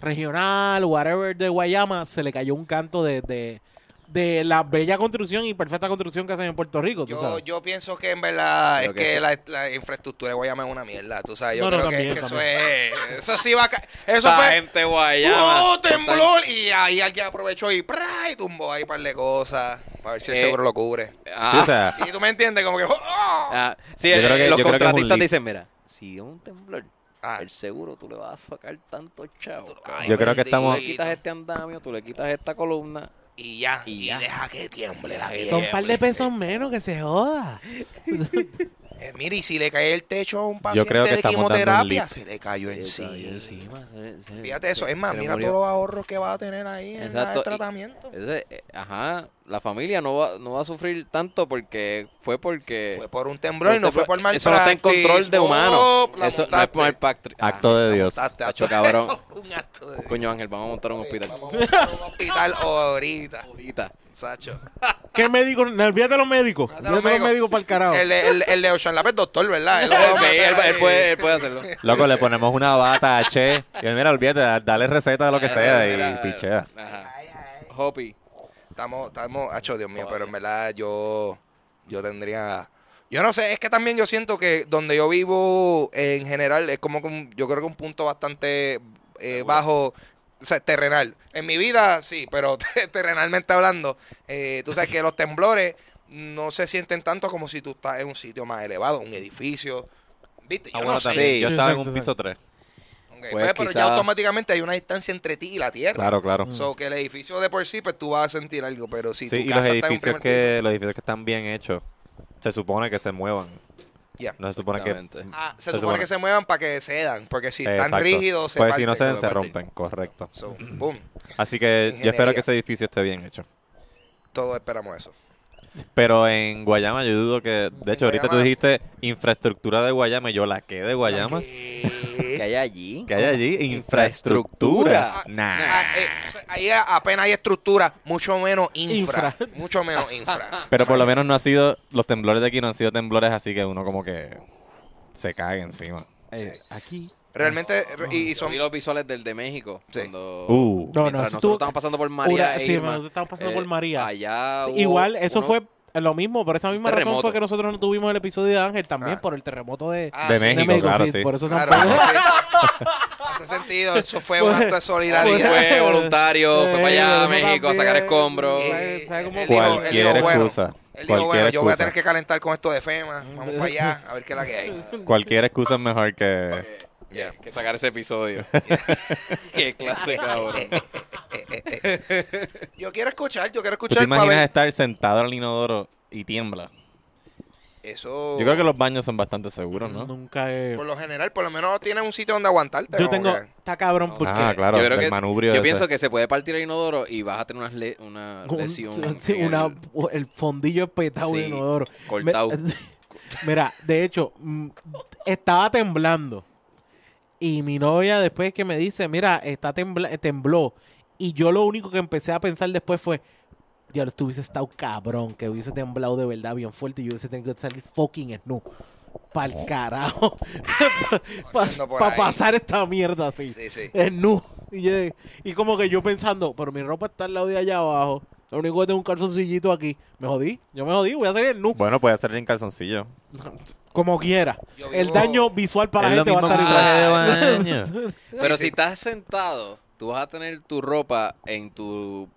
[SPEAKER 3] regional, whatever, de Guayama, se le cayó un canto de, de, de la bella construcción y perfecta construcción que hacen en Puerto Rico. tú
[SPEAKER 2] Yo,
[SPEAKER 3] sabes.
[SPEAKER 2] yo pienso que en verdad
[SPEAKER 4] Creo
[SPEAKER 2] es
[SPEAKER 4] que
[SPEAKER 2] que
[SPEAKER 4] sí.
[SPEAKER 2] la, la infraestructura de Guayama es una mierda, tú sabes. Yo
[SPEAKER 3] No, no,
[SPEAKER 2] creo que,
[SPEAKER 3] también,
[SPEAKER 2] que eso
[SPEAKER 3] también.
[SPEAKER 2] es... Eso sí va a... ca- Eso
[SPEAKER 4] Esta
[SPEAKER 2] fue...
[SPEAKER 4] gente guayaba.
[SPEAKER 2] ¡Oh, temblor! Y ahí alguien aprovechó y, ¡prá! y tumbó ahí un par de cosas para ver si el
[SPEAKER 4] Eh.
[SPEAKER 2] seguro lo cubre.
[SPEAKER 1] Sí,
[SPEAKER 4] Ah,
[SPEAKER 1] o sea,
[SPEAKER 2] Y tú me entiendes, como que... ¡oh!
[SPEAKER 4] ah, sí,
[SPEAKER 1] Yo
[SPEAKER 4] eh,
[SPEAKER 1] creo que-
[SPEAKER 4] los
[SPEAKER 1] yo creo que es un
[SPEAKER 4] contratistas
[SPEAKER 1] leak.
[SPEAKER 4] dicen, mira, si es un temblor,
[SPEAKER 2] Ah,
[SPEAKER 4] el seguro tú le vas a sacar tanto chavo.
[SPEAKER 1] yo creo que
[SPEAKER 4] Tú
[SPEAKER 1] estamos...
[SPEAKER 4] le quitas este andamio, tú le quitas esta columna.
[SPEAKER 2] y ya,
[SPEAKER 4] Y
[SPEAKER 2] y,
[SPEAKER 4] ya.
[SPEAKER 2] deja que tiemble la vida.
[SPEAKER 3] Son un par de pesos menos que se joda.
[SPEAKER 2] Eh, mire, y si le cae el techo a un
[SPEAKER 1] Yo
[SPEAKER 2] paciente
[SPEAKER 1] creo que
[SPEAKER 2] de
[SPEAKER 1] estamos dando un
[SPEAKER 2] quimioterapia,
[SPEAKER 1] leak.
[SPEAKER 2] se le cayó encima.
[SPEAKER 4] se- se-
[SPEAKER 2] Fíjate eso,
[SPEAKER 4] se-
[SPEAKER 2] es más,
[SPEAKER 4] se le
[SPEAKER 2] mira
[SPEAKER 4] murió.
[SPEAKER 2] todos los ahorros que va a tener ahí en la- el
[SPEAKER 4] Exacto, y-
[SPEAKER 2] tratamiento.
[SPEAKER 4] Ese, eh, ajá, la familia no va, no va a sufrir tanto porque fue porque...
[SPEAKER 2] Fue por un temblor y no fue por mal
[SPEAKER 4] Eso no está en control de humano.
[SPEAKER 2] Oh, la
[SPEAKER 4] Eso no es
[SPEAKER 2] montaste.
[SPEAKER 4] por mal pactri- ah,
[SPEAKER 1] Acto de Dios.
[SPEAKER 2] Montaste,
[SPEAKER 4] Hacho,
[SPEAKER 2] hacho.
[SPEAKER 4] cabrón.
[SPEAKER 2] Eso fue un acto de...
[SPEAKER 4] Coño Ángel, vamos a montar un hospital.
[SPEAKER 2] Vamos a un hospital ahorita,
[SPEAKER 4] Ahorita.
[SPEAKER 2] Sacho.
[SPEAKER 3] ¿Qué médico? No, Olvídate de los médicos.
[SPEAKER 2] Olvídate de los
[SPEAKER 3] Olvídate de los
[SPEAKER 2] médicos.
[SPEAKER 3] médicos para el carajo.
[SPEAKER 2] El, de- el, el de Ocean Lab es doctor, eh, ¿verdad? Él lo va a
[SPEAKER 4] Sí, él,
[SPEAKER 2] matar
[SPEAKER 4] él
[SPEAKER 2] ahí.
[SPEAKER 4] puede, él puede hacerlo.
[SPEAKER 1] Loco, le ponemos una bata a Che. Y él, mira, olvídate, da- dale receta de lo que sea y
[SPEAKER 4] Mira,
[SPEAKER 1] pichea.
[SPEAKER 4] Ajá. Hopi.
[SPEAKER 2] Estamos, estamos, hacho, Dios mío, pero en verdad yo, yo tendría... Yo no sé, es que también yo siento que donde yo vivo eh, en general es como que un- yo creo que un punto bastante eh, bajo, o sea, terrenal. En mi vida sí, pero te- terrenalmente hablando, eh, tú sabes que los temblores no se sienten tanto como si tú estás en un sitio más elevado, un edificio. ¿Viste? Yo
[SPEAKER 1] Ah, bueno,
[SPEAKER 2] no sé.
[SPEAKER 1] también. Yo
[SPEAKER 3] Sí,
[SPEAKER 1] estaba en
[SPEAKER 3] exacto,
[SPEAKER 1] un piso 3.
[SPEAKER 2] Ok,
[SPEAKER 4] Pues
[SPEAKER 2] pues, pero
[SPEAKER 4] quizá-
[SPEAKER 2] ya automáticamente hay una distancia entre ti y la tierra.
[SPEAKER 1] Claro, claro.
[SPEAKER 2] So que el edificio de por sí, pues tú vas a sentir algo, pero si
[SPEAKER 1] Mm. Sí,
[SPEAKER 2] tu
[SPEAKER 1] y
[SPEAKER 2] casa
[SPEAKER 1] los
[SPEAKER 2] está en un
[SPEAKER 1] edificios,
[SPEAKER 2] primer
[SPEAKER 1] que, los edificios que están bien hechos, se supone que se muevan.
[SPEAKER 2] Ya.
[SPEAKER 1] No se supone que...
[SPEAKER 4] Exactamente.
[SPEAKER 2] Ah, se,
[SPEAKER 1] Se
[SPEAKER 2] supone
[SPEAKER 1] supone.
[SPEAKER 2] que se muevan para que cedan, porque si están
[SPEAKER 1] Exacto.
[SPEAKER 2] rígidos se
[SPEAKER 1] Pues si no
[SPEAKER 2] parten.
[SPEAKER 1] se, se
[SPEAKER 4] partir.
[SPEAKER 1] rompen, correcto.
[SPEAKER 2] So, boom,
[SPEAKER 1] Así que yo espero
[SPEAKER 2] Ingeniería.
[SPEAKER 1] que ese edificio esté bien hecho.
[SPEAKER 2] todos esperamos eso.
[SPEAKER 1] Pero en Guayama yo dudo que... De hecho, ahorita tú
[SPEAKER 2] Guayama-
[SPEAKER 1] dijiste infraestructura de Guayama y yo la que de Guayama.
[SPEAKER 4] ¿Qué hay allí?
[SPEAKER 1] Que hay allí infraestructura.
[SPEAKER 4] Infraestructura.
[SPEAKER 1] Nah.
[SPEAKER 2] Ah, eh, o sea, ahí apenas hay estructura, mucho menos infra.
[SPEAKER 3] Infra.
[SPEAKER 2] Mucho menos infra.
[SPEAKER 1] Pero por lo menos no ha sido... Los temblores de aquí no han sido temblores así que uno como que se caga encima.
[SPEAKER 3] Eh, aquí.
[SPEAKER 2] Realmente, re- y, y
[SPEAKER 4] Son
[SPEAKER 2] son...
[SPEAKER 4] los visuales del de México.
[SPEAKER 2] Sí.
[SPEAKER 4] Cuando,
[SPEAKER 1] Uh.
[SPEAKER 3] No, no,
[SPEAKER 4] mientras
[SPEAKER 3] eso
[SPEAKER 4] nosotros
[SPEAKER 3] estuvo-
[SPEAKER 4] estamos pasando por María.
[SPEAKER 3] Una-
[SPEAKER 4] e
[SPEAKER 3] sí,
[SPEAKER 4] Irma,
[SPEAKER 3] nosotros estamos pasando por María.
[SPEAKER 4] Allá Ah, hubo
[SPEAKER 3] Igual, eso
[SPEAKER 4] uno-
[SPEAKER 3] fue lo mismo. Por esa misma razón
[SPEAKER 4] Terremoto.
[SPEAKER 3] fue que nosotros no tuvimos el episodio de Ángel también,
[SPEAKER 2] Ah.
[SPEAKER 3] por el terremoto de,
[SPEAKER 2] Ah,
[SPEAKER 1] de
[SPEAKER 2] sí,
[SPEAKER 1] México, claro, sí.
[SPEAKER 3] Por eso
[SPEAKER 2] Claro,
[SPEAKER 3] tampoco. Pues,
[SPEAKER 2] sí. Hace sentido, eso fue un acto de
[SPEAKER 4] Ah, sí,
[SPEAKER 2] solidaridad.
[SPEAKER 4] fue voluntario, fue para allá a
[SPEAKER 3] Eh,
[SPEAKER 4] México a
[SPEAKER 3] también.
[SPEAKER 4] sacar escombros.
[SPEAKER 3] Eh, ¿sabes cómo?
[SPEAKER 2] Él dijo-
[SPEAKER 1] Cualquier
[SPEAKER 2] él dijo, bueno,
[SPEAKER 1] excusa.
[SPEAKER 2] Él
[SPEAKER 1] Cualquier
[SPEAKER 2] dijo, bueno, yo voy a
[SPEAKER 1] excusa.
[SPEAKER 2] tener que calentar con esto de FEMA. Vamos para allá, a ver qué es la que hay. Eh,
[SPEAKER 1] Uh, Cualquier excusa es mejor que...
[SPEAKER 2] Yeah.
[SPEAKER 4] Que sacar ese episodio. Qué clase, cabrón.
[SPEAKER 2] eh, Yo quiero escuchar, yo quiero
[SPEAKER 1] ¿Tú te
[SPEAKER 2] escuchar para
[SPEAKER 1] imaginas
[SPEAKER 2] ver.
[SPEAKER 1] estar sentado en el inodoro y tiembla?
[SPEAKER 2] Eso.
[SPEAKER 1] Yo creo que los baños son bastante seguros, ¿no?
[SPEAKER 3] Nunca he...
[SPEAKER 2] Por lo general, por lo menos tienes un sitio donde aguantarte. como
[SPEAKER 3] Yo tengo...
[SPEAKER 2] que-
[SPEAKER 3] Está cabrón porque...
[SPEAKER 1] Ah, claro,
[SPEAKER 4] yo creo
[SPEAKER 1] el
[SPEAKER 4] que-
[SPEAKER 1] manubrio.
[SPEAKER 4] Yo
[SPEAKER 1] ese.
[SPEAKER 4] pienso que se puede partir el inodoro y vas a tener unas le- una
[SPEAKER 3] un-
[SPEAKER 4] lesión.
[SPEAKER 3] sí,
[SPEAKER 4] en
[SPEAKER 3] una-
[SPEAKER 4] el-
[SPEAKER 3] el fondillo espetado de
[SPEAKER 4] Sí,
[SPEAKER 3] inodoro.
[SPEAKER 4] cortado.
[SPEAKER 3] Me- Mira, de hecho, mm, estaba temblando. Y mi novia después que me dice, mira, está tembla- tembló. Y yo lo único que empecé a pensar después fue, diablo, tú hubiese estado cabrón, que hubiese temblado de verdad bien fuerte y yo hubiese tenido que salir fucking snu. Pa'l carajo. Para
[SPEAKER 2] Corriendo Oh. por ahí.
[SPEAKER 3] pasar esta mierda así.
[SPEAKER 2] Sí, sí.
[SPEAKER 3] Snu. Y, yo- y como que yo pensando, pero mi ropa está al lado de allá abajo. Lo único que tengo es un calzoncillito aquí. Me jodí, yo me jodí, voy a salir nu.
[SPEAKER 1] Bueno, puede hacer en calzoncillo.
[SPEAKER 3] Como quiera.
[SPEAKER 2] Yo
[SPEAKER 3] El
[SPEAKER 2] vivo-
[SPEAKER 3] daño visual para
[SPEAKER 1] es
[SPEAKER 3] la gente
[SPEAKER 1] lo
[SPEAKER 3] va a
[SPEAKER 1] mismo
[SPEAKER 3] estar
[SPEAKER 1] que
[SPEAKER 3] igual.
[SPEAKER 1] un traje de baño.
[SPEAKER 4] Pero
[SPEAKER 2] sí.
[SPEAKER 4] si estás sentado, tú vas a tener tu ropa en tu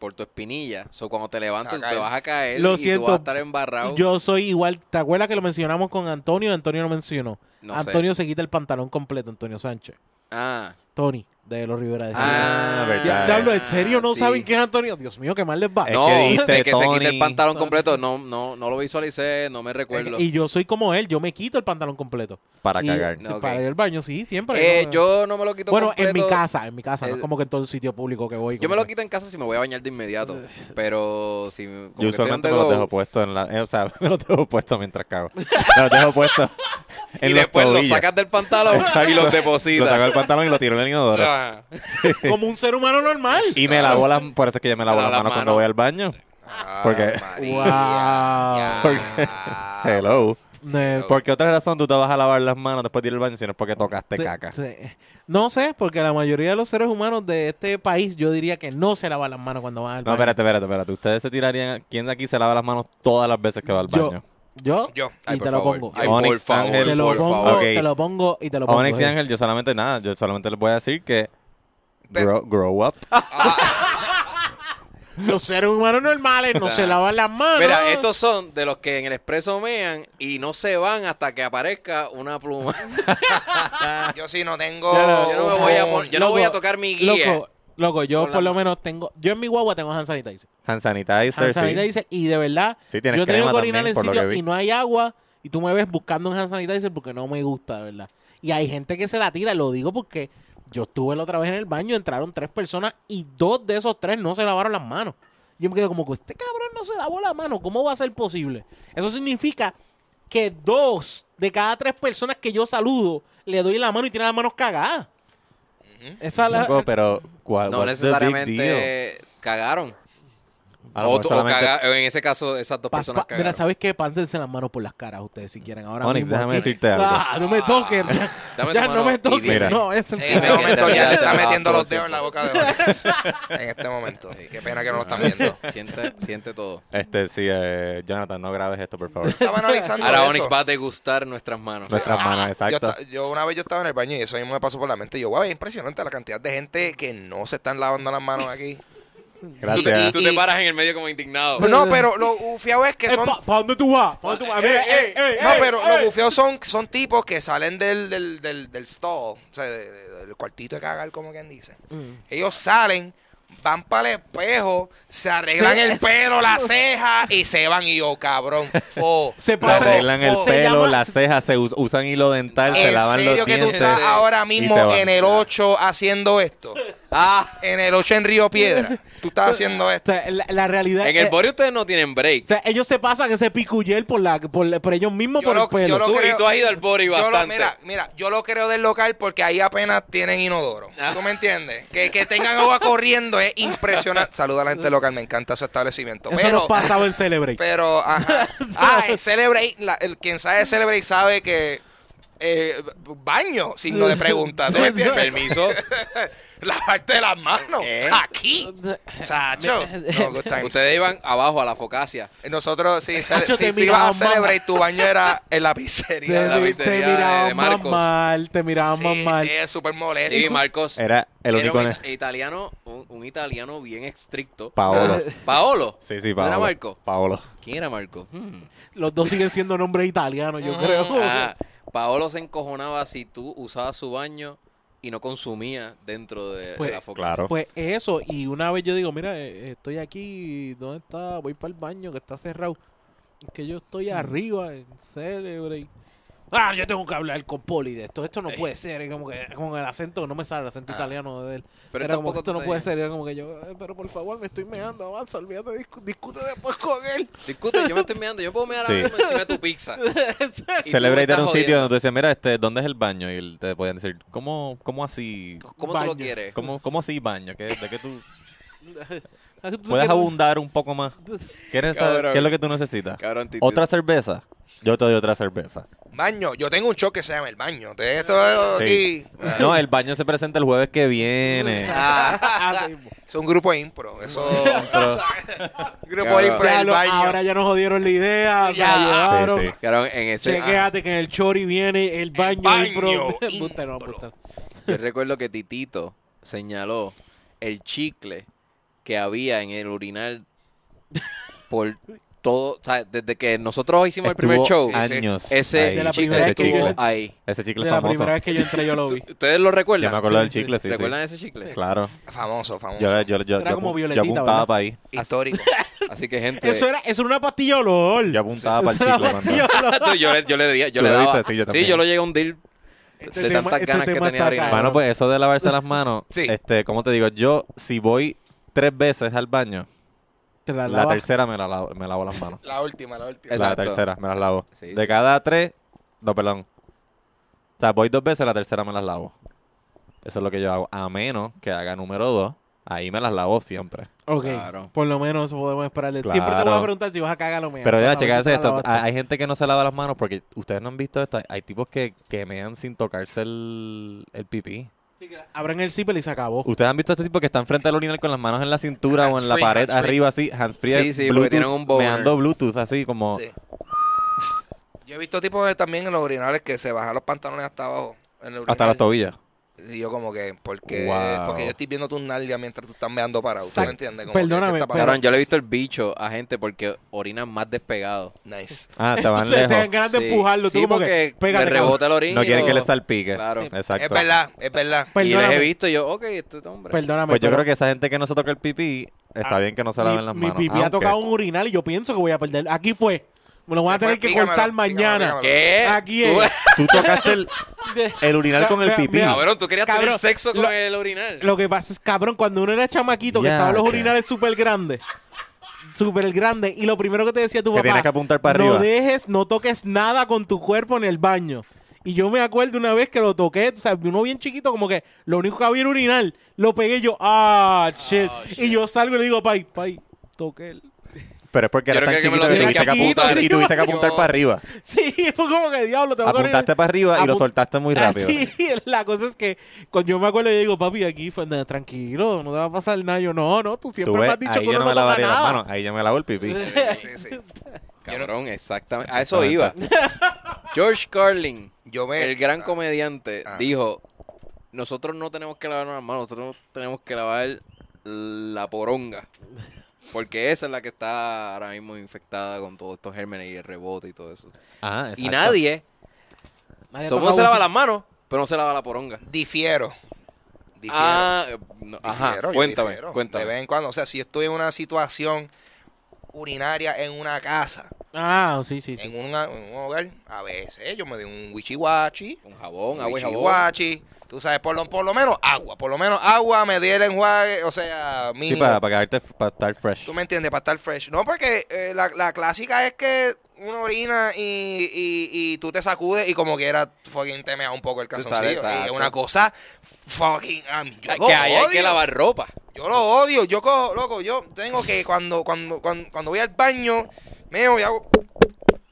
[SPEAKER 4] por tu espinilla. O cuando te levantes,
[SPEAKER 2] A
[SPEAKER 4] te
[SPEAKER 2] caer.
[SPEAKER 4] vas a caer
[SPEAKER 3] Lo
[SPEAKER 4] y
[SPEAKER 3] siento,
[SPEAKER 4] tú vas a estar embarrado.
[SPEAKER 3] Yo soy igual. ¿Te acuerdas que lo mencionamos con Antonio? Antonio lo mencionó.
[SPEAKER 4] No sé.
[SPEAKER 3] Antonio se quita el pantalón completo, Antonio Sánchez.
[SPEAKER 4] Ah,
[SPEAKER 3] Tony, de los Rivera de
[SPEAKER 4] ah,
[SPEAKER 1] verdad.
[SPEAKER 3] Ya-
[SPEAKER 1] ah,
[SPEAKER 3] Diablo, ¿en serio no
[SPEAKER 4] sí.
[SPEAKER 3] saben quién es Antonio? Dios mío, qué mal les va.
[SPEAKER 1] Es
[SPEAKER 4] No,
[SPEAKER 1] que dijiste,
[SPEAKER 4] de que se quite
[SPEAKER 1] Tony.
[SPEAKER 4] el pantalón completo, no, no, no lo visualicé, no me recuerdo.
[SPEAKER 3] Eh, y yo soy como él, yo me quito el pantalón completo.
[SPEAKER 1] Para
[SPEAKER 3] Y-
[SPEAKER 1] cagar.
[SPEAKER 3] sí,
[SPEAKER 4] No, ok.
[SPEAKER 3] Para ir al baño, sí, siempre.
[SPEAKER 4] Eh, yo no me lo quito
[SPEAKER 3] bueno, en mi
[SPEAKER 4] completo.
[SPEAKER 3] casa, pues. en mi casa, no
[SPEAKER 4] Eh,
[SPEAKER 3] es como que en todo el sitio público que voy.
[SPEAKER 4] Yo me
[SPEAKER 3] como
[SPEAKER 4] lo quito en casa si me voy a bañar de inmediato. Pero si me- como
[SPEAKER 1] Yo
[SPEAKER 4] que estoy
[SPEAKER 1] usualmente
[SPEAKER 4] on
[SPEAKER 1] me
[SPEAKER 4] the
[SPEAKER 1] los
[SPEAKER 4] go,
[SPEAKER 1] dejo puesto en la... eh, o sea, me los dejo puesto mientras cago. Me los dejo puesto en
[SPEAKER 4] Y
[SPEAKER 1] los
[SPEAKER 4] después los
[SPEAKER 1] tobillos.
[SPEAKER 4] sacas del pantalón y los
[SPEAKER 1] Lo saco
[SPEAKER 4] depositas.
[SPEAKER 1] del pantalón y lo tiro en el inodoro.
[SPEAKER 4] Ah.
[SPEAKER 3] que- Como un ser humano normal.
[SPEAKER 1] Y me lavo las... Por eso es que yo me lavo
[SPEAKER 4] Lava
[SPEAKER 1] las
[SPEAKER 4] las
[SPEAKER 1] manos cuando
[SPEAKER 4] manos.
[SPEAKER 1] voy al baño.
[SPEAKER 2] Ah,
[SPEAKER 1] Porque-
[SPEAKER 2] María.
[SPEAKER 3] Wow.
[SPEAKER 1] Porque-
[SPEAKER 4] Ah,
[SPEAKER 1] Hello.
[SPEAKER 3] Eh,
[SPEAKER 1] Porque otra razón tú te vas a lavar las manos después de ir al baño, sino es porque tocaste
[SPEAKER 3] Te-
[SPEAKER 1] caca.
[SPEAKER 3] te- No sé, porque la mayoría de los seres humanos de este país, yo diría que no se lavan las manos cuando van al
[SPEAKER 1] No,
[SPEAKER 3] baño.
[SPEAKER 1] espérate, espérate, espérate. Ustedes se tirarían. ¿Quién de aquí se lava las manos todas las veces que va al
[SPEAKER 3] Yo-
[SPEAKER 1] baño?
[SPEAKER 3] Yo,
[SPEAKER 2] Yo.
[SPEAKER 4] Ay,
[SPEAKER 3] y
[SPEAKER 4] por
[SPEAKER 3] te lo
[SPEAKER 4] favor.
[SPEAKER 3] pongo.
[SPEAKER 4] Ay,
[SPEAKER 1] Onyx,
[SPEAKER 4] por favor,
[SPEAKER 1] Ángel,
[SPEAKER 3] te lo
[SPEAKER 4] por
[SPEAKER 3] pongo,
[SPEAKER 4] favor.
[SPEAKER 1] Ok.
[SPEAKER 3] te lo pongo y te lo pongo.
[SPEAKER 1] Onyx y
[SPEAKER 3] eh.
[SPEAKER 1] Ángel, yo solamente nada. Yo solamente les voy a decir que.
[SPEAKER 2] Pe-
[SPEAKER 1] Grow, grow up.
[SPEAKER 3] Los seres humanos normales no se lavan las manos.
[SPEAKER 4] Mira, estos son de los que en el expreso mean y no se van hasta que aparezca una pluma.
[SPEAKER 2] Yo sí no tengo.
[SPEAKER 3] Ya, ya,
[SPEAKER 4] yo no me voy a,
[SPEAKER 3] Loco,
[SPEAKER 4] pon- yo no voy a tocar mi guía.
[SPEAKER 3] Loco, loco, yo
[SPEAKER 4] Con la
[SPEAKER 3] por lo
[SPEAKER 4] mano.
[SPEAKER 3] menos tengo... Yo en mi guagua tengo hand sanitizer.
[SPEAKER 1] Hand sanitizer,
[SPEAKER 3] Hand
[SPEAKER 1] sí.
[SPEAKER 3] sanitizer y de verdad,
[SPEAKER 1] Sí, tienes
[SPEAKER 3] yo tengo
[SPEAKER 1] crema
[SPEAKER 3] que orinar
[SPEAKER 1] también,
[SPEAKER 3] en
[SPEAKER 1] por lo que
[SPEAKER 3] sitio
[SPEAKER 1] vi.
[SPEAKER 3] y no hay agua y tú me ves buscando un hand sanitizer porque no me gusta, de verdad. Y hay gente que se la tira, lo digo porque yo estuve la otra vez en el baño, entraron tres personas y dos de esos tres no se lavaron las manos. Yo me quedo como que este cabrón no se lavó la mano, ¿cómo va a ser posible? Eso significa que dos de cada tres personas que yo saludo le doy la mano y tiene las manos cagadas. Esa la-
[SPEAKER 1] Loco, pero. ¿cuál,
[SPEAKER 4] No
[SPEAKER 1] what's the big deal?
[SPEAKER 4] necesariamente cagaron.
[SPEAKER 1] A lo mejor
[SPEAKER 4] O- o
[SPEAKER 1] solamente-
[SPEAKER 4] caga- en ese caso, esas dos
[SPEAKER 3] Pa-
[SPEAKER 4] personas
[SPEAKER 3] pa- mira,
[SPEAKER 4] cagaron.
[SPEAKER 3] ¿sabes qué? Pánsense las manos por las caras ustedes si quieren. Ahora
[SPEAKER 1] Onyx,
[SPEAKER 3] mismo
[SPEAKER 1] déjame
[SPEAKER 3] aquí.
[SPEAKER 1] decirte algo.
[SPEAKER 3] Ah, no me toquen.
[SPEAKER 4] Dame
[SPEAKER 3] ya no
[SPEAKER 4] tu mano
[SPEAKER 3] me
[SPEAKER 4] y
[SPEAKER 3] toquen.
[SPEAKER 1] dime.
[SPEAKER 3] No, es el
[SPEAKER 2] En este
[SPEAKER 4] Dime que
[SPEAKER 2] momento
[SPEAKER 4] en
[SPEAKER 2] ya
[SPEAKER 4] realidad
[SPEAKER 2] le
[SPEAKER 4] te
[SPEAKER 2] está
[SPEAKER 4] lavas
[SPEAKER 2] metiendo
[SPEAKER 4] todo el
[SPEAKER 2] los dedos en la
[SPEAKER 4] tiempo.
[SPEAKER 2] boca de Onyx. En este momento. Qué pena que no lo están viendo.
[SPEAKER 4] Siente, siente todo.
[SPEAKER 1] Este, sí, eh, Jonathan, no grabes esto, por favor.
[SPEAKER 2] Estaba analizando.
[SPEAKER 4] Ahora
[SPEAKER 2] eso.
[SPEAKER 4] Onyx va a degustar nuestras manos.
[SPEAKER 1] Nuestras manos,
[SPEAKER 2] ah, Yo,
[SPEAKER 1] exacto.
[SPEAKER 2] esta- yo una vez yo estaba en el baño y eso mismo me pasó por la mente. Y yo, wow, es impresionante la cantidad de gente que no se están lavando las manos aquí.
[SPEAKER 4] Y,
[SPEAKER 1] Gracias.
[SPEAKER 4] tú te paras en el medio como indignado.
[SPEAKER 2] No, pero lo bufiado es que son.
[SPEAKER 3] ¿Para dónde tú vas? ¿Para dónde tú vas?
[SPEAKER 4] Eh,
[SPEAKER 3] Mira,
[SPEAKER 4] eh,
[SPEAKER 3] eh, eh,
[SPEAKER 2] No,
[SPEAKER 3] eh,
[SPEAKER 2] pero
[SPEAKER 3] eh.
[SPEAKER 2] los bufeos son, son tipos que salen del, del, del, del stall, o sea, de- de- del cuartito de cagar, como quien dice.
[SPEAKER 3] Mm.
[SPEAKER 2] Ellos salen, van para el espejo, se arreglan
[SPEAKER 3] Se-
[SPEAKER 2] el pelo, la ceja y se van. Y yo, cabrón, fo.
[SPEAKER 3] Se
[SPEAKER 1] Se
[SPEAKER 3] pasa-
[SPEAKER 1] arreglan el
[SPEAKER 3] se
[SPEAKER 1] pelo,
[SPEAKER 3] llama-
[SPEAKER 1] las cejas, se us- usan hilo dental, se
[SPEAKER 2] ¿En
[SPEAKER 1] lavan los
[SPEAKER 2] serio que tú
[SPEAKER 1] dientes.
[SPEAKER 2] estás
[SPEAKER 1] y
[SPEAKER 2] ahora
[SPEAKER 1] se
[SPEAKER 2] mismo
[SPEAKER 1] van.
[SPEAKER 2] en el 8 haciendo esto?
[SPEAKER 4] Ah,
[SPEAKER 2] En el 8 en Río Piedra. Tú estás haciendo
[SPEAKER 3] O
[SPEAKER 2] esto.
[SPEAKER 3] sea, la, la realidad
[SPEAKER 4] en el
[SPEAKER 3] es-
[SPEAKER 4] body ustedes no tienen break.
[SPEAKER 3] o sea, ellos se pasan ese picuyel por la por, la- por ellos mismos
[SPEAKER 2] Yo
[SPEAKER 3] por
[SPEAKER 2] lo-
[SPEAKER 3] el pelo.
[SPEAKER 2] yo lo-
[SPEAKER 4] tú,
[SPEAKER 2] creo-
[SPEAKER 4] y tú has ido al body
[SPEAKER 2] Yo lo,
[SPEAKER 4] bastante.
[SPEAKER 2] mira, mira, yo lo creo del local porque ahí apenas tienen inodoro.
[SPEAKER 4] Ah.
[SPEAKER 2] ¿Tú me entiendes? Que, que tengan agua corriendo es impresionante. Saluda a la gente local, me encanta su establecimiento.
[SPEAKER 3] Eso
[SPEAKER 2] Pero,
[SPEAKER 3] nos pasaba en Celebrate.
[SPEAKER 2] pero, ajá. Ah, el Celebrate, la- el, quien sabe de Celebrate sabe que eh, baño, signo de pregunta. ¿Tú me entiendes?
[SPEAKER 4] Permiso.
[SPEAKER 2] La parte de las manos. Aquí.
[SPEAKER 3] Eh,
[SPEAKER 2] Chacho. No, good times.
[SPEAKER 4] Ustedes iban abajo a la focacia.
[SPEAKER 2] Nosotros, si, se-
[SPEAKER 3] Chacho,
[SPEAKER 2] si
[SPEAKER 3] te
[SPEAKER 2] tú ibas a
[SPEAKER 3] miraban, mamá.
[SPEAKER 2] Celebrate, tu baño era en la
[SPEAKER 3] te,
[SPEAKER 2] pizzería.
[SPEAKER 4] la
[SPEAKER 3] te
[SPEAKER 4] pizzería de- de
[SPEAKER 3] miraban más
[SPEAKER 4] Marcos.
[SPEAKER 3] mal, te miraban más
[SPEAKER 2] Sí,
[SPEAKER 3] mal.
[SPEAKER 2] sí, es súper molesto.
[SPEAKER 4] Y Marcos
[SPEAKER 1] Era el
[SPEAKER 4] era
[SPEAKER 1] único.
[SPEAKER 4] un
[SPEAKER 1] en-
[SPEAKER 4] ita- italiano, un, un italiano bien estricto.
[SPEAKER 1] Paolo.
[SPEAKER 4] Paolo.
[SPEAKER 1] Sí, sí,
[SPEAKER 4] ¿No
[SPEAKER 1] Paolo.
[SPEAKER 4] era Marco?
[SPEAKER 1] Paolo.
[SPEAKER 4] ¿Quién era Marco? Hmm.
[SPEAKER 3] Los dos siguen siendo nombres italianos, yo creo.
[SPEAKER 4] Ah, Paolo se encojonaba si tú usabas su baño y no consumía dentro de,
[SPEAKER 3] Pues,
[SPEAKER 4] la focacia.
[SPEAKER 1] Claro.
[SPEAKER 3] Pues eso, y una vez yo digo, mira, eh, estoy aquí, ¿dónde está? Voy para el baño que está cerrado. Es que yo estoy arriba en Celebrate. Ah, yo tengo que hablar con Poli de esto. Esto no puede ser. Es como que con el acento, no me sale el acento
[SPEAKER 4] Ah.
[SPEAKER 3] italiano de él.
[SPEAKER 4] Pero
[SPEAKER 3] era como
[SPEAKER 4] tampoco
[SPEAKER 3] que esto
[SPEAKER 4] tú
[SPEAKER 3] no
[SPEAKER 4] te-
[SPEAKER 3] puede ser. Era como que yo, "Eh, pero por favor, me estoy meando. Avanza, olvídate, discu- discute después con él.
[SPEAKER 4] Discute, yo me estoy mirando, yo puedo mirar
[SPEAKER 1] Sí.
[SPEAKER 4] ahora mismo encima de tu pizza. Y tú
[SPEAKER 1] Celebrate
[SPEAKER 4] estás
[SPEAKER 1] era un sitio
[SPEAKER 4] jodiendo.
[SPEAKER 1] donde te decían, mira, este, ¿dónde es el baño? Y el- te podían decir, ¿cómo, cómo así?
[SPEAKER 4] ¿Cómo tú lo
[SPEAKER 3] Baño.
[SPEAKER 4] quieres?
[SPEAKER 1] ¿Cómo, cómo así baño? ¿Qué, ¿De qué tú
[SPEAKER 3] Ah, tú
[SPEAKER 1] puedes
[SPEAKER 3] tienes-
[SPEAKER 1] abundar un poco más? ¿Quieres saber
[SPEAKER 4] Cabrón.
[SPEAKER 1] qué es lo que tú necesitas?
[SPEAKER 4] Cabrón, Titi.
[SPEAKER 1] ¿Otra cerveza? Yo te doy otra cerveza.
[SPEAKER 2] Baño, yo tengo un show que se llama el baño. De esto
[SPEAKER 1] Sí.
[SPEAKER 2] aquí.
[SPEAKER 1] No, el baño se presenta el jueves que viene.
[SPEAKER 3] Ah, sí, mo.
[SPEAKER 2] Es un grupo de impro. Eso.
[SPEAKER 1] Pero-
[SPEAKER 2] grupo de impro
[SPEAKER 3] Ya
[SPEAKER 2] del
[SPEAKER 3] lo-
[SPEAKER 2] baño.
[SPEAKER 3] ahora ya nos jodieron la idea. o sea,
[SPEAKER 4] Ya.
[SPEAKER 3] llegaron.
[SPEAKER 1] Sí, sí.
[SPEAKER 4] Cabrón, en ese...
[SPEAKER 3] Chequéate que en el chori viene el baño,
[SPEAKER 2] baño
[SPEAKER 3] impro.
[SPEAKER 2] impro.
[SPEAKER 3] Embuste, no, embuste.
[SPEAKER 4] Ah, yo recuerdo que Titito señaló el chicle que había en el urinal por todo... O sea, desde que nosotros hicimos el primer
[SPEAKER 1] Estuvo
[SPEAKER 4] show,
[SPEAKER 1] años
[SPEAKER 4] ese
[SPEAKER 1] ahí,
[SPEAKER 3] De la
[SPEAKER 1] ese
[SPEAKER 3] primera
[SPEAKER 4] chicle
[SPEAKER 3] vez que yo-
[SPEAKER 4] estuvo
[SPEAKER 1] chicle,
[SPEAKER 4] ahí.
[SPEAKER 1] ese chicle
[SPEAKER 3] de la
[SPEAKER 1] famoso.
[SPEAKER 3] primera vez que yo entré, yo lo vi.
[SPEAKER 4] ¿Ustedes lo recuerdan?
[SPEAKER 1] Yo me acuerdo
[SPEAKER 3] Sí,
[SPEAKER 1] del chicle, sí, sí.
[SPEAKER 4] ¿Recuerdan ese chicle?
[SPEAKER 1] Claro.
[SPEAKER 2] Famoso, famoso.
[SPEAKER 1] Yo, yo, yo, yo,
[SPEAKER 3] Era como
[SPEAKER 1] apu-
[SPEAKER 3] violetita,
[SPEAKER 1] yo
[SPEAKER 3] ¿verdad?
[SPEAKER 1] apuntaba para ahí.
[SPEAKER 2] Histórico.
[SPEAKER 4] Así que, gente...
[SPEAKER 3] Eso era, eso era una pastilla de olor.
[SPEAKER 1] Yo apuntaba
[SPEAKER 3] Eso
[SPEAKER 1] para
[SPEAKER 3] era
[SPEAKER 1] el chicle.
[SPEAKER 3] una
[SPEAKER 1] manda.
[SPEAKER 3] pastilla de olor.
[SPEAKER 4] Tú, yo le, yo le, di- yo
[SPEAKER 1] Tú
[SPEAKER 4] le
[SPEAKER 1] le
[SPEAKER 4] daba.
[SPEAKER 1] diste, sí, yo
[SPEAKER 4] sí,
[SPEAKER 1] también.
[SPEAKER 4] yo lo llegué a hundir
[SPEAKER 3] Este
[SPEAKER 4] de
[SPEAKER 3] tema-
[SPEAKER 4] tantas
[SPEAKER 3] este
[SPEAKER 4] ganas que
[SPEAKER 3] tema
[SPEAKER 4] tenía
[SPEAKER 3] está
[SPEAKER 4] de orinar.
[SPEAKER 3] cabrón.
[SPEAKER 1] Mano, pues eso de lavarse las manos,
[SPEAKER 2] Sí.
[SPEAKER 1] este, como te digo, yo si voy tres veces al baño,
[SPEAKER 3] Te la
[SPEAKER 1] la,
[SPEAKER 3] lava.
[SPEAKER 1] tercera me la lavo, me lavo las manos.
[SPEAKER 2] la última, la última.
[SPEAKER 1] la
[SPEAKER 4] Exacto.
[SPEAKER 1] tercera me las lavo.
[SPEAKER 4] Sí.
[SPEAKER 1] De cada tres, no, perdón. O sea, voy dos veces, la tercera me las lavo. Eso es lo que yo hago. A menos que haga número dos, ahí me las lavo siempre.
[SPEAKER 3] Ok,
[SPEAKER 4] Claro.
[SPEAKER 3] por lo menos podemos esperarle.
[SPEAKER 1] Claro.
[SPEAKER 3] Siempre te voy a preguntar si vas a cagar o menos.
[SPEAKER 1] Pero ya,
[SPEAKER 3] Para ver
[SPEAKER 1] chicas,
[SPEAKER 3] si te la
[SPEAKER 1] esto.
[SPEAKER 3] lavaste.
[SPEAKER 1] Hay, hay gente que no se lava las manos porque ustedes no han visto esto. Hay tipos que, que mean sin tocarse el, el pipí.
[SPEAKER 3] Abren el zipper y se acabó.
[SPEAKER 1] ¿Ustedes han visto a este tipo que están frente al urinal con las manos en la cintura o en la
[SPEAKER 4] Hands-free,
[SPEAKER 1] pared
[SPEAKER 4] hands-free.
[SPEAKER 1] arriba así, hands free?
[SPEAKER 4] Sí, sí, porque tienen un boner.
[SPEAKER 1] meando Bluetooth así como...
[SPEAKER 2] Sí. Yo he visto tipos de- también en los urinales que se bajan los pantalones hasta abajo. En el
[SPEAKER 1] Hasta
[SPEAKER 2] urinal.
[SPEAKER 1] las tobillas.
[SPEAKER 2] Y yo como que, porque,
[SPEAKER 1] Wow.
[SPEAKER 2] porque yo estoy viendo tus nalgas mientras tú estás meando parado. ¿Tú
[SPEAKER 3] Sac-
[SPEAKER 2] me entiendes? Como que, ¿qué
[SPEAKER 3] Perdóname,
[SPEAKER 2] está pasando?
[SPEAKER 4] Cabrón, yo le he visto el bicho a gente porque orinan más despegado.
[SPEAKER 2] Nice.
[SPEAKER 1] Ah, te van
[SPEAKER 3] Te- te dan
[SPEAKER 1] lejos.
[SPEAKER 3] ganas de
[SPEAKER 4] Sí.
[SPEAKER 3] empujarlo. Tú
[SPEAKER 4] Sí,
[SPEAKER 3] como
[SPEAKER 4] porque
[SPEAKER 3] que, pégate,
[SPEAKER 4] le
[SPEAKER 3] cabrón.
[SPEAKER 4] rebota el orín.
[SPEAKER 1] No quieren que les
[SPEAKER 4] les
[SPEAKER 1] salpique.
[SPEAKER 4] Claro.
[SPEAKER 1] Exacto.
[SPEAKER 2] Es verdad, es verdad.
[SPEAKER 4] Y les he
[SPEAKER 3] Perdóname,
[SPEAKER 4] visto y yo, ok, este hombre.
[SPEAKER 3] perdóname.
[SPEAKER 1] Pues yo
[SPEAKER 3] pero
[SPEAKER 1] creo que esa gente que no se toca el pipí, está
[SPEAKER 3] Ah,
[SPEAKER 1] bien que no se
[SPEAKER 3] mi-
[SPEAKER 1] laven las manos. Ah,
[SPEAKER 3] Mi pipí ha
[SPEAKER 1] aunque-
[SPEAKER 3] tocado un urinal y yo pienso que voy a perder. Aquí fue. Me lo voy
[SPEAKER 2] Se
[SPEAKER 3] a
[SPEAKER 2] fue,
[SPEAKER 3] tener
[SPEAKER 4] pues,
[SPEAKER 3] que
[SPEAKER 2] pícamelo,
[SPEAKER 3] cortar
[SPEAKER 2] pícamelo,
[SPEAKER 3] mañana.
[SPEAKER 2] pícamelo.
[SPEAKER 4] ¿Qué?
[SPEAKER 3] Aquí
[SPEAKER 4] Tú-
[SPEAKER 3] es.
[SPEAKER 1] Tú tocaste el, el urinal con el
[SPEAKER 3] Mira,
[SPEAKER 1] pipí.
[SPEAKER 3] mira,
[SPEAKER 4] Cabrón, tú querías tener
[SPEAKER 3] Cabrón,
[SPEAKER 4] sexo con
[SPEAKER 3] lo-
[SPEAKER 4] el urinal.
[SPEAKER 3] Lo que pasa es, cabrón, cuando uno era chamaquito, que
[SPEAKER 1] Ya,
[SPEAKER 3] estaban los
[SPEAKER 1] che.
[SPEAKER 3] urinales súper grandes. Súper grandes. Y lo primero que te decía tu
[SPEAKER 1] Que
[SPEAKER 3] papá.
[SPEAKER 1] tienes que apuntar para arriba".
[SPEAKER 3] No dejes, no toques nada con tu cuerpo en el baño. Y yo me acuerdo una vez que lo toqué, o sea, uno bien chiquito, como que lo único que había era urinal. Lo pegué y yo, ah, shit. Y yo salgo y le digo, pay, pay, toqué el.
[SPEAKER 1] Pero es porque
[SPEAKER 4] Yo
[SPEAKER 1] eras tan
[SPEAKER 4] creo que me lo
[SPEAKER 1] chiquito que
[SPEAKER 4] tienes
[SPEAKER 1] tuviste que
[SPEAKER 4] que
[SPEAKER 1] apuntar.
[SPEAKER 4] apuntar.
[SPEAKER 1] Y tuviste que apuntar
[SPEAKER 2] Yo-
[SPEAKER 1] para arriba.
[SPEAKER 3] Sí, fue como que diablo, te voy a correr".
[SPEAKER 1] Apuntaste para arriba y lo
[SPEAKER 3] Apun-
[SPEAKER 1] soltaste muy rápido.
[SPEAKER 3] Ah, sí, la cosa es que cuando yo me acuerdo, yo digo, papi, aquí, fue, nada, tranquilo, no te va a pasar nada. Yo, no, no, tú
[SPEAKER 1] Tú
[SPEAKER 3] siempre me
[SPEAKER 1] ves,
[SPEAKER 3] has dicho
[SPEAKER 1] ahí
[SPEAKER 3] que
[SPEAKER 1] yo
[SPEAKER 3] uno
[SPEAKER 1] no
[SPEAKER 3] no,
[SPEAKER 1] me
[SPEAKER 3] toca
[SPEAKER 1] lavaré las
[SPEAKER 3] nada.
[SPEAKER 1] manos. Ahí yo me lavo el pipí.
[SPEAKER 2] Sí, sí.
[SPEAKER 4] Cabrón, exactamente. A eso iba. George Carlin,
[SPEAKER 2] Yo me...
[SPEAKER 4] el gran
[SPEAKER 2] Ah,
[SPEAKER 4] comediante,
[SPEAKER 2] Ah.
[SPEAKER 4] dijo: Nosotros no tenemos que lavarnos las manos, nosotros tenemos que lavar la poronga. Porque esa es la que está ahora mismo infectada con todos estos gérmenes y el rebote y todo eso.
[SPEAKER 1] Ah,
[SPEAKER 4] Y
[SPEAKER 1] exacto.
[SPEAKER 3] Eh,
[SPEAKER 4] nadie,
[SPEAKER 3] Nadie
[SPEAKER 4] todo el
[SPEAKER 3] toca
[SPEAKER 4] mundo se lava
[SPEAKER 3] bocina.
[SPEAKER 4] las manos, pero no se lava la poronga.
[SPEAKER 2] Difiero. Difiero.
[SPEAKER 4] Ah, eh, no, ajá,
[SPEAKER 2] Difiero, yo
[SPEAKER 4] cuéntame,
[SPEAKER 2] difiero.
[SPEAKER 4] cuéntame.
[SPEAKER 2] De vez en cuando, o sea, si estoy en una situación urinaria en una casa,
[SPEAKER 3] Ah, sí, sí, sí.
[SPEAKER 2] en, una- en un hogar, a veces yo me doy un wichiwachi,
[SPEAKER 4] Con jabón, agua y jabón.
[SPEAKER 2] wichiwachi, tú sabes, por lo, por lo menos agua, por lo menos agua me di el enjuague, o sea,
[SPEAKER 1] Sí,
[SPEAKER 2] mínimo.
[SPEAKER 1] para, para, quedarte- para estar fresh.
[SPEAKER 2] Tú me entiendes, para estar fresh. No, porque eh, la, la clásica es que uno orina y, y, y tú te sacudes y como quiera fucking te mea un poco el
[SPEAKER 4] Tú sabes,
[SPEAKER 2] calzoncillo. Y es
[SPEAKER 4] exacto.
[SPEAKER 2] una cosa fucking... a mí, yo
[SPEAKER 4] Ah,
[SPEAKER 2] lo
[SPEAKER 4] Que ahí hay
[SPEAKER 2] odio.
[SPEAKER 4] que lavar ropa.
[SPEAKER 2] Yo lo odio, yo cojo, loco, yo tengo que cuando, cuando, cuando, cuando voy al baño, meo y hago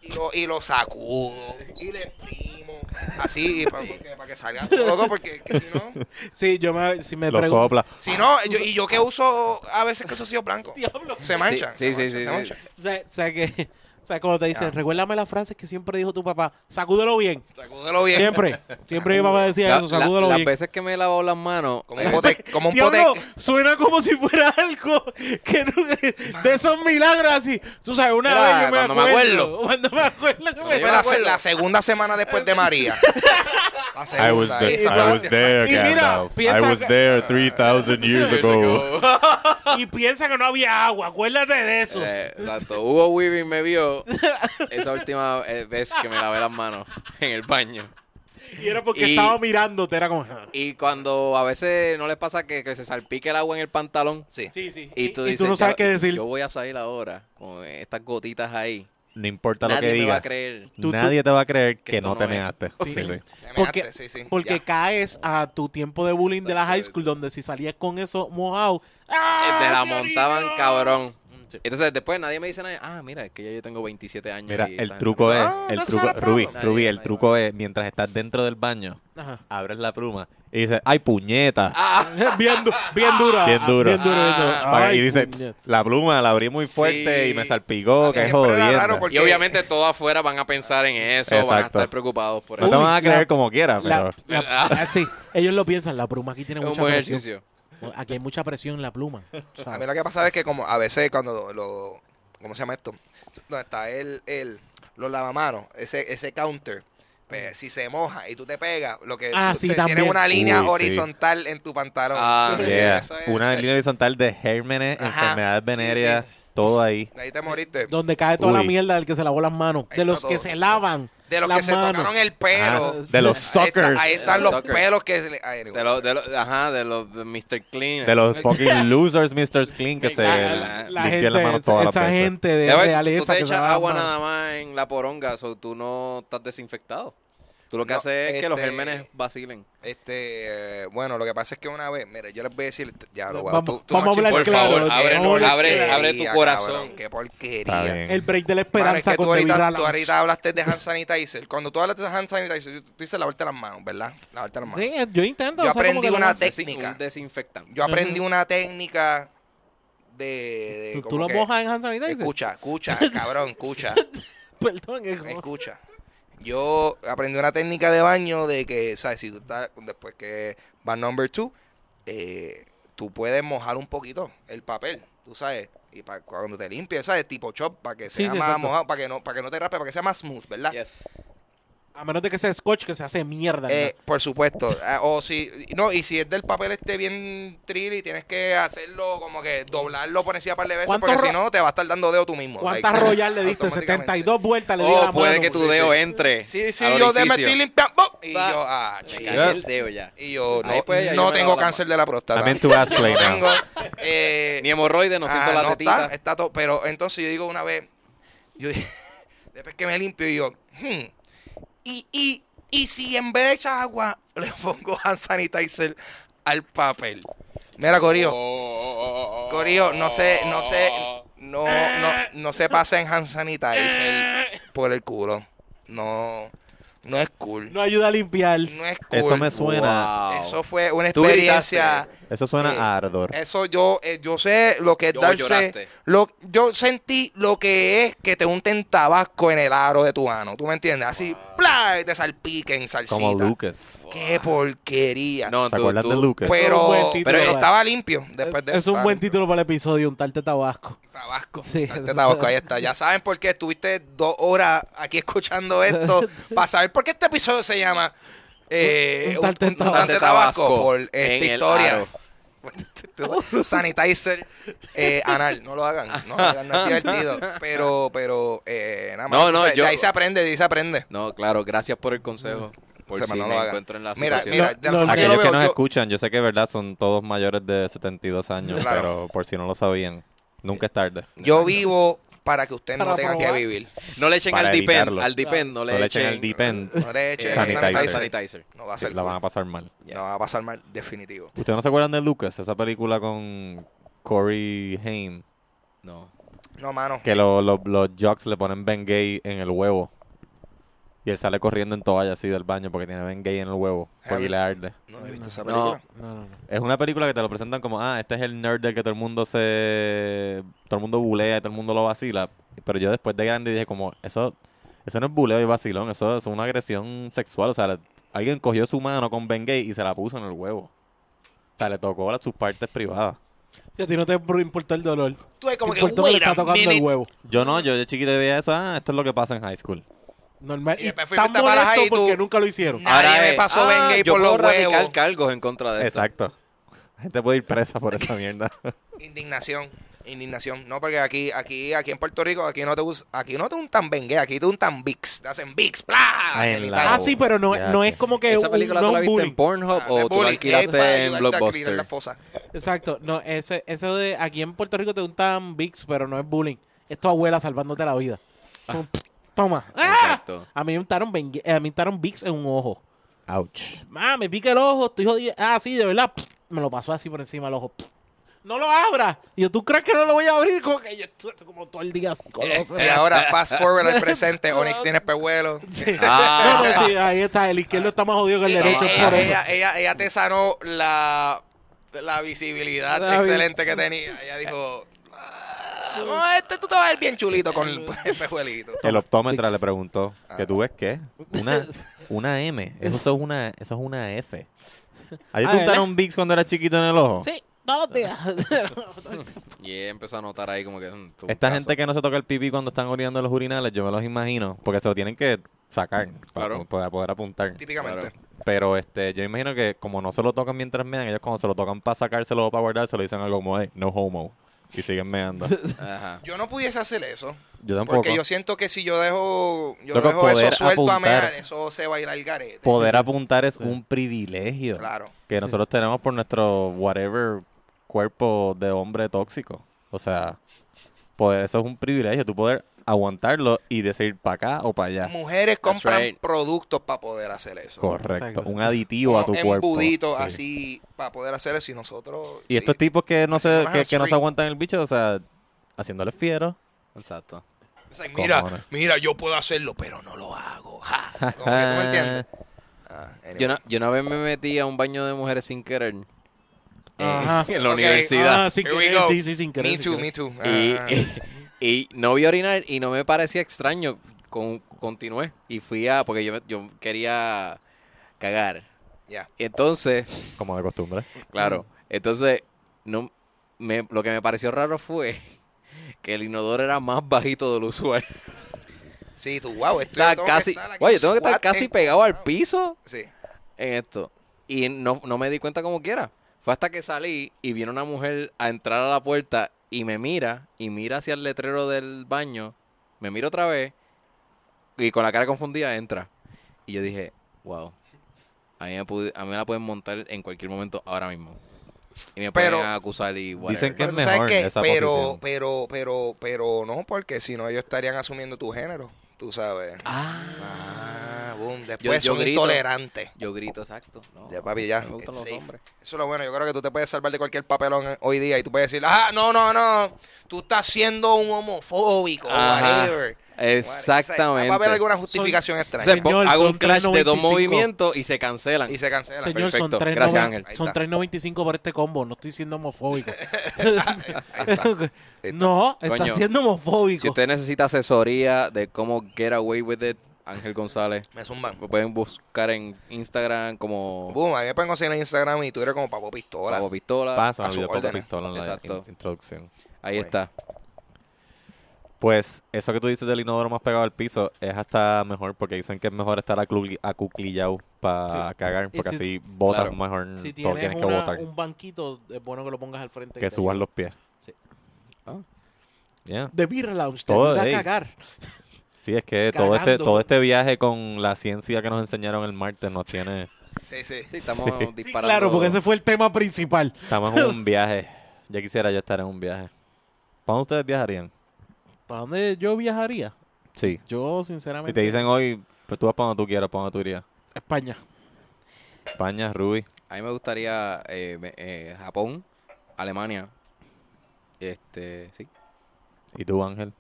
[SPEAKER 2] y lo, y lo sacudo y le exprimo así para, que, para que salga todo, loco, porque que si no,
[SPEAKER 3] Sí, yo me, si me
[SPEAKER 1] Lo
[SPEAKER 3] pregun-
[SPEAKER 1] sopla.
[SPEAKER 2] si no, yo- y yo que uso a veces que soy blanco,
[SPEAKER 3] Diablo.
[SPEAKER 2] se manchan.
[SPEAKER 4] Sí, sí,
[SPEAKER 2] se
[SPEAKER 4] sí,
[SPEAKER 2] manchan, se
[SPEAKER 4] sí.
[SPEAKER 2] manchan.
[SPEAKER 3] O sea, o sea que, o sea, cuando te dicen,
[SPEAKER 2] Ah.
[SPEAKER 3] recuérdame la frase que siempre dijo tu papá, sacúdelo bien.
[SPEAKER 2] Sacúdelo bien.
[SPEAKER 3] Siempre, siempre mi papá decía
[SPEAKER 4] La-
[SPEAKER 3] eso,
[SPEAKER 4] la-
[SPEAKER 3] sacúdelo
[SPEAKER 4] las
[SPEAKER 3] bien.
[SPEAKER 4] veces que me he lavado las manos,
[SPEAKER 2] Como
[SPEAKER 4] eh,
[SPEAKER 2] un pote, como un pote.
[SPEAKER 3] Diablo, suena como si fuera algo que no- de esos milagros así. Tú sabes, una
[SPEAKER 4] Mira,
[SPEAKER 3] vez yo me
[SPEAKER 4] cuando me
[SPEAKER 3] acuerdo, Cuando me acuerdo. que me-
[SPEAKER 2] Fue la, se- la segunda semana después de María. La segunda.
[SPEAKER 1] I was
[SPEAKER 2] y
[SPEAKER 1] there,
[SPEAKER 2] esa fue-
[SPEAKER 1] I was there,
[SPEAKER 3] Y mira,
[SPEAKER 1] Gandalf. I
[SPEAKER 3] piensa
[SPEAKER 1] was
[SPEAKER 3] que-
[SPEAKER 1] there 3,000 years ago.
[SPEAKER 3] Y piensa que no había agua, acuérdate de eso.
[SPEAKER 4] eh, exacto. Hugo Weaving me vio esa última eh, vez que me lavé las manos en el baño.
[SPEAKER 3] y era porque
[SPEAKER 4] y-
[SPEAKER 3] estaba mirándote, era como... "Ah".
[SPEAKER 4] Y cuando a veces no les pasa que, que se salpique el agua en el pantalón.
[SPEAKER 2] Sí.
[SPEAKER 3] Sí, sí.
[SPEAKER 4] Y tú,
[SPEAKER 3] y
[SPEAKER 4] dices,
[SPEAKER 3] no sabes
[SPEAKER 4] "Ya,
[SPEAKER 3] qué decir.
[SPEAKER 4] Yo voy a salir ahora con estas gotitas ahí.
[SPEAKER 1] No importa lo
[SPEAKER 4] Nadie
[SPEAKER 1] que
[SPEAKER 4] me va a
[SPEAKER 1] diga.
[SPEAKER 4] creer.
[SPEAKER 3] Tú- tú-
[SPEAKER 1] Nadie te va a creer que,
[SPEAKER 4] esto
[SPEAKER 1] no
[SPEAKER 4] no
[SPEAKER 1] te
[SPEAKER 4] es.
[SPEAKER 1] measte.
[SPEAKER 3] Sí.
[SPEAKER 1] Sí, sí.
[SPEAKER 2] Te
[SPEAKER 3] Porque-
[SPEAKER 2] measte, sí, sí,
[SPEAKER 3] Porque
[SPEAKER 2] ya.
[SPEAKER 3] caes a tu tiempo de bullying de la high
[SPEAKER 4] Exacto.
[SPEAKER 3] school, donde si salías con eso mojado,
[SPEAKER 4] Eh, Te
[SPEAKER 3] ¡ah, se
[SPEAKER 4] la
[SPEAKER 3] orinó!
[SPEAKER 4] montaban, cabrón. Entonces después nadie me dice nada. Ah, mira, es que ya yo tengo 27 años.
[SPEAKER 1] Mira,
[SPEAKER 4] y
[SPEAKER 1] el
[SPEAKER 4] están-
[SPEAKER 1] truco es,
[SPEAKER 2] Ah,
[SPEAKER 1] el
[SPEAKER 2] that's
[SPEAKER 1] truco,
[SPEAKER 2] not a
[SPEAKER 1] Ruby,
[SPEAKER 2] problem.
[SPEAKER 1] Ruby,
[SPEAKER 4] Ahí,
[SPEAKER 1] el
[SPEAKER 4] ahí
[SPEAKER 1] truco es, mientras estás dentro del baño,
[SPEAKER 3] Ajá.
[SPEAKER 1] abres la pluma y dices, ¡ay, puñeta!
[SPEAKER 3] Bien, du- bien dura.
[SPEAKER 1] Bien duro.
[SPEAKER 3] Bien duro. bien duro.
[SPEAKER 1] Para-
[SPEAKER 3] Ay,
[SPEAKER 1] y dices,
[SPEAKER 3] puñet.
[SPEAKER 1] la pluma la abrí muy fuerte
[SPEAKER 4] Sí.
[SPEAKER 1] y me salpicó, que es
[SPEAKER 2] siempre era raro
[SPEAKER 1] jodiendo.
[SPEAKER 2] porque-
[SPEAKER 4] Y obviamente todos afuera van a pensar en eso, van a
[SPEAKER 1] Exacto.
[SPEAKER 4] estar preocupados por
[SPEAKER 1] No
[SPEAKER 4] eso.
[SPEAKER 1] te van a
[SPEAKER 3] Uy,
[SPEAKER 1] creer
[SPEAKER 3] la-
[SPEAKER 1] como quieras,
[SPEAKER 3] La-
[SPEAKER 1] pero...
[SPEAKER 3] la- ah, sí, ellos lo piensan, la pluma aquí tiene
[SPEAKER 4] Es un
[SPEAKER 3] mucha
[SPEAKER 4] buen
[SPEAKER 3] presión.
[SPEAKER 4] ejercicio.
[SPEAKER 3] Aquí hay mucha presión en la pluma.
[SPEAKER 2] A
[SPEAKER 3] ¿sabes?
[SPEAKER 2] mí lo que pasa es que como a veces cuando lo, lo- ¿cómo se llama esto? Donde está el, el los lavamanos, ese, ese counter, pues, si se moja y tú te pegas, lo que
[SPEAKER 3] Ah,
[SPEAKER 2] tú-
[SPEAKER 3] sí,
[SPEAKER 2] se-
[SPEAKER 3] también.
[SPEAKER 2] tiene una línea
[SPEAKER 1] Uy, sí.
[SPEAKER 2] horizontal en tu pantalón.
[SPEAKER 4] Ah,
[SPEAKER 1] Yeah.
[SPEAKER 2] Eso es- eh,
[SPEAKER 1] Una línea horizontal de gérmenes,
[SPEAKER 2] Ajá.
[SPEAKER 1] enfermedades
[SPEAKER 2] Sí,
[SPEAKER 1] venéreas, todo ahí.
[SPEAKER 2] Ahí te moriste.
[SPEAKER 3] Donde cae toda la
[SPEAKER 1] Uy.
[SPEAKER 3] mierda del que se lavó las manos.
[SPEAKER 2] Ahí
[SPEAKER 3] De
[SPEAKER 2] está
[SPEAKER 3] los que
[SPEAKER 2] todo.
[SPEAKER 3] se lavan.
[SPEAKER 2] De los
[SPEAKER 3] las
[SPEAKER 2] que se
[SPEAKER 3] manos.
[SPEAKER 2] tocaron el pelo.
[SPEAKER 1] Ah, de los
[SPEAKER 2] Ahí está-
[SPEAKER 1] suckers.
[SPEAKER 2] Ahí están los
[SPEAKER 4] Suckers.
[SPEAKER 2] pelos que se le- ay, anyway.
[SPEAKER 4] De los, de los- ajá, de los de Mr. Clean.
[SPEAKER 1] De los fucking losers, Mr. Clean, que se
[SPEAKER 4] La-
[SPEAKER 3] Ah, La, la
[SPEAKER 1] limpian
[SPEAKER 3] gente,
[SPEAKER 1] las manos todas las
[SPEAKER 3] esa
[SPEAKER 1] veces.
[SPEAKER 3] gente de
[SPEAKER 4] Ya ves, tú
[SPEAKER 3] realeza
[SPEAKER 4] te
[SPEAKER 3] que se
[SPEAKER 4] echas
[SPEAKER 3] lava las
[SPEAKER 4] agua
[SPEAKER 3] manos.
[SPEAKER 4] nada más en la poronga, so tú no estás desinfectado. Tú lo que
[SPEAKER 2] No,
[SPEAKER 4] haces es que los
[SPEAKER 2] este-
[SPEAKER 4] gérmenes vacilen.
[SPEAKER 2] Este, eh, bueno, lo que pasa es que una vez, mire, yo les voy a decir, ya lo voy
[SPEAKER 3] Vamos- vamos a hablar
[SPEAKER 2] por
[SPEAKER 3] claro,
[SPEAKER 2] favor,
[SPEAKER 3] ok,
[SPEAKER 2] abre,
[SPEAKER 3] vamos a hablar
[SPEAKER 2] abre,
[SPEAKER 3] claro.
[SPEAKER 2] abre tu
[SPEAKER 4] Porquería,
[SPEAKER 2] corazón,
[SPEAKER 4] cabrón,
[SPEAKER 2] qué
[SPEAKER 1] Está
[SPEAKER 2] porquería.
[SPEAKER 1] bien.
[SPEAKER 3] El break de la
[SPEAKER 2] Mano,
[SPEAKER 3] esperanza
[SPEAKER 2] es que tú
[SPEAKER 3] con The Vibra
[SPEAKER 2] ahorita, tú
[SPEAKER 3] Lounge.
[SPEAKER 2] ahorita hablaste de hand sanitizer. Cuando tú hablas de hand sanitizer, tú, tú dices lavarte las manos, ¿verdad? Lavarte las manos.
[SPEAKER 3] Sí, yo
[SPEAKER 2] Yo
[SPEAKER 3] intento. o sea, como
[SPEAKER 2] aprendí
[SPEAKER 3] que lo
[SPEAKER 2] una
[SPEAKER 3] más-
[SPEAKER 2] te- Técnica.
[SPEAKER 4] Un desinfectante.
[SPEAKER 2] Yo aprendí una técnica de... de
[SPEAKER 3] ¿Tú, tú
[SPEAKER 2] eh, como
[SPEAKER 3] lo
[SPEAKER 2] que-
[SPEAKER 3] mojas en hand sanitizer?
[SPEAKER 2] Escucha, escucha, cabrón, escucha.
[SPEAKER 3] Perdón, es como-
[SPEAKER 2] Escucha. Yo aprendí una técnica de baño de que, ¿sabes? Si tú estás después que va number two, eh, tú puedes mojar un poquito el papel, tú sabes. Y para cuando te limpies, ¿sabes? Tipo chop, para que
[SPEAKER 3] Sí,
[SPEAKER 2] sea
[SPEAKER 3] sí,
[SPEAKER 2] más
[SPEAKER 3] exacto.
[SPEAKER 2] mojado, para que no, para que no te raspe, para que sea más smooth, ¿verdad?
[SPEAKER 4] Yes.
[SPEAKER 3] A menos de que sea scotch que se hace mierda.
[SPEAKER 2] Eh, por supuesto. Ah, o si, no, y si es del papel este bien trilly, tienes que hacerlo como que doblarlo por encima un par de veces,
[SPEAKER 3] ¿Cuánto
[SPEAKER 2] porque
[SPEAKER 3] ro-
[SPEAKER 2] si no te va a estar dando dedo tú mismo.
[SPEAKER 3] ¿Cuántas
[SPEAKER 2] Like,
[SPEAKER 3] Royal le diste?
[SPEAKER 2] automáticamente. Oh,
[SPEAKER 3] 72 vueltas le di a
[SPEAKER 4] O
[SPEAKER 3] la
[SPEAKER 4] puede
[SPEAKER 3] mano.
[SPEAKER 4] que tu
[SPEAKER 2] sí,
[SPEAKER 4] dedo
[SPEAKER 2] sí.
[SPEAKER 4] entre.
[SPEAKER 2] Sí, sí,
[SPEAKER 4] al
[SPEAKER 2] yo de me
[SPEAKER 4] orificio.
[SPEAKER 2] estoy limpiando. ¡pum! Y
[SPEAKER 4] Ah.
[SPEAKER 2] yo, ah,
[SPEAKER 4] Me
[SPEAKER 2] chica.
[SPEAKER 4] cagué el dedo ya.
[SPEAKER 2] Y yo, no,
[SPEAKER 4] Ahí pues, ya yo
[SPEAKER 2] no
[SPEAKER 4] me
[SPEAKER 2] tengo
[SPEAKER 4] lavo la
[SPEAKER 2] cáncer de la próstata.
[SPEAKER 1] I'm into ass play
[SPEAKER 2] No
[SPEAKER 1] now.
[SPEAKER 2] tengo, eh,
[SPEAKER 4] Ni hemorroides, no
[SPEAKER 2] ah,
[SPEAKER 4] siento la
[SPEAKER 2] no
[SPEAKER 4] tetita.
[SPEAKER 2] Está, está todo. Pero entonces yo digo una vez, yo dije, después que me limpio, y yo, hmm, y, y, y si en vez de echar agua, le pongo hand sanitizer al papel. Mira,
[SPEAKER 4] Oh,
[SPEAKER 2] Corillo. Corillo, no sé, no sé, no, no, no se pasen hand sanitizer por el culo. No, No es Mm, cool.
[SPEAKER 3] No ayuda a limpiar.
[SPEAKER 2] No es cool.
[SPEAKER 1] Eso me suena.
[SPEAKER 4] Wow.
[SPEAKER 2] Eso fue una
[SPEAKER 4] Tú gritaste.
[SPEAKER 2] experiencia.
[SPEAKER 1] Eso suena
[SPEAKER 2] Eh,
[SPEAKER 1] a ardor.
[SPEAKER 2] Eso yo, eh, yo sé lo que es
[SPEAKER 4] Yo
[SPEAKER 2] darse.
[SPEAKER 4] lloraste.
[SPEAKER 2] Lo, yo sentí lo que es que te unten tabasco en el aro de tu mano. ¿Tú me entiendes? Así, ¡plá! y te salpiquen salsita.
[SPEAKER 1] Como Lucas.
[SPEAKER 2] ¡Qué porquería!
[SPEAKER 4] No,
[SPEAKER 1] ¿Se
[SPEAKER 4] tú,
[SPEAKER 1] acuerdan
[SPEAKER 4] tú-
[SPEAKER 1] de Lucas?
[SPEAKER 3] Eso es
[SPEAKER 2] pero,
[SPEAKER 3] un buen título,
[SPEAKER 2] pero
[SPEAKER 3] vale.
[SPEAKER 2] estaba limpio después pues de
[SPEAKER 3] Es un
[SPEAKER 2] estar
[SPEAKER 3] buen título para el episodio, untarte tabasco.
[SPEAKER 2] Tabasco.
[SPEAKER 3] Sí,
[SPEAKER 2] Darte
[SPEAKER 3] eso-
[SPEAKER 2] tabasco, ahí está. Ya saben por qué estuviste dos horas aquí escuchando esto. para saber por qué este episodio se llama eh,
[SPEAKER 3] Un tarte tabasco.
[SPEAKER 2] tarte tabasco por
[SPEAKER 4] En
[SPEAKER 2] esta
[SPEAKER 4] el
[SPEAKER 2] historia.
[SPEAKER 4] aro.
[SPEAKER 2] Sanitizer eh, anal, no lo hagan, no lo hagan, no es divertido. Pero, pero, eh, nada más.
[SPEAKER 4] No, no,
[SPEAKER 2] O sea,
[SPEAKER 4] yo-
[SPEAKER 2] De ahí se aprende, de ahí se aprende.
[SPEAKER 4] No, claro, gracias por el consejo. Por
[SPEAKER 2] O sea,
[SPEAKER 4] si
[SPEAKER 2] no lo
[SPEAKER 4] me
[SPEAKER 2] hagan.
[SPEAKER 4] encuentro en la
[SPEAKER 2] Mira,
[SPEAKER 4] situación.
[SPEAKER 2] mira, de la
[SPEAKER 3] No, no,
[SPEAKER 2] forma que
[SPEAKER 1] Pues, Aquellos
[SPEAKER 2] lo
[SPEAKER 1] que
[SPEAKER 2] veo,
[SPEAKER 1] nos
[SPEAKER 2] yo-
[SPEAKER 1] escuchan, yo sé que verdad son todos mayores de 72 años,
[SPEAKER 2] Claro.
[SPEAKER 1] pero por si no lo sabían, nunca es tarde.
[SPEAKER 2] yo vivo para que usted no
[SPEAKER 3] Para
[SPEAKER 2] tenga que
[SPEAKER 3] probar.
[SPEAKER 2] vivir.
[SPEAKER 4] No le echen
[SPEAKER 1] Para
[SPEAKER 4] al dipend,
[SPEAKER 1] evitarlo.
[SPEAKER 4] al dipend no le,
[SPEAKER 1] No le echen al depend,
[SPEAKER 2] No le eche
[SPEAKER 4] eh,
[SPEAKER 1] Sanitizer.
[SPEAKER 4] sanitizer. sanitizer.
[SPEAKER 2] No va a
[SPEAKER 1] sí,
[SPEAKER 2] ser
[SPEAKER 1] la van a
[SPEAKER 2] cool.
[SPEAKER 1] pasar mal.
[SPEAKER 2] No va a pasar mal, definitivo.
[SPEAKER 1] ¿Ustedes no se acuerdan de Lucas? Esa película con Corey Haim,
[SPEAKER 4] No.
[SPEAKER 2] No, mano.
[SPEAKER 1] que lo- lo- los jocks le ponen Ben Gay en el huevo. Y él sale corriendo en toalla así del baño porque tiene Ben Gay en el huevo, porque
[SPEAKER 2] Heavy.
[SPEAKER 1] le arde.
[SPEAKER 2] No he visto esa
[SPEAKER 4] No.
[SPEAKER 2] película.
[SPEAKER 3] No, no, no.
[SPEAKER 1] Es una película que te lo presentan como, ah, este es el nerd del que todo el mundo se... Todo el mundo bulea y todo el mundo lo vacila. Pero yo después de grande dije como, eso eso no es buleo y vacilón, eso es una agresión sexual. O sea, le- alguien cogió su mano con Ben Gay y se la puso en el huevo. O sea, le tocó las sus partes privadas.
[SPEAKER 3] Si a ti no te importa el dolor.
[SPEAKER 2] Tú eres como que,
[SPEAKER 3] importó que le
[SPEAKER 2] "Wait
[SPEAKER 3] está
[SPEAKER 2] a
[SPEAKER 3] tocando el
[SPEAKER 2] minute".
[SPEAKER 3] huevo.
[SPEAKER 1] Yo no, yo de chiquito veía eso, ah, esto es lo que pasa en high school.
[SPEAKER 3] Normal.
[SPEAKER 2] Y
[SPEAKER 3] Y,
[SPEAKER 2] después
[SPEAKER 3] tan
[SPEAKER 2] fuiste para
[SPEAKER 3] molesto
[SPEAKER 2] ahí, tú- Mm.
[SPEAKER 3] porque nunca lo hicieron.
[SPEAKER 2] Nadie me
[SPEAKER 4] es, ah,
[SPEAKER 2] pasó Ben Gay
[SPEAKER 4] yo
[SPEAKER 2] por los
[SPEAKER 4] puedo radicar
[SPEAKER 2] huevos.
[SPEAKER 4] cargos en contra de esto.
[SPEAKER 1] Exacto. La gente puede ir presa por esa mierda.
[SPEAKER 2] Indignación, indignación. No, porque aquí, aquí, aquí en Puerto Rico, aquí no te us- aquí no te untan bengue, aquí te untan Vicks. Te hacen Vicks, ¡plá!
[SPEAKER 1] Ay,
[SPEAKER 2] En
[SPEAKER 1] en
[SPEAKER 2] Italia.
[SPEAKER 1] la-
[SPEAKER 3] Ah, sí, pero no,
[SPEAKER 1] Ya,
[SPEAKER 3] no
[SPEAKER 1] que-
[SPEAKER 3] es como que
[SPEAKER 4] ¿Esa
[SPEAKER 3] un-
[SPEAKER 4] película
[SPEAKER 3] no
[SPEAKER 4] tú la
[SPEAKER 3] un
[SPEAKER 4] viste
[SPEAKER 3] bullying.
[SPEAKER 4] en Pornhub
[SPEAKER 2] Ah,
[SPEAKER 4] o
[SPEAKER 2] de bullying, eh,
[SPEAKER 4] tú la
[SPEAKER 2] para
[SPEAKER 4] alquilaste en
[SPEAKER 2] ayudarte a criar
[SPEAKER 4] Blockbuster?
[SPEAKER 2] las fosas.
[SPEAKER 3] Exacto, no, ese, eso de aquí en Puerto Rico te untan Vicks, pero no es bullying. Es tu abuela salvándote la vida. Como, "Pff, Toma. ¡Ah!
[SPEAKER 4] Exacto.
[SPEAKER 3] A mí me untaron, Bengay- eh, me untaron Vicks en un ojo.
[SPEAKER 1] Ouch.
[SPEAKER 3] Ma, me pica el ojo, estoy jodido. Ah, sí, de verdad. Pff, Me lo pasó así por encima del ojo. Pff, No lo abras. Y yo, ¿tú crees que no lo voy a abrir? Como que yo estuve como todo el día así con los
[SPEAKER 4] Eh,
[SPEAKER 3] ojos.
[SPEAKER 2] Y Eh, ahora, fast forward al presente, Onyx tiene pehuelo.
[SPEAKER 4] Ah, eh,
[SPEAKER 3] No, no, sí, ahí está. El izquierdo está más jodido que el
[SPEAKER 2] Sí,
[SPEAKER 3] derecho. es
[SPEAKER 2] ella,
[SPEAKER 3] por eso.
[SPEAKER 2] ella, ella- ella te sanó la, la visibilidad
[SPEAKER 3] La vi-
[SPEAKER 2] excelente que tenía. Ella dijo, "Ah, no, este tú te vas a ver bien chulito con el, el pejuelito.
[SPEAKER 1] El optómetra le preguntó, ¿que tú ves qué? Una, una M. Eso es una, eso es una F. ¿Ahí
[SPEAKER 3] Ah,
[SPEAKER 1] te untaron Vicks cuando eras chiquito en el
[SPEAKER 4] eh.
[SPEAKER 1] ojo?
[SPEAKER 3] Sí, todos los días.
[SPEAKER 4] y ella empezó a notar ahí como que... mm, tú,
[SPEAKER 1] Esta
[SPEAKER 4] caso.
[SPEAKER 1] gente que no se toca el pipí cuando están orinando en los urinales, yo me los imagino, porque se lo tienen que sacar para,
[SPEAKER 4] Claro.
[SPEAKER 1] para poder apuntar.
[SPEAKER 2] Típicamente.
[SPEAKER 1] Pero este, yo imagino que como no se lo tocan mientras mean, ellos cuando se lo tocan para sacárselo o para guardárselo, dicen algo como, hey, no homo. Y siguen meando.
[SPEAKER 4] Ajá.
[SPEAKER 2] Yo no pudiese hacer eso.
[SPEAKER 1] Yo tampoco.
[SPEAKER 2] Porque yo siento que si yo dejo, yo
[SPEAKER 1] Loco,
[SPEAKER 2] dejo eso
[SPEAKER 1] poder
[SPEAKER 2] suelto a
[SPEAKER 1] apuntar.
[SPEAKER 2] mear, eso se va a ir al garete.
[SPEAKER 1] Poder apuntar es un privilegio
[SPEAKER 2] Claro.
[SPEAKER 1] que nosotros tenemos por nuestro whatever cuerpo de hombre tóxico. O sea, poder, eso es un privilegio, tú poder aguantarlo y decir para acá o para allá.
[SPEAKER 2] Mujeres compran
[SPEAKER 4] right.
[SPEAKER 2] productos para poder hacer eso.
[SPEAKER 1] Correcto,
[SPEAKER 3] Exacto.
[SPEAKER 1] un aditivo a tu
[SPEAKER 2] Unos
[SPEAKER 1] cuerpo.
[SPEAKER 2] embuditos
[SPEAKER 1] Sí.
[SPEAKER 2] así para poder hacer eso y nosotros...
[SPEAKER 1] Y estos
[SPEAKER 2] sí.
[SPEAKER 1] tipos que no se,
[SPEAKER 2] Haciendo
[SPEAKER 1] que,
[SPEAKER 2] más
[SPEAKER 1] que no
[SPEAKER 2] free.
[SPEAKER 1] se aguantan el bicho, o sea, haciéndoles fieros.
[SPEAKER 4] Exacto.
[SPEAKER 2] O sea, mira,
[SPEAKER 1] Cojones.
[SPEAKER 2] mira, yo puedo hacerlo, pero no lo hago. Ja. Como que, ¿Tú me entiendes? Ah, anyway.
[SPEAKER 4] Ah, Yo una, yo una vez me metí a un baño de mujeres sin querer. eh,
[SPEAKER 3] Ajá.
[SPEAKER 4] en la
[SPEAKER 2] Ok.
[SPEAKER 4] universidad.
[SPEAKER 3] Ah, sin
[SPEAKER 2] Here we
[SPEAKER 3] querer,
[SPEAKER 2] go.
[SPEAKER 3] sí, sí, sin querer.
[SPEAKER 2] Me
[SPEAKER 3] sin
[SPEAKER 2] too,
[SPEAKER 3] querer.
[SPEAKER 2] me too.
[SPEAKER 4] y,
[SPEAKER 2] Ah,
[SPEAKER 4] y no vi orinar y no me parecía extraño. Con, continué y fui a... Porque yo, me- yo quería cagar.
[SPEAKER 2] ya.
[SPEAKER 4] Y entonces
[SPEAKER 1] Como de costumbre.
[SPEAKER 4] Claro. Entonces, no, me, lo que me pareció raro fue que el inodoro era más bajito del usual.
[SPEAKER 2] Sí, tú, wow, esto
[SPEAKER 4] O
[SPEAKER 2] yo
[SPEAKER 4] sea,
[SPEAKER 2] tengo que
[SPEAKER 4] casi,
[SPEAKER 2] estar aquí
[SPEAKER 4] oye, tengo que estar
[SPEAKER 2] squat
[SPEAKER 4] casi
[SPEAKER 2] en-
[SPEAKER 4] pegado al piso
[SPEAKER 2] Sí.
[SPEAKER 4] en esto. Y no, no me di cuenta como quiera. Fue hasta que salí y viene una mujer a entrar a la puerta y me mira y mira hacia el letrero del baño. Me mira otra vez y con la cara confundida entra. Y yo dije, wow, a mí me, pu- a mí me la pueden montar en cualquier momento ahora mismo. Y me
[SPEAKER 2] Pero-
[SPEAKER 4] pueden acusar y whatever.
[SPEAKER 1] Dicen que-
[SPEAKER 2] Pero
[SPEAKER 1] es
[SPEAKER 2] tú sabes
[SPEAKER 1] mejor
[SPEAKER 2] que,
[SPEAKER 1] esa
[SPEAKER 2] pero,
[SPEAKER 1] posición.
[SPEAKER 2] pero, pero, pero no, porque si no ellos estarían asumiendo tu género, tú sabes. Ah, boom. Después
[SPEAKER 4] yo
[SPEAKER 2] son
[SPEAKER 4] grito.
[SPEAKER 2] intolerantes.
[SPEAKER 4] Yo grito, exacto. No,
[SPEAKER 2] Ya, papi, ya.
[SPEAKER 4] Me gustan
[SPEAKER 2] It's
[SPEAKER 4] los
[SPEAKER 2] safe.
[SPEAKER 4] hombres.
[SPEAKER 2] Eso es lo bueno. Yo creo que tú te puedes salvar de cualquier papelón eh, hoy día y tú puedes decir, ah, no, no, no. Tú estás siendo un homofóbico.
[SPEAKER 4] Ajá.
[SPEAKER 2] Whatever.
[SPEAKER 4] Exactamente.
[SPEAKER 2] Va a haber alguna justificación
[SPEAKER 3] Son-
[SPEAKER 2] extraña.
[SPEAKER 4] Se po-
[SPEAKER 3] Señor,
[SPEAKER 4] hago un
[SPEAKER 3] son
[SPEAKER 4] clash de dos
[SPEAKER 3] 3.95.
[SPEAKER 4] movimientos y se cancelan.
[SPEAKER 2] Y se cancela.
[SPEAKER 3] Señor, son
[SPEAKER 4] Perfecto.
[SPEAKER 3] tres
[SPEAKER 4] Gracias,
[SPEAKER 3] noven-
[SPEAKER 4] Ángel.
[SPEAKER 2] Ahí
[SPEAKER 3] Son
[SPEAKER 2] está.
[SPEAKER 3] 3.95 por este combo. No estoy siendo homofóbico.
[SPEAKER 2] está.
[SPEAKER 3] no, está
[SPEAKER 4] Coño.
[SPEAKER 3] siendo homofóbico.
[SPEAKER 4] Si usted necesita asesoría de cómo get away with it, Ángel González,
[SPEAKER 2] Me zumban.
[SPEAKER 4] lo pueden buscar en Instagram como
[SPEAKER 2] Boom, a mí me pueden conseguir en Instagram y tú eres como papo pistola.
[SPEAKER 4] Papo Pistola.
[SPEAKER 1] Pasa,
[SPEAKER 2] a su
[SPEAKER 1] me olvidó Papo
[SPEAKER 2] orden.
[SPEAKER 1] Pistola en la
[SPEAKER 4] Exacto.
[SPEAKER 1] in- introducción.
[SPEAKER 4] Ahí está.
[SPEAKER 1] Pues eso que tú dices del inodoro más pegado al piso es hasta mejor porque dicen que es mejor estar aclu- acuclillado para cagar porque
[SPEAKER 3] si-
[SPEAKER 1] así botas
[SPEAKER 4] claro.
[SPEAKER 1] mejor
[SPEAKER 3] Si
[SPEAKER 1] todo lo
[SPEAKER 3] tienes
[SPEAKER 1] Mm, tienes que
[SPEAKER 3] una-
[SPEAKER 1] botar.
[SPEAKER 3] un banquito, es bueno que lo pongas al frente. y
[SPEAKER 1] Que
[SPEAKER 3] te
[SPEAKER 1] subas
[SPEAKER 3] ayude.
[SPEAKER 1] los pies.
[SPEAKER 3] Sí.
[SPEAKER 4] Ah.
[SPEAKER 1] Yeah.
[SPEAKER 3] De Beer Lounge, te
[SPEAKER 1] Todo,
[SPEAKER 3] ayuda
[SPEAKER 1] ey.
[SPEAKER 3] a cagar.
[SPEAKER 1] Sí, es que todo este,
[SPEAKER 3] Cagando.
[SPEAKER 1] todo este viaje con la ciencia que nos enseñaron el martes nos tiene...
[SPEAKER 2] Sí, sí.
[SPEAKER 4] Sí, estamos disparando.
[SPEAKER 3] Sí, claro, porque ese fue el tema principal.
[SPEAKER 1] Estamos en un viaje. Ya quisiera yo estar en un viaje. ¿Para dónde ustedes viajarían?
[SPEAKER 3] ¿Para dónde yo viajaría?
[SPEAKER 1] Sí.
[SPEAKER 3] Yo,
[SPEAKER 1] Si
[SPEAKER 3] sinceramente,
[SPEAKER 1] te dicen hoy, pues tú vas para donde tú quieras, para donde tú irías.
[SPEAKER 3] España.
[SPEAKER 1] España, Ruby.
[SPEAKER 4] A mí me gustaría eh, me- eh, Japón, Alemania. Este, sí.
[SPEAKER 1] ¿Y tú, Ángel?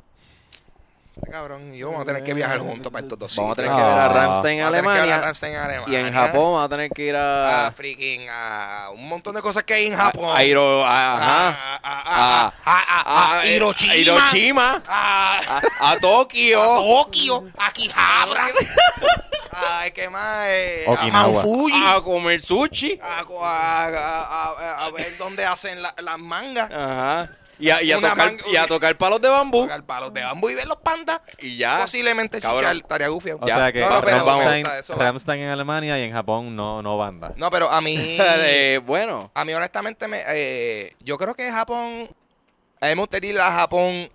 [SPEAKER 2] Este Cabrón, y yo vamos a tener que viajar juntos para estos dos
[SPEAKER 4] Vamos a tener
[SPEAKER 2] sitios.
[SPEAKER 4] que
[SPEAKER 1] Ah.
[SPEAKER 4] ver a Ramstein en
[SPEAKER 2] Vamos a tener que ver a
[SPEAKER 4] Alemania.
[SPEAKER 2] Ramstein en
[SPEAKER 4] Y
[SPEAKER 2] Alemania. Ah,
[SPEAKER 4] en Japón vamos a tener que ir a.
[SPEAKER 2] A freaking, a un montón de cosas que hay en
[SPEAKER 4] a-
[SPEAKER 2] Japón.
[SPEAKER 4] a Hiro- a- ajá.
[SPEAKER 2] A- a- a- a- a- a- a-
[SPEAKER 4] eh,
[SPEAKER 2] Ah, Hiroshima.
[SPEAKER 4] A Hiroshima.
[SPEAKER 2] A
[SPEAKER 4] A, a Tokio.
[SPEAKER 2] Tokio. A Akihabara. Ay, ¿qué más? Eh, a
[SPEAKER 1] Okinawa.
[SPEAKER 2] Mount Fuji.
[SPEAKER 4] A comer sushi.
[SPEAKER 2] A, a- a- a- a ver dónde hacen la- las mangas.
[SPEAKER 4] Ajá. Y a, y a
[SPEAKER 2] Una
[SPEAKER 4] tocar,
[SPEAKER 2] manga-
[SPEAKER 4] y a tocar palos de bambú.
[SPEAKER 2] Tocar Pues palos de bambú y ver los pandas.
[SPEAKER 4] Y ya.
[SPEAKER 2] Posiblemente
[SPEAKER 4] Ah, Cabrón.
[SPEAKER 2] chichar, estaría gufiado.
[SPEAKER 1] O
[SPEAKER 4] Ya.
[SPEAKER 1] sea que
[SPEAKER 2] No, no, pero-
[SPEAKER 1] Rammstein,
[SPEAKER 2] eso va, eso va.
[SPEAKER 1] Rammstein en Alemania y en Japón no, no banda.
[SPEAKER 2] No, pero a mí...
[SPEAKER 4] Eh, bueno.
[SPEAKER 2] A mí, honestamente, me, eh, yo creo que Japón. A mí me gustaría ir a Japón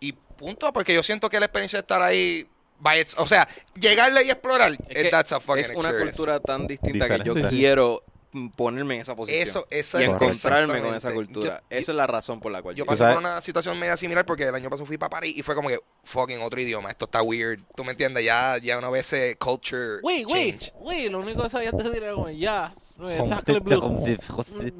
[SPEAKER 2] y punto, porque yo siento que la experiencia de estar ahí. by its- o sea, llegarle y explorar.
[SPEAKER 4] Es, que
[SPEAKER 2] eh, that's a fucking
[SPEAKER 4] es una
[SPEAKER 2] experience.
[SPEAKER 4] cultura tan distinta que yo
[SPEAKER 1] Diferente.
[SPEAKER 4] quiero mm, ponerme en esa posición.
[SPEAKER 2] Eso, eso
[SPEAKER 4] y
[SPEAKER 2] es
[SPEAKER 4] encontrarme con
[SPEAKER 2] exactamente.
[SPEAKER 4] esa cultura.
[SPEAKER 2] Yo,
[SPEAKER 4] Esa es la razón por la cual
[SPEAKER 2] yo
[SPEAKER 4] llegué.
[SPEAKER 2] pasé
[SPEAKER 1] sabes-
[SPEAKER 2] por una situación media similar porque el año pasado fui para París y fue como que fucking otro idioma. Esto está weird. ¿Tú me entiendes? Ya, ya una vez eh, culture
[SPEAKER 3] Güey, güey,
[SPEAKER 2] change.
[SPEAKER 3] güey, lo único que sabía decir era como ya. exactly blue.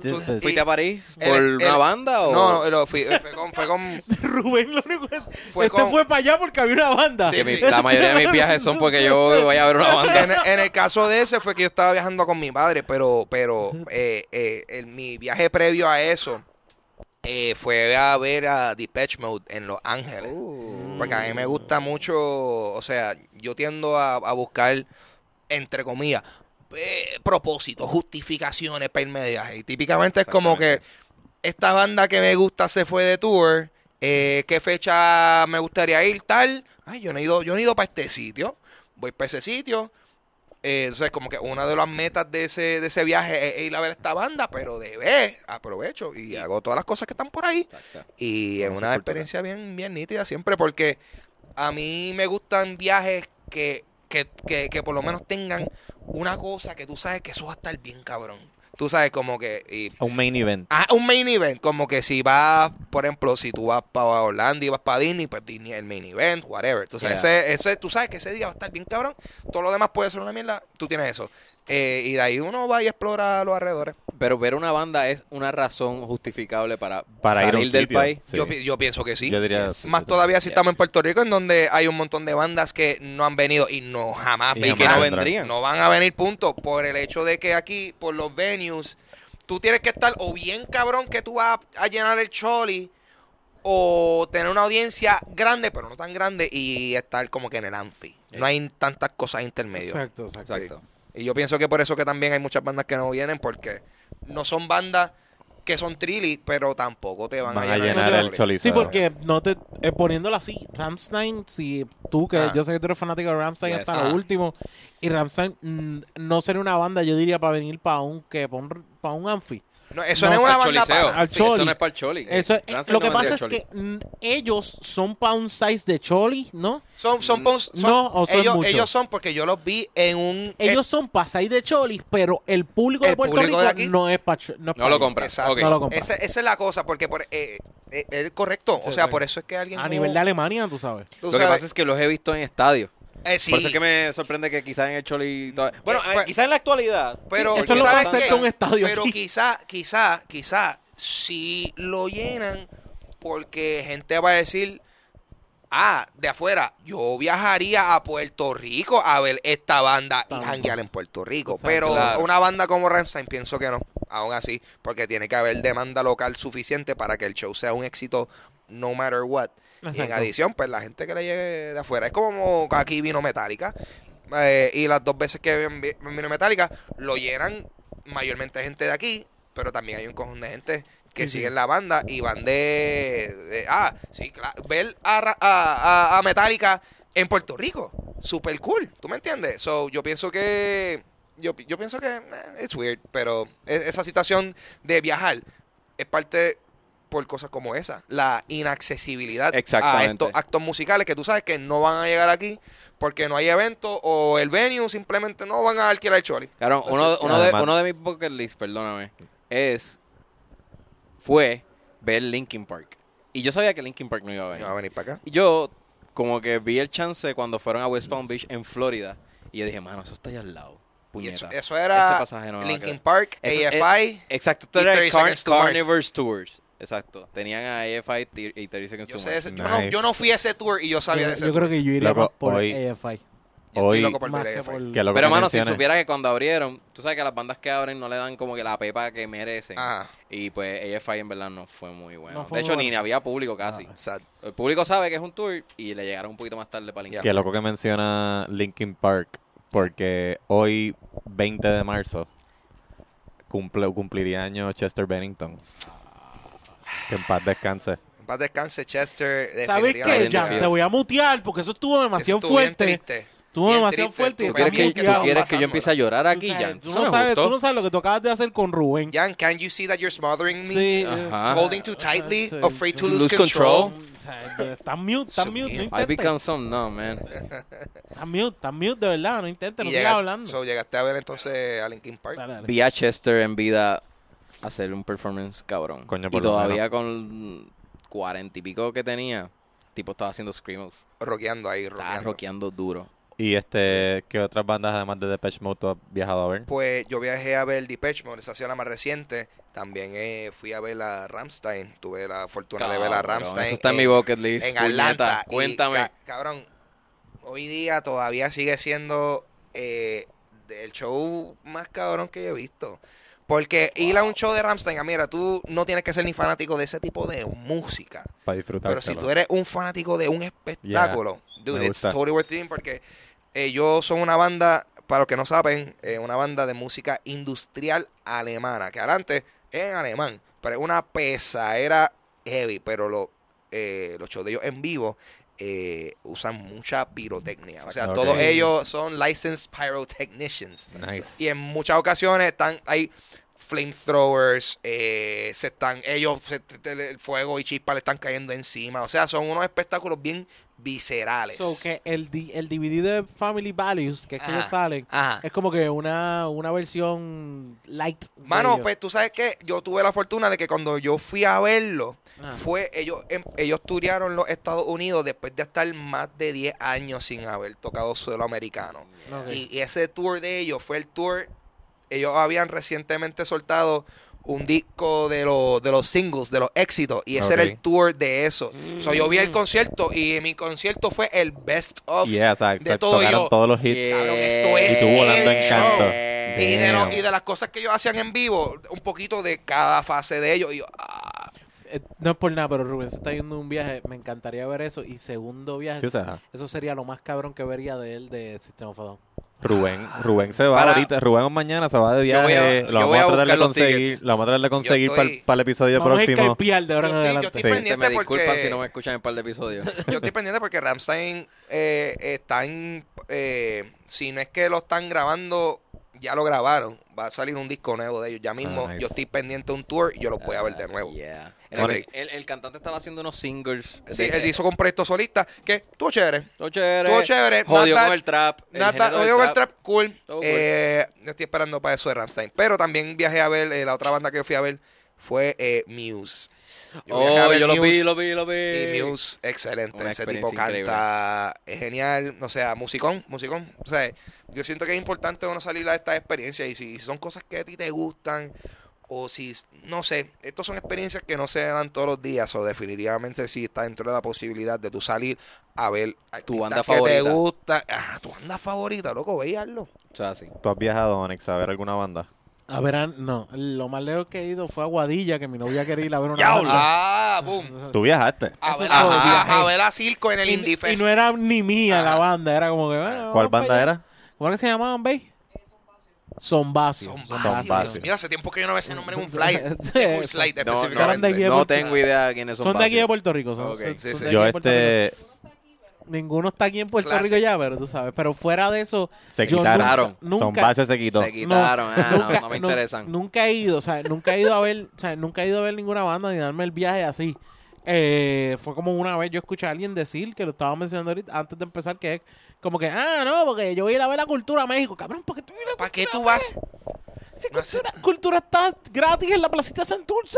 [SPEAKER 1] Pero
[SPEAKER 4] ¿Fuiste a París
[SPEAKER 2] El-
[SPEAKER 4] por
[SPEAKER 2] el-
[SPEAKER 4] una banda o...?
[SPEAKER 2] No, no, lo fui, fue con, fue con
[SPEAKER 3] Rubén, lo único que.
[SPEAKER 2] Fue
[SPEAKER 3] este
[SPEAKER 2] con-
[SPEAKER 3] fue para allá porque había una banda.
[SPEAKER 2] Sí,
[SPEAKER 4] Que mi-
[SPEAKER 2] sí.
[SPEAKER 4] La mayoría de mis viajes son porque yo voy a ver una banda.
[SPEAKER 2] en, en el caso de ese fue que yo estaba viajando con mi padre, pero, pero eh, eh, el- mi viaje previo a eso eh, fue a ver a Depeche Mode en Los Ángeles. Porque a mí me gusta mucho, o sea, yo tiendo a, a buscar, entre comillas, eh, propósitos, justificaciones para irme de viaje. Y típicamente es como que esta banda que me gusta se fue de tour. eh, ¿Qué fecha me gustaría ir? Tal. Ay, yo no he ido, yo no he ido para este sitio. Voy para ese sitio. Eh, entonces, como que una de las metas de ese, de ese viaje es, es ir a ver esta banda, pero de ver, aprovecho y hago todas las cosas que están por ahí.
[SPEAKER 4] Exacto.
[SPEAKER 2] Y es
[SPEAKER 4] Conocer
[SPEAKER 2] una
[SPEAKER 4] cultura.
[SPEAKER 2] experiencia bien, bien nítida siempre, porque a mí me gustan viajes que, que, que, que por lo menos tengan una cosa que tú sabes que eso va a estar bien cabrón. Tú sabes, como que. y-
[SPEAKER 1] A un main event.
[SPEAKER 2] Ah, un main event, como que si vas, por ejemplo, si tú vas para Orlando y vas para Disney, pues Disney es el main event, whatever. Tú sabes,
[SPEAKER 4] Yeah.
[SPEAKER 2] ese, ese- tú sabes que ese día va a estar bien cabrón, todo lo demás puede ser una mierda, tú tienes eso. Eh, y de ahí uno va y explora los alrededores.
[SPEAKER 4] Pero ver una banda es una razón justificable para,
[SPEAKER 1] Para ir a
[SPEAKER 4] salir
[SPEAKER 1] un
[SPEAKER 4] del
[SPEAKER 1] sitio.
[SPEAKER 4] país.
[SPEAKER 1] Sí.
[SPEAKER 2] Yo, pi- yo pienso que sí.
[SPEAKER 1] Yo diría-
[SPEAKER 2] Más todavía si
[SPEAKER 4] Yes.
[SPEAKER 2] estamos en Puerto Rico, en donde hay un montón de bandas que no han venido y no jamás
[SPEAKER 1] Y
[SPEAKER 4] Y
[SPEAKER 1] jamás
[SPEAKER 2] vendrán.
[SPEAKER 4] que no
[SPEAKER 1] vendrán.
[SPEAKER 4] vendrían.
[SPEAKER 2] No van a venir, punto. Por el hecho de que aquí, por los venues, tú tienes que estar o bien cabrón que tú vas a, a llenar el choli o tener una audiencia grande, pero no tan grande, y estar como que en el anfi. No hay tantas cosas intermedias.
[SPEAKER 3] Exacto, exacto.
[SPEAKER 4] Exacto.
[SPEAKER 2] Y yo pienso que por eso que también hay muchas bandas que no vienen, porque no son bandas que son trilly, pero tampoco te van,
[SPEAKER 1] Van a llenar el
[SPEAKER 2] choli.
[SPEAKER 1] cholizo.
[SPEAKER 3] Sí, porque no te eh, poniéndolo así, Ramstein, si tú que
[SPEAKER 2] Ah.
[SPEAKER 3] yo sé que tú eres fanático de Ramstein
[SPEAKER 4] Yes.
[SPEAKER 3] hasta
[SPEAKER 2] Ah.
[SPEAKER 3] lo último y Ramstein mm, no sería una banda, yo diría para venir para un que para un, para un anfi.
[SPEAKER 2] No, eso
[SPEAKER 3] No,
[SPEAKER 2] no, es una
[SPEAKER 4] Al
[SPEAKER 2] banda
[SPEAKER 4] choliseo.
[SPEAKER 2] pana.
[SPEAKER 3] Al
[SPEAKER 4] Sí, Eso
[SPEAKER 3] choli.
[SPEAKER 4] no es para el choli.
[SPEAKER 3] Eso eh, lo
[SPEAKER 4] Ramstein no
[SPEAKER 3] que
[SPEAKER 4] vendría
[SPEAKER 3] pasa
[SPEAKER 4] al
[SPEAKER 3] es
[SPEAKER 4] choli.
[SPEAKER 3] que mm, ellos son para un size de choli, ¿no?
[SPEAKER 2] Son, son, pon- son-
[SPEAKER 3] Mm, No, o son
[SPEAKER 2] ellos,
[SPEAKER 3] mucho.
[SPEAKER 2] ellos son porque yo los vi en un
[SPEAKER 3] Ellos son para size de choli, pero el público
[SPEAKER 2] Eh, El
[SPEAKER 3] de Puerto
[SPEAKER 2] público
[SPEAKER 3] Rico
[SPEAKER 2] de aquí
[SPEAKER 3] no es para no, es
[SPEAKER 4] No
[SPEAKER 3] pa'
[SPEAKER 4] lo
[SPEAKER 3] ellos.
[SPEAKER 4] compras.
[SPEAKER 2] Exacto.
[SPEAKER 4] Ok.
[SPEAKER 3] No lo
[SPEAKER 2] eh,
[SPEAKER 3] compras.
[SPEAKER 2] esa, esa es la cosa, porque por, eh, eh, es correcto.
[SPEAKER 5] Sí,
[SPEAKER 2] o sea,
[SPEAKER 5] sí.
[SPEAKER 2] por eso es que alguien.
[SPEAKER 3] A
[SPEAKER 2] como-
[SPEAKER 3] nivel de Alemania, tú sabes.
[SPEAKER 2] tú
[SPEAKER 4] Lo que
[SPEAKER 2] sabes,
[SPEAKER 4] pasa es que los he visto en estadios.
[SPEAKER 2] Eh, sí.
[SPEAKER 4] Por eso es que me sorprende que quizás en el Choli... todavía- Bueno,
[SPEAKER 2] Eh, pues-
[SPEAKER 4] quizás en la actualidad.
[SPEAKER 2] Pero
[SPEAKER 3] Eso es lo
[SPEAKER 2] ¿sabes
[SPEAKER 3] más cerca
[SPEAKER 2] qué?
[SPEAKER 3] a un estadio
[SPEAKER 2] Pero
[SPEAKER 3] aquí.
[SPEAKER 2] quizá, quizá, quizá, si lo llenan, porque gente va a decir, ah, de afuera, yo viajaría a Puerto Rico a ver esta banda y janguear en Puerto Rico.
[SPEAKER 3] Exacto.
[SPEAKER 2] Pero
[SPEAKER 4] Claro.
[SPEAKER 2] una banda como Rammstein, pienso que no, aún así, porque tiene que haber demanda local suficiente para que el show sea un éxito no matter what. Y en
[SPEAKER 3] Exacto.
[SPEAKER 2] adición, pues la gente que le llegue de afuera. Es como aquí vino Metallica. eh, y las dos veces que ven- vino Metallica, lo llenan mayormente gente de aquí, pero también hay un cojón de gente que
[SPEAKER 3] Sí, sí.
[SPEAKER 2] siguen la banda y van de... de- ah, sí, claro. Ver a, Ra- a- a- a Metallica en Puerto Rico. Super cool. ¿Tú me entiendes? So, yo pienso que... Yo, pi- yo pienso que es weird, pero e- esa situación de viajar es parte por cosas como esa, la inaccesibilidad a
[SPEAKER 4] Exactamente.
[SPEAKER 2] estos actos musicales que tú sabes que no van a llegar aquí porque no hay evento o el venue simplemente no van a alquilar el choli.
[SPEAKER 4] Claro,
[SPEAKER 2] Así
[SPEAKER 4] uno,
[SPEAKER 2] que-
[SPEAKER 4] uno, de,
[SPEAKER 1] Además-
[SPEAKER 4] uno de mis bucket list, perdóname, es... Fue ver Linkin Park. Y yo sabía que Linkin Park no iba a venir.
[SPEAKER 2] No va a venir para acá.
[SPEAKER 4] Y yo como que vi el chance cuando fueron a West Palm Beach en Florida. Y yo dije, mano, eso está allá al lado.
[SPEAKER 2] Y eso,
[SPEAKER 4] Puñeta.
[SPEAKER 2] eso era
[SPEAKER 4] Ese pasaje no me va a
[SPEAKER 2] Linkin
[SPEAKER 4] quedar.
[SPEAKER 2] Park,
[SPEAKER 4] Eso-
[SPEAKER 2] AFI.
[SPEAKER 4] eh, exacto, esto
[SPEAKER 2] y
[SPEAKER 4] era el
[SPEAKER 2] 30
[SPEAKER 4] Car-
[SPEAKER 2] Seconds to Mars.
[SPEAKER 4] Carniverse Tours. Exacto, tenían a AFI ti- y 30 Seconds
[SPEAKER 2] yo,
[SPEAKER 4] to
[SPEAKER 2] sé
[SPEAKER 4] Mars.
[SPEAKER 2] ese- yo no,
[SPEAKER 1] Nice.
[SPEAKER 2] yo no fui a ese tour y yo sabía de
[SPEAKER 3] Yo,
[SPEAKER 2] ese
[SPEAKER 3] yo
[SPEAKER 2] tour.
[SPEAKER 3] creo que yo iría
[SPEAKER 1] Loco,
[SPEAKER 3] más por
[SPEAKER 1] hoy-
[SPEAKER 3] AFI.
[SPEAKER 2] Yo estoy
[SPEAKER 1] Hoy-
[SPEAKER 2] loco por
[SPEAKER 3] más
[SPEAKER 2] ver
[SPEAKER 3] que
[SPEAKER 2] AFI.
[SPEAKER 3] por-
[SPEAKER 1] Que lo que
[SPEAKER 4] Pero,
[SPEAKER 1] tú
[SPEAKER 4] mano, si
[SPEAKER 1] mencionas-
[SPEAKER 4] supiera que cuando abrieron, tú sabes que las bandas que abren no le dan como que la pepa que merecen.
[SPEAKER 2] Ajá,
[SPEAKER 4] Y pues AFI en verdad no fue muy bueno.
[SPEAKER 3] No fue
[SPEAKER 4] de
[SPEAKER 3] muy
[SPEAKER 4] hecho, ni
[SPEAKER 3] bueno.
[SPEAKER 4] había público casi.
[SPEAKER 1] Ah.
[SPEAKER 2] sad.
[SPEAKER 4] El público sabe que es un tour y le llegaron un poquito más tarde para
[SPEAKER 1] Qué
[SPEAKER 4] limpiar.
[SPEAKER 1] loco que menciona Linkin Park, porque hoy, 20 de marzo, cumple, cumpliría año Chester Bennington. Que en paz descanse.
[SPEAKER 2] En paz descanse, Chester.
[SPEAKER 3] ¿Sabes qué?
[SPEAKER 4] Definitivamente.
[SPEAKER 3] Ya, te voy a mutear porque eso estuvo demasiado fuerte. Estuvo
[SPEAKER 2] Bien
[SPEAKER 3] demasiado
[SPEAKER 2] triste,
[SPEAKER 3] fuerte. y
[SPEAKER 2] tú
[SPEAKER 4] ¿Tú
[SPEAKER 3] está
[SPEAKER 4] quieres,
[SPEAKER 2] también
[SPEAKER 4] que,
[SPEAKER 2] que
[SPEAKER 3] muteado.
[SPEAKER 4] tú
[SPEAKER 2] tú
[SPEAKER 4] quieres que
[SPEAKER 2] pasándola.
[SPEAKER 4] yo empiece a llorar aquí,
[SPEAKER 3] sabes,
[SPEAKER 4] Jan?
[SPEAKER 3] Tú
[SPEAKER 4] Eso
[SPEAKER 3] no,
[SPEAKER 4] me
[SPEAKER 3] sabes,
[SPEAKER 4] gustó.
[SPEAKER 3] tú no sabes lo que tú acabas de hacer con Rubén.
[SPEAKER 2] Jan, can you see that you're smothering me?
[SPEAKER 3] Sí,
[SPEAKER 4] Ajá.
[SPEAKER 2] Holding too tightly,
[SPEAKER 3] Sí.
[SPEAKER 2] afraid to
[SPEAKER 4] To
[SPEAKER 2] lose,
[SPEAKER 4] Ah. lose
[SPEAKER 2] control.
[SPEAKER 4] control.
[SPEAKER 3] O sea, Estás mute, estás mute, no
[SPEAKER 2] mío.
[SPEAKER 4] I become
[SPEAKER 3] intentes.
[SPEAKER 4] some numb, man.
[SPEAKER 3] Estás mute, estás mute, de verdad, no intentes, no
[SPEAKER 2] Y
[SPEAKER 3] sigas
[SPEAKER 2] llega-
[SPEAKER 3] hablando.
[SPEAKER 2] so, llegaste a ver entonces a Linkin Park.
[SPEAKER 3] Dale, dale.
[SPEAKER 4] Vi a Chester en vida hacer un performance cabrón.
[SPEAKER 1] Coño,
[SPEAKER 4] y
[SPEAKER 1] por lo
[SPEAKER 4] todavía con cuarenta y pico que tenía, tipo estaba haciendo screamos.
[SPEAKER 2] Roqueando ahí,
[SPEAKER 4] Estaba
[SPEAKER 2] roqueando.
[SPEAKER 4] rockeando duro.
[SPEAKER 1] Y este, ¿qué otras bandas además de Depeche Mode tú has viajado a ver?
[SPEAKER 2] Pues yo viajé a ver Depeche Mode, esa ha sido la más reciente. También eh, fui a ver a Ramstein. Tuve la fortuna de ver a
[SPEAKER 4] Cabrón,
[SPEAKER 2] Ramstein.
[SPEAKER 4] Eso está en mi bucket list.
[SPEAKER 2] en
[SPEAKER 4] puñeta.
[SPEAKER 2] Atlanta. Y,
[SPEAKER 4] Cuéntame.
[SPEAKER 2] ca- cabrón, hoy día todavía sigue siendo eh, el show más cabrón que yo he visto. Porque ir a un show de Ramstein, mira, tú no tienes que ser ni fanático de ese tipo de música.
[SPEAKER 1] Para disfrutar.
[SPEAKER 2] Pero si tú eres un fanático de un espectáculo, dude,
[SPEAKER 1] me
[SPEAKER 2] it's
[SPEAKER 1] gusta.
[SPEAKER 2] totally worth it porque ellos son una banda, para los que no saben, eh, una banda de música industrial alemana, que adelante es en alemán, pero es una pesadera heavy, pero lo, eh, los shows de ellos en vivo eh, usan mucha pirotecnia. O sea,
[SPEAKER 1] Ok.
[SPEAKER 2] todos ellos son licensed pyrotechnicians.
[SPEAKER 1] Nice.
[SPEAKER 2] Y en muchas ocasiones están hay flamethrowers, eh, se están ellos se- te- te- el fuego y chispas le están cayendo encima, o sea, son unos espectáculos bien viscerales.
[SPEAKER 3] So que el, di- el DVD de Family Values, que es que
[SPEAKER 2] Ajá.
[SPEAKER 3] ellos salen,
[SPEAKER 2] Ajá.
[SPEAKER 3] es como que una, una versión light. de
[SPEAKER 2] Mano,
[SPEAKER 3] ellos.
[SPEAKER 2] pues tú sabes que yo tuve la fortuna de que cuando yo fui a verlo,
[SPEAKER 3] Ajá.
[SPEAKER 2] fue ellos em- ellos turearon los Estados Unidos después de estar más de 10 años sin haber tocado suelo americano.
[SPEAKER 3] Ok.
[SPEAKER 2] Y, y ese tour de ellos fue el tour. Ellos habían recientemente soltado un disco de, los de los singles, de los éxitos, y ese era el
[SPEAKER 1] Ok.
[SPEAKER 2] tour de eso. So, yo
[SPEAKER 3] Mm.
[SPEAKER 2] vi el concierto y mi concierto fue el best of.
[SPEAKER 1] Yeah, exacto.
[SPEAKER 2] de todo
[SPEAKER 1] Tocaron
[SPEAKER 2] yo-
[SPEAKER 1] todos los hits.
[SPEAKER 2] Cabrón, esto es
[SPEAKER 1] Y tú volando
[SPEAKER 2] el
[SPEAKER 1] en canto.
[SPEAKER 2] show. Y de, lo-
[SPEAKER 1] Damn.
[SPEAKER 2] y de las cosas que ellos hacían en vivo, un poquito de cada fase de ellos. Y yo, ah,
[SPEAKER 3] Eh, no es por nada, pero Rubén se está yendo a un viaje. Me encantaría ver eso. Y segundo viaje,
[SPEAKER 1] Sí, o sea,
[SPEAKER 3] eso sería lo más cabrón que vería de él de Sistema of a Down.
[SPEAKER 1] Rubén, Rubén se va
[SPEAKER 4] Para-
[SPEAKER 1] ahorita, Rubén mañana se va de
[SPEAKER 4] Yo voy a-
[SPEAKER 1] viaje,
[SPEAKER 4] yo
[SPEAKER 1] lo vamos
[SPEAKER 4] voy
[SPEAKER 1] a
[SPEAKER 4] a
[SPEAKER 1] tratar de
[SPEAKER 4] buscar los
[SPEAKER 1] conseguir,
[SPEAKER 4] tickets.
[SPEAKER 1] lo vamos a tratar de conseguir para
[SPEAKER 2] estoy-
[SPEAKER 1] el episodio
[SPEAKER 3] Vamos a
[SPEAKER 1] próximo.
[SPEAKER 3] escarpiar de ahora en
[SPEAKER 2] Yo estoy- yo
[SPEAKER 3] adelante.
[SPEAKER 2] estoy
[SPEAKER 1] Sí.
[SPEAKER 4] Gente,
[SPEAKER 2] pendiente
[SPEAKER 4] me disculpan
[SPEAKER 2] Este, porque-
[SPEAKER 4] si no me escuchan en un par de episodios.
[SPEAKER 2] yo estoy pendiente porque Ramstein eh, está en. eh, si no es que lo están grabando, ya lo grabaron. Va a salir un disco nuevo de ellos ya mismo.
[SPEAKER 1] nice.
[SPEAKER 2] Yo estoy pendiente de un tour y yo los voy a ver de nuevo.
[SPEAKER 4] Ah, yeah.
[SPEAKER 2] Ok.
[SPEAKER 4] el, el- el cantante estaba haciendo unos singles.
[SPEAKER 2] Sí,
[SPEAKER 4] de-
[SPEAKER 2] él hizo con proyectos solistas que estuvo chévere.
[SPEAKER 4] Todo chévere.
[SPEAKER 2] Todo chévere.
[SPEAKER 4] Jodió
[SPEAKER 2] Nata-
[SPEAKER 4] con el trap. el
[SPEAKER 2] Nata,
[SPEAKER 4] género del
[SPEAKER 2] odio el trap, cool.
[SPEAKER 4] Todo cool.
[SPEAKER 2] Eh, yo estoy esperando para eso de Ramstein. Pero también viajé a ver eh, la otra banda que yo fui a ver, fue eh, Muse. viajé a
[SPEAKER 4] Oh,
[SPEAKER 2] ver
[SPEAKER 4] yo lo
[SPEAKER 2] Muse
[SPEAKER 4] vi, lo vi, lo vi.
[SPEAKER 2] Y Muse, excelente.
[SPEAKER 4] Eh, Una
[SPEAKER 2] Ese tipo
[SPEAKER 4] experiencia increíble.
[SPEAKER 2] canta es genial. O sea, musicón, musicón. O sea, yo siento que es importante uno salir a estas experiencias. Y si son cosas que a ti te gustan, o si, no sé, estas son experiencias que no se dan todos los días. O definitivamente sí está dentro de la posibilidad de tú salir a ver artistas
[SPEAKER 4] banda
[SPEAKER 2] que te
[SPEAKER 4] favorita.
[SPEAKER 2] gusta. Ah, tu banda favorita, loco, ve y hazlo.
[SPEAKER 4] O sea, sí.
[SPEAKER 1] ¿Tú has viajado, Onyx, a ver alguna banda?
[SPEAKER 3] A ver, an- no. Lo más lejos que he ido fue a Guadilla, que mi novia quería ir a ver una
[SPEAKER 2] ¡Diablo!
[SPEAKER 3] banda.
[SPEAKER 2] Ah, boom.
[SPEAKER 1] ¿Tú viajaste?
[SPEAKER 2] A ver,
[SPEAKER 3] Eso es todo,
[SPEAKER 2] a,
[SPEAKER 3] viaje.
[SPEAKER 2] a ver a Circo en el
[SPEAKER 3] Y-
[SPEAKER 2] Indie
[SPEAKER 3] y,
[SPEAKER 2] Fest.
[SPEAKER 3] no era ni mía la
[SPEAKER 2] Ajá.
[SPEAKER 3] banda, era como que. bueno,
[SPEAKER 1] ¿Cuál
[SPEAKER 3] vamos pa'
[SPEAKER 1] banda
[SPEAKER 3] allá.
[SPEAKER 1] era?
[SPEAKER 3] ¿Cómo era que se llamaban, veis? Son Bacio.
[SPEAKER 2] Son
[SPEAKER 1] Son
[SPEAKER 2] Basil.
[SPEAKER 1] Basil.
[SPEAKER 2] Dios mío, hace tiempo que yo no veo ese nombre en un flight. En un slide
[SPEAKER 4] No, no,
[SPEAKER 3] Eran de
[SPEAKER 2] específicamente.
[SPEAKER 3] aquí de
[SPEAKER 4] no
[SPEAKER 3] Puerto-
[SPEAKER 4] tengo idea de quiénes son.
[SPEAKER 3] Son de aquí de
[SPEAKER 4] Bacio.
[SPEAKER 3] Puerto Rico. Son,
[SPEAKER 4] Ok,
[SPEAKER 3] son-
[SPEAKER 2] sí,
[SPEAKER 3] son
[SPEAKER 2] sí.
[SPEAKER 3] de aquí
[SPEAKER 1] Yo
[SPEAKER 3] de Puerto Rico.
[SPEAKER 1] este...
[SPEAKER 3] Ninguno está aquí en Puerto
[SPEAKER 2] Clásico.
[SPEAKER 3] Rico ya, pero tú sabes. Pero fuera de eso.
[SPEAKER 1] Se
[SPEAKER 3] yo
[SPEAKER 1] quitaron.
[SPEAKER 4] Claro.
[SPEAKER 3] Nunca,
[SPEAKER 1] Son
[SPEAKER 3] nunca-
[SPEAKER 1] bases se quitó.
[SPEAKER 4] Se quitaron. ah, no, no me
[SPEAKER 3] nu-
[SPEAKER 4] interesan.
[SPEAKER 3] Nunca he ido, o sea, nunca he ido a ver, o sea, nunca he ido a ver ninguna banda ni darme el viaje así. Eh, fue como una vez yo escuché a alguien decir que lo estaba mencionando ahorita antes de empezar que es como que ah no porque yo voy a ir a ver la cultura a México cabrón porque tú vienes
[SPEAKER 2] ¿Para qué tú vas?
[SPEAKER 3] si
[SPEAKER 2] No sé.
[SPEAKER 3] cultura, cultura está gratis en la placita Santurce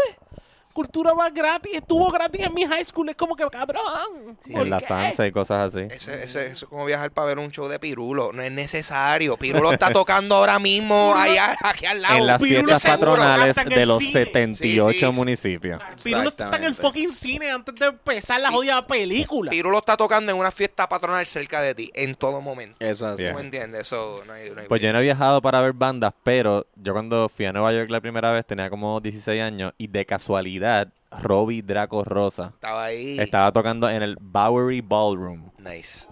[SPEAKER 3] cultura va gratis estuvo gratis en mi high school es como que cabrón ¿por
[SPEAKER 1] En la
[SPEAKER 3] qué?
[SPEAKER 1] Sansa y cosas así.
[SPEAKER 2] Ese, ese, eso es como viajar para ver un show de Pirulo. No es necesario. Pirulo está tocando ahora mismo allá, aquí al lado.
[SPEAKER 1] En las
[SPEAKER 3] Pirulo
[SPEAKER 1] fiestas
[SPEAKER 2] seguro
[SPEAKER 1] patronales
[SPEAKER 3] cantan en
[SPEAKER 1] de los
[SPEAKER 3] cine.
[SPEAKER 1] 78
[SPEAKER 2] Sí, sí, sí.
[SPEAKER 1] municipios.
[SPEAKER 3] Pirulo está en el
[SPEAKER 4] Exactamente.
[SPEAKER 3] fucking cine antes de empezar la jodida película
[SPEAKER 2] Pirulo está tocando en una fiesta patronal cerca de ti, en todo momento.
[SPEAKER 4] Eso es así.
[SPEAKER 2] ¿Tú
[SPEAKER 1] Yeah.
[SPEAKER 2] me entiendes? Eso no hay, no hay
[SPEAKER 1] Pues yo no he viajado para ver bandas, pero yo cuando fui a Nueva York la primera vez tenía como 16 años y de casualidad Robbie Draco Rosa
[SPEAKER 2] Estaba ahí.
[SPEAKER 1] estaba tocando en el Bowery Ballroom.
[SPEAKER 2] Nice.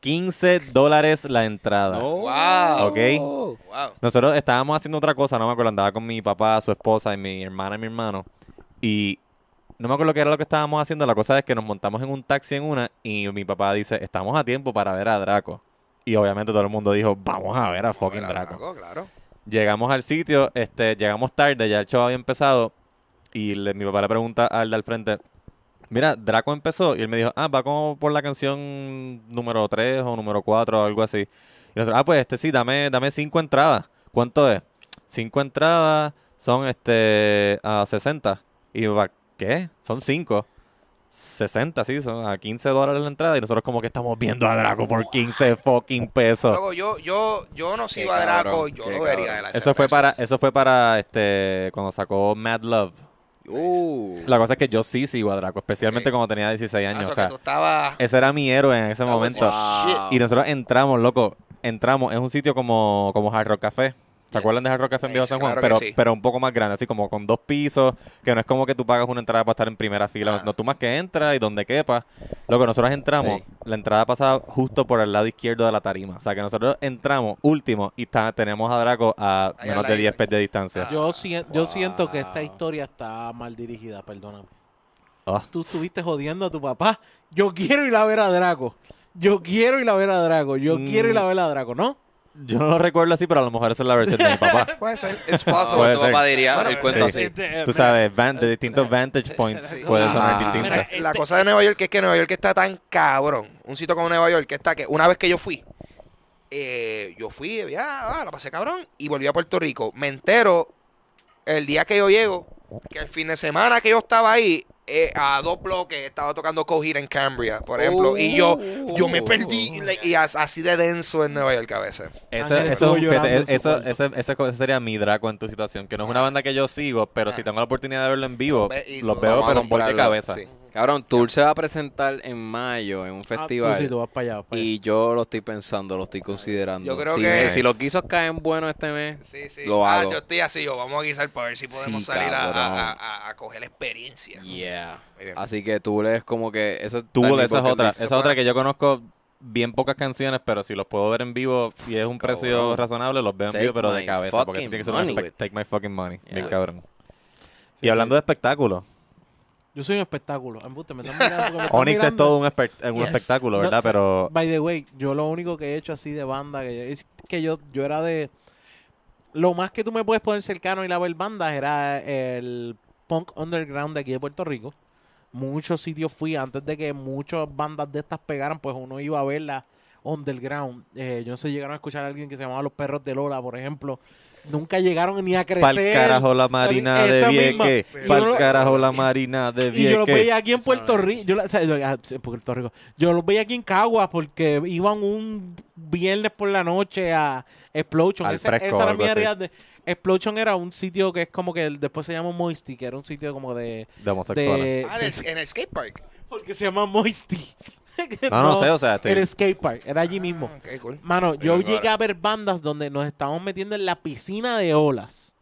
[SPEAKER 1] 15 dólares la entrada.
[SPEAKER 2] Wow.
[SPEAKER 1] Oh. Ok.
[SPEAKER 2] Wow.
[SPEAKER 1] Nosotros estábamos haciendo otra cosa, no me acuerdo, andaba con mi papá, su esposa y mi hermana y mi hermano. Y no me acuerdo qué era lo que estábamos haciendo. La cosa es que nos montamos en un taxi en una y mi papá dice, estamos a tiempo para ver a Draco. Y obviamente todo el mundo dijo, vamos a ver a fucking
[SPEAKER 2] Era
[SPEAKER 1] Draco.
[SPEAKER 2] claro.
[SPEAKER 1] Llegamos al sitio, este, llegamos tarde, ya el show había empezado. Y le- mi papá le pregunta al de al frente, mira, Draco empezó. Y él me dijo, ah, va como por la canción número 3 o número 4 o algo así. Y nosotros, ah, pues este sí, dame, dame cinco entradas. ¿Cuánto es? Cinco entradas son este a 60. Y mi papá, ¿qué? Son cinco. 60, sí, son a 15 dólares la entrada. Y nosotros como que estamos viendo a Draco por 15 fucking pesos.
[SPEAKER 2] Luego, yo, yo, yo no sigo
[SPEAKER 4] Qué
[SPEAKER 2] a Draco,
[SPEAKER 4] cabrón,
[SPEAKER 2] yo
[SPEAKER 4] qué
[SPEAKER 2] lo vería de
[SPEAKER 4] cabrón.
[SPEAKER 2] la
[SPEAKER 1] Eso fue
[SPEAKER 2] cerveza.
[SPEAKER 1] para, eso fue para este cuando sacó Mad Love.
[SPEAKER 4] Uh.
[SPEAKER 1] La cosa es que yo sí sigo a Draco, especialmente
[SPEAKER 2] Ok.
[SPEAKER 1] cuando tenía 16
[SPEAKER 2] Ah,
[SPEAKER 1] años.
[SPEAKER 2] eso
[SPEAKER 1] O
[SPEAKER 2] que
[SPEAKER 1] sea,
[SPEAKER 2] tú estabas-
[SPEAKER 1] ese era mi héroe en ese momento.
[SPEAKER 4] Wow.
[SPEAKER 1] Y nosotros entramos, loco, entramos, es un sitio como, como Hard Rock Café. ¿Se acuerdan de Hard Rock Café en Viejo
[SPEAKER 2] Yes,
[SPEAKER 1] San Juan?
[SPEAKER 2] claro que
[SPEAKER 1] pero,
[SPEAKER 2] sí.
[SPEAKER 1] pero un poco más grande, así como con dos pisos, que no es como que tú pagas una entrada para estar en primera fila.
[SPEAKER 2] Ah.
[SPEAKER 1] No, tú más que entras y donde quepa. Loco, nosotros entramos,
[SPEAKER 4] Sí.
[SPEAKER 1] la entrada pasaba justo por el lado izquierdo de la tarima. O sea que nosotros entramos último y ta- tenemos a Draco a
[SPEAKER 2] Ahí al
[SPEAKER 1] menos de
[SPEAKER 2] lado.
[SPEAKER 1] 10 pies de distancia.
[SPEAKER 3] Yo, sien- yo
[SPEAKER 4] wow.
[SPEAKER 3] siento que esta historia está mal dirigida, perdóname.
[SPEAKER 1] Ah.
[SPEAKER 3] Tú estuviste jodiendo a tu papá. Yo quiero ir a ver a Draco. Yo quiero ir a ver a Draco. Yo
[SPEAKER 1] Mm.
[SPEAKER 3] quiero ir a ver a Draco, ¿no?
[SPEAKER 1] Yo no lo recuerdo así, pero a lo mejor esa es la versión de mi papá.
[SPEAKER 2] Puede ser. It's
[SPEAKER 4] No,
[SPEAKER 2] possible.
[SPEAKER 1] Puede
[SPEAKER 4] tu
[SPEAKER 1] ser.
[SPEAKER 4] papá diría
[SPEAKER 2] Bueno,
[SPEAKER 4] el cuento
[SPEAKER 1] sí.
[SPEAKER 4] así.
[SPEAKER 3] Eh,
[SPEAKER 1] Tú sabes, van- de distintos vantage points
[SPEAKER 2] Sí.
[SPEAKER 1] puede sonar
[SPEAKER 4] Ah.
[SPEAKER 1] distinto.
[SPEAKER 2] eh, Mira, la cosa de Nueva York es que Nueva York está tan cabrón. Un sitio como Nueva York que está que una vez que yo fui, eh, yo fui, ya, ah, la pasé cabrón y volví a Puerto Rico. Me entero el día que yo llego que el fin de semana que yo estaba ahí eh, a dos bloques estaba tocando Coheed en Cambria, por ejemplo, y yo yo me perdí y, le- y as- así de denso en Nueva York a veces.
[SPEAKER 1] Eso,
[SPEAKER 3] Ángel
[SPEAKER 1] eso,
[SPEAKER 3] estuvo
[SPEAKER 1] fíjate,
[SPEAKER 3] llorando en
[SPEAKER 1] eso,
[SPEAKER 3] su cuarto.
[SPEAKER 1] ese- esa cosa sería mi Draco en tu situación, que no es una banda que yo sigo, pero si tengo la oportunidad de verlo en vivo,
[SPEAKER 2] Ve- y
[SPEAKER 1] los
[SPEAKER 2] lo-
[SPEAKER 1] veo,
[SPEAKER 4] vamos a
[SPEAKER 1] pero por de
[SPEAKER 4] comprarlo,
[SPEAKER 1] cabeza.
[SPEAKER 2] sí.
[SPEAKER 4] Cabrón, Tour se va a presentar en mayo en un
[SPEAKER 3] Ah, tú sí, tú
[SPEAKER 4] festival.
[SPEAKER 3] vas para allá. vas para allá.
[SPEAKER 4] Y yo lo estoy pensando, lo estoy considerando.
[SPEAKER 2] Yo creo
[SPEAKER 4] si,
[SPEAKER 2] que-
[SPEAKER 4] si los guisos caen buenos este mes,
[SPEAKER 2] Sí, sí.
[SPEAKER 4] Lo
[SPEAKER 2] ah,
[SPEAKER 4] hago.
[SPEAKER 2] yo estoy así, yo vamos a guisar para ver si podemos
[SPEAKER 4] Sí,
[SPEAKER 2] salir a, a-
[SPEAKER 4] cabrón.
[SPEAKER 2] a- a- a coger la experiencia.
[SPEAKER 4] yeah. Ah,
[SPEAKER 2] Muy bien.
[SPEAKER 4] Así que tú es como que... Eso
[SPEAKER 1] Tú,
[SPEAKER 4] Tule,
[SPEAKER 1] esa es otra,
[SPEAKER 2] se
[SPEAKER 1] esa es otra
[SPEAKER 2] fuera.
[SPEAKER 1] que yo conozco bien pocas canciones, pero si los puedo ver en vivo y es un precio
[SPEAKER 4] Cabrón.
[SPEAKER 1] razonable, los veo en
[SPEAKER 4] Take
[SPEAKER 1] vivo, pero de
[SPEAKER 4] my
[SPEAKER 1] cabeza, porque eso
[SPEAKER 4] fucking
[SPEAKER 1] tiene que ser un
[SPEAKER 4] money.
[SPEAKER 1] espe- take my fucking money,
[SPEAKER 4] Yeah.
[SPEAKER 1] bien cabrón. Y hablando de espectáculos,
[SPEAKER 3] Yo soy un espectáculo. Embuste, me están mirando porque me están
[SPEAKER 1] Onyx es
[SPEAKER 3] mirando.
[SPEAKER 1] todo un, espe- un
[SPEAKER 3] Yes.
[SPEAKER 1] espectáculo,
[SPEAKER 3] No,
[SPEAKER 1] ¿verdad?
[SPEAKER 3] o sea,
[SPEAKER 1] Pero
[SPEAKER 3] By the way, yo lo único que he hecho así de banda, que yo, es que yo, yo era de... Lo más que tú me puedes poner cercano y la ver bandas era el punk underground de aquí de Puerto Rico. Muchos sitios fui antes de que muchas bandas de estas pegaran, pues uno iba a verlas underground. Eh, yo no sé, llegaron a escuchar a alguien que se llamaba Los Perros de Lola, por ejemplo. Nunca llegaron ni a
[SPEAKER 1] Pa'l
[SPEAKER 3] crecer.
[SPEAKER 1] carajo la marina de
[SPEAKER 3] Esa misma.
[SPEAKER 1] Vieques.
[SPEAKER 3] Y yo
[SPEAKER 1] Pa'l
[SPEAKER 3] lo-
[SPEAKER 1] carajo la marina de
[SPEAKER 3] Y yo los veía
[SPEAKER 1] Vieques.
[SPEAKER 3] aquí en Puerto Rico. Yo, la- o sea, yo- ah, sí, en Puerto Rico. Yo los veía aquí en Caguas porque iban un viernes por la noche a Explosion.
[SPEAKER 1] Al
[SPEAKER 3] Ese-
[SPEAKER 1] fresco o
[SPEAKER 3] esa era
[SPEAKER 1] algo
[SPEAKER 3] mi
[SPEAKER 1] así.
[SPEAKER 3] área de- Explosion era un sitio que es como que el- después se llama Moisty, que era un sitio como de.
[SPEAKER 1] De homosexuales.
[SPEAKER 3] de
[SPEAKER 2] Ah, del- en el skate park.
[SPEAKER 3] porque se llama Moisty.
[SPEAKER 1] No, no sé, o sea, estoy-
[SPEAKER 3] Era skate park, era allí mismo.
[SPEAKER 2] Ah, ok, cool.
[SPEAKER 3] Mano,
[SPEAKER 2] Pero
[SPEAKER 3] yo
[SPEAKER 2] claro.
[SPEAKER 3] llegué a ver bandas donde nos estábamos metiendo en la piscina de olas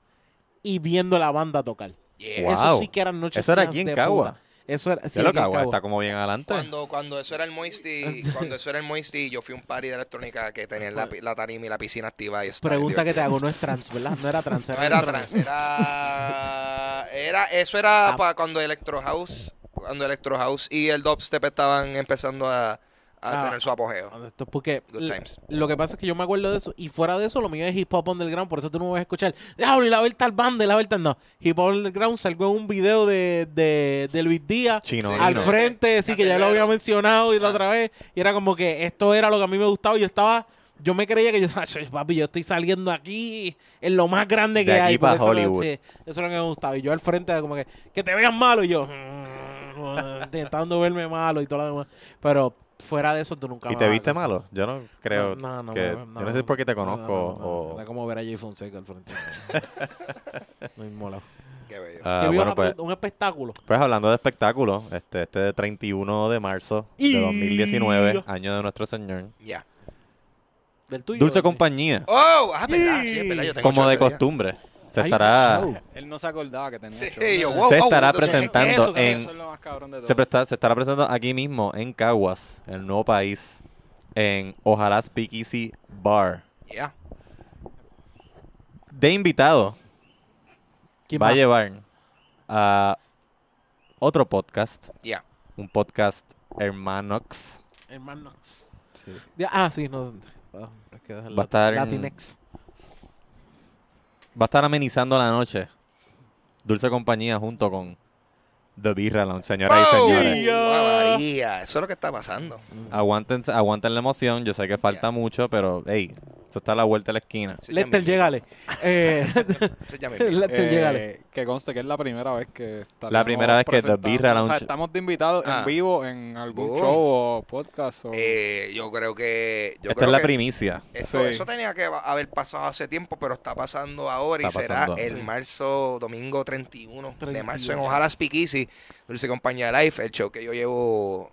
[SPEAKER 3] y viendo la banda tocar.
[SPEAKER 2] Yeah.
[SPEAKER 1] Wow.
[SPEAKER 3] Eso sí que eran noches.
[SPEAKER 1] Eso era
[SPEAKER 3] llenas
[SPEAKER 1] aquí en
[SPEAKER 3] de
[SPEAKER 1] Cagua.
[SPEAKER 3] puta. Eso era, sí,
[SPEAKER 1] Ya lo
[SPEAKER 3] aquí en
[SPEAKER 1] cago,
[SPEAKER 3] Cagua.
[SPEAKER 1] está como bien adelante.
[SPEAKER 2] Cuando, cuando eso era el Moisty, cuando eso era el Moisty, yo fui a un party de electrónica que tenía la, pi- la tarima y la piscina activa y eso.
[SPEAKER 3] Pregunta que te
[SPEAKER 2] Dios.
[SPEAKER 3] hago, no es trans, ¿verdad? No era trans.
[SPEAKER 2] No era trans, era, era eso era
[SPEAKER 3] Ah.
[SPEAKER 2] para cuando Electro House, cuando Electro House y el dubstep estaban empezando a, a
[SPEAKER 3] Ah.
[SPEAKER 2] tener su apogeo.
[SPEAKER 3] Esto es porque
[SPEAKER 2] Good
[SPEAKER 3] l-
[SPEAKER 2] times.
[SPEAKER 3] lo que pasa es que yo me acuerdo de eso y fuera de eso lo mío es hip hop underground, por eso tú no me vas a escuchar. Déjame la ver tal banda, y la ver tal no. Hip hop underground salgo en un video de, de, de Luis Díaz
[SPEAKER 1] Chino,
[SPEAKER 2] Sí,
[SPEAKER 1] chino.
[SPEAKER 3] al
[SPEAKER 2] no.
[SPEAKER 3] frente, sí, que ya lo
[SPEAKER 2] Acelero.
[SPEAKER 3] había mencionado y la
[SPEAKER 2] Ah.
[SPEAKER 3] otra vez. Y era como que esto era lo que a mí me gustaba. y Yo estaba, yo me creía que yo, "Ay, papi, yo estoy saliendo aquí en lo más grande
[SPEAKER 1] De
[SPEAKER 3] que
[SPEAKER 1] aquí
[SPEAKER 3] hay.
[SPEAKER 1] pa'
[SPEAKER 3] porque eso era-
[SPEAKER 1] Hollywood.
[SPEAKER 3] sí, eso era lo que me gustaba. Y yo al frente, como que, que te vean malo. Y yo, "Mm", intentando verme malo y todo lo demás. Pero fuera de eso, tú nunca
[SPEAKER 1] ¿Y
[SPEAKER 3] me
[SPEAKER 1] te
[SPEAKER 3] vas a
[SPEAKER 1] viste
[SPEAKER 3] conocer.
[SPEAKER 1] malo? Yo no creo
[SPEAKER 3] No, no,
[SPEAKER 1] que...
[SPEAKER 3] no, no,
[SPEAKER 1] yo no sé por qué te conozco
[SPEAKER 3] No, no, no,
[SPEAKER 1] o...
[SPEAKER 3] Era como ver a Jay Fonseca al frente. No me mola.
[SPEAKER 2] Qué bello.
[SPEAKER 1] Ah,
[SPEAKER 3] Que vi
[SPEAKER 1] bueno,
[SPEAKER 3] una-
[SPEAKER 1] pues,
[SPEAKER 3] un espectáculo.
[SPEAKER 1] pues hablando de espectáculos, este, este de 31 de marzo
[SPEAKER 3] Y-
[SPEAKER 1] de 2019, año de nuestro señor.
[SPEAKER 2] Ya.
[SPEAKER 3] Del tuyo.
[SPEAKER 1] Dulce
[SPEAKER 3] del mío.
[SPEAKER 1] Compañía,
[SPEAKER 2] Oh, ah, verdad, sí, es verdad, yo tengo
[SPEAKER 1] como
[SPEAKER 2] show
[SPEAKER 1] de
[SPEAKER 2] ese día.
[SPEAKER 1] costumbre, se
[SPEAKER 3] Hay un
[SPEAKER 1] estará...
[SPEAKER 3] show.
[SPEAKER 5] Él no se acordaba que tenía show.
[SPEAKER 2] Sí, yo, wow,
[SPEAKER 1] se
[SPEAKER 2] wow,
[SPEAKER 1] estará
[SPEAKER 2] entonces-
[SPEAKER 1] presentando
[SPEAKER 5] Eso,
[SPEAKER 1] en
[SPEAKER 5] eso es lo más cabrón de todo.
[SPEAKER 1] Se, presta- se estará presentando aquí mismo, en Caguas, en el nuevo país, en Ojalá Speakeasy Bar.
[SPEAKER 2] Ya.
[SPEAKER 1] De invitado,
[SPEAKER 3] ¿Quién
[SPEAKER 1] va a
[SPEAKER 3] más?
[SPEAKER 1] llevar a otro podcast,
[SPEAKER 2] Ya.
[SPEAKER 1] un podcast Hermanox.
[SPEAKER 3] Hermanos. Ya, ah, sí, no. ah, es que es
[SPEAKER 1] Va a estar en-
[SPEAKER 3] Latinex.
[SPEAKER 1] Va a estar amenizando la noche. Dulce Compañía junto con The Birra Lounge, señoras y
[SPEAKER 2] Wow,
[SPEAKER 1] señores.
[SPEAKER 2] Ave María, eso es lo que está pasando.
[SPEAKER 1] Aguanten, aguanten la emoción, yo sé que falta
[SPEAKER 2] Yeah.
[SPEAKER 1] mucho, pero hey, eso está a la vuelta de la esquina.
[SPEAKER 2] Eso ya
[SPEAKER 3] Lester,
[SPEAKER 2] mismo.
[SPEAKER 3] llegale. Eh,
[SPEAKER 2] Eso ya mismo.
[SPEAKER 3] Lester,
[SPEAKER 5] Eh,
[SPEAKER 3] llegale.
[SPEAKER 5] que conste que es la primera vez que estaremos
[SPEAKER 1] La primera vez que The
[SPEAKER 5] presentando.
[SPEAKER 1] Birra
[SPEAKER 5] O sea,
[SPEAKER 1] Lounge-
[SPEAKER 5] estamos de invitados
[SPEAKER 2] Ah.
[SPEAKER 5] en vivo en algún
[SPEAKER 2] Boom.
[SPEAKER 5] show o podcast. O...
[SPEAKER 2] Eh, yo creo que yo
[SPEAKER 1] Esta
[SPEAKER 2] creo
[SPEAKER 1] es la
[SPEAKER 2] que eh,
[SPEAKER 1] primicia.
[SPEAKER 2] esto-
[SPEAKER 5] Sí.
[SPEAKER 2] Eso tenía que va- haber pasado hace tiempo, pero está pasando ahora
[SPEAKER 1] Está
[SPEAKER 2] y será
[SPEAKER 1] pasando ahora,
[SPEAKER 2] el
[SPEAKER 1] sí.
[SPEAKER 2] marzo, domingo 31, de
[SPEAKER 3] 31.
[SPEAKER 2] marzo en Ojalá Speakeasy, Dulce Compañía Life, el show que yo llevo,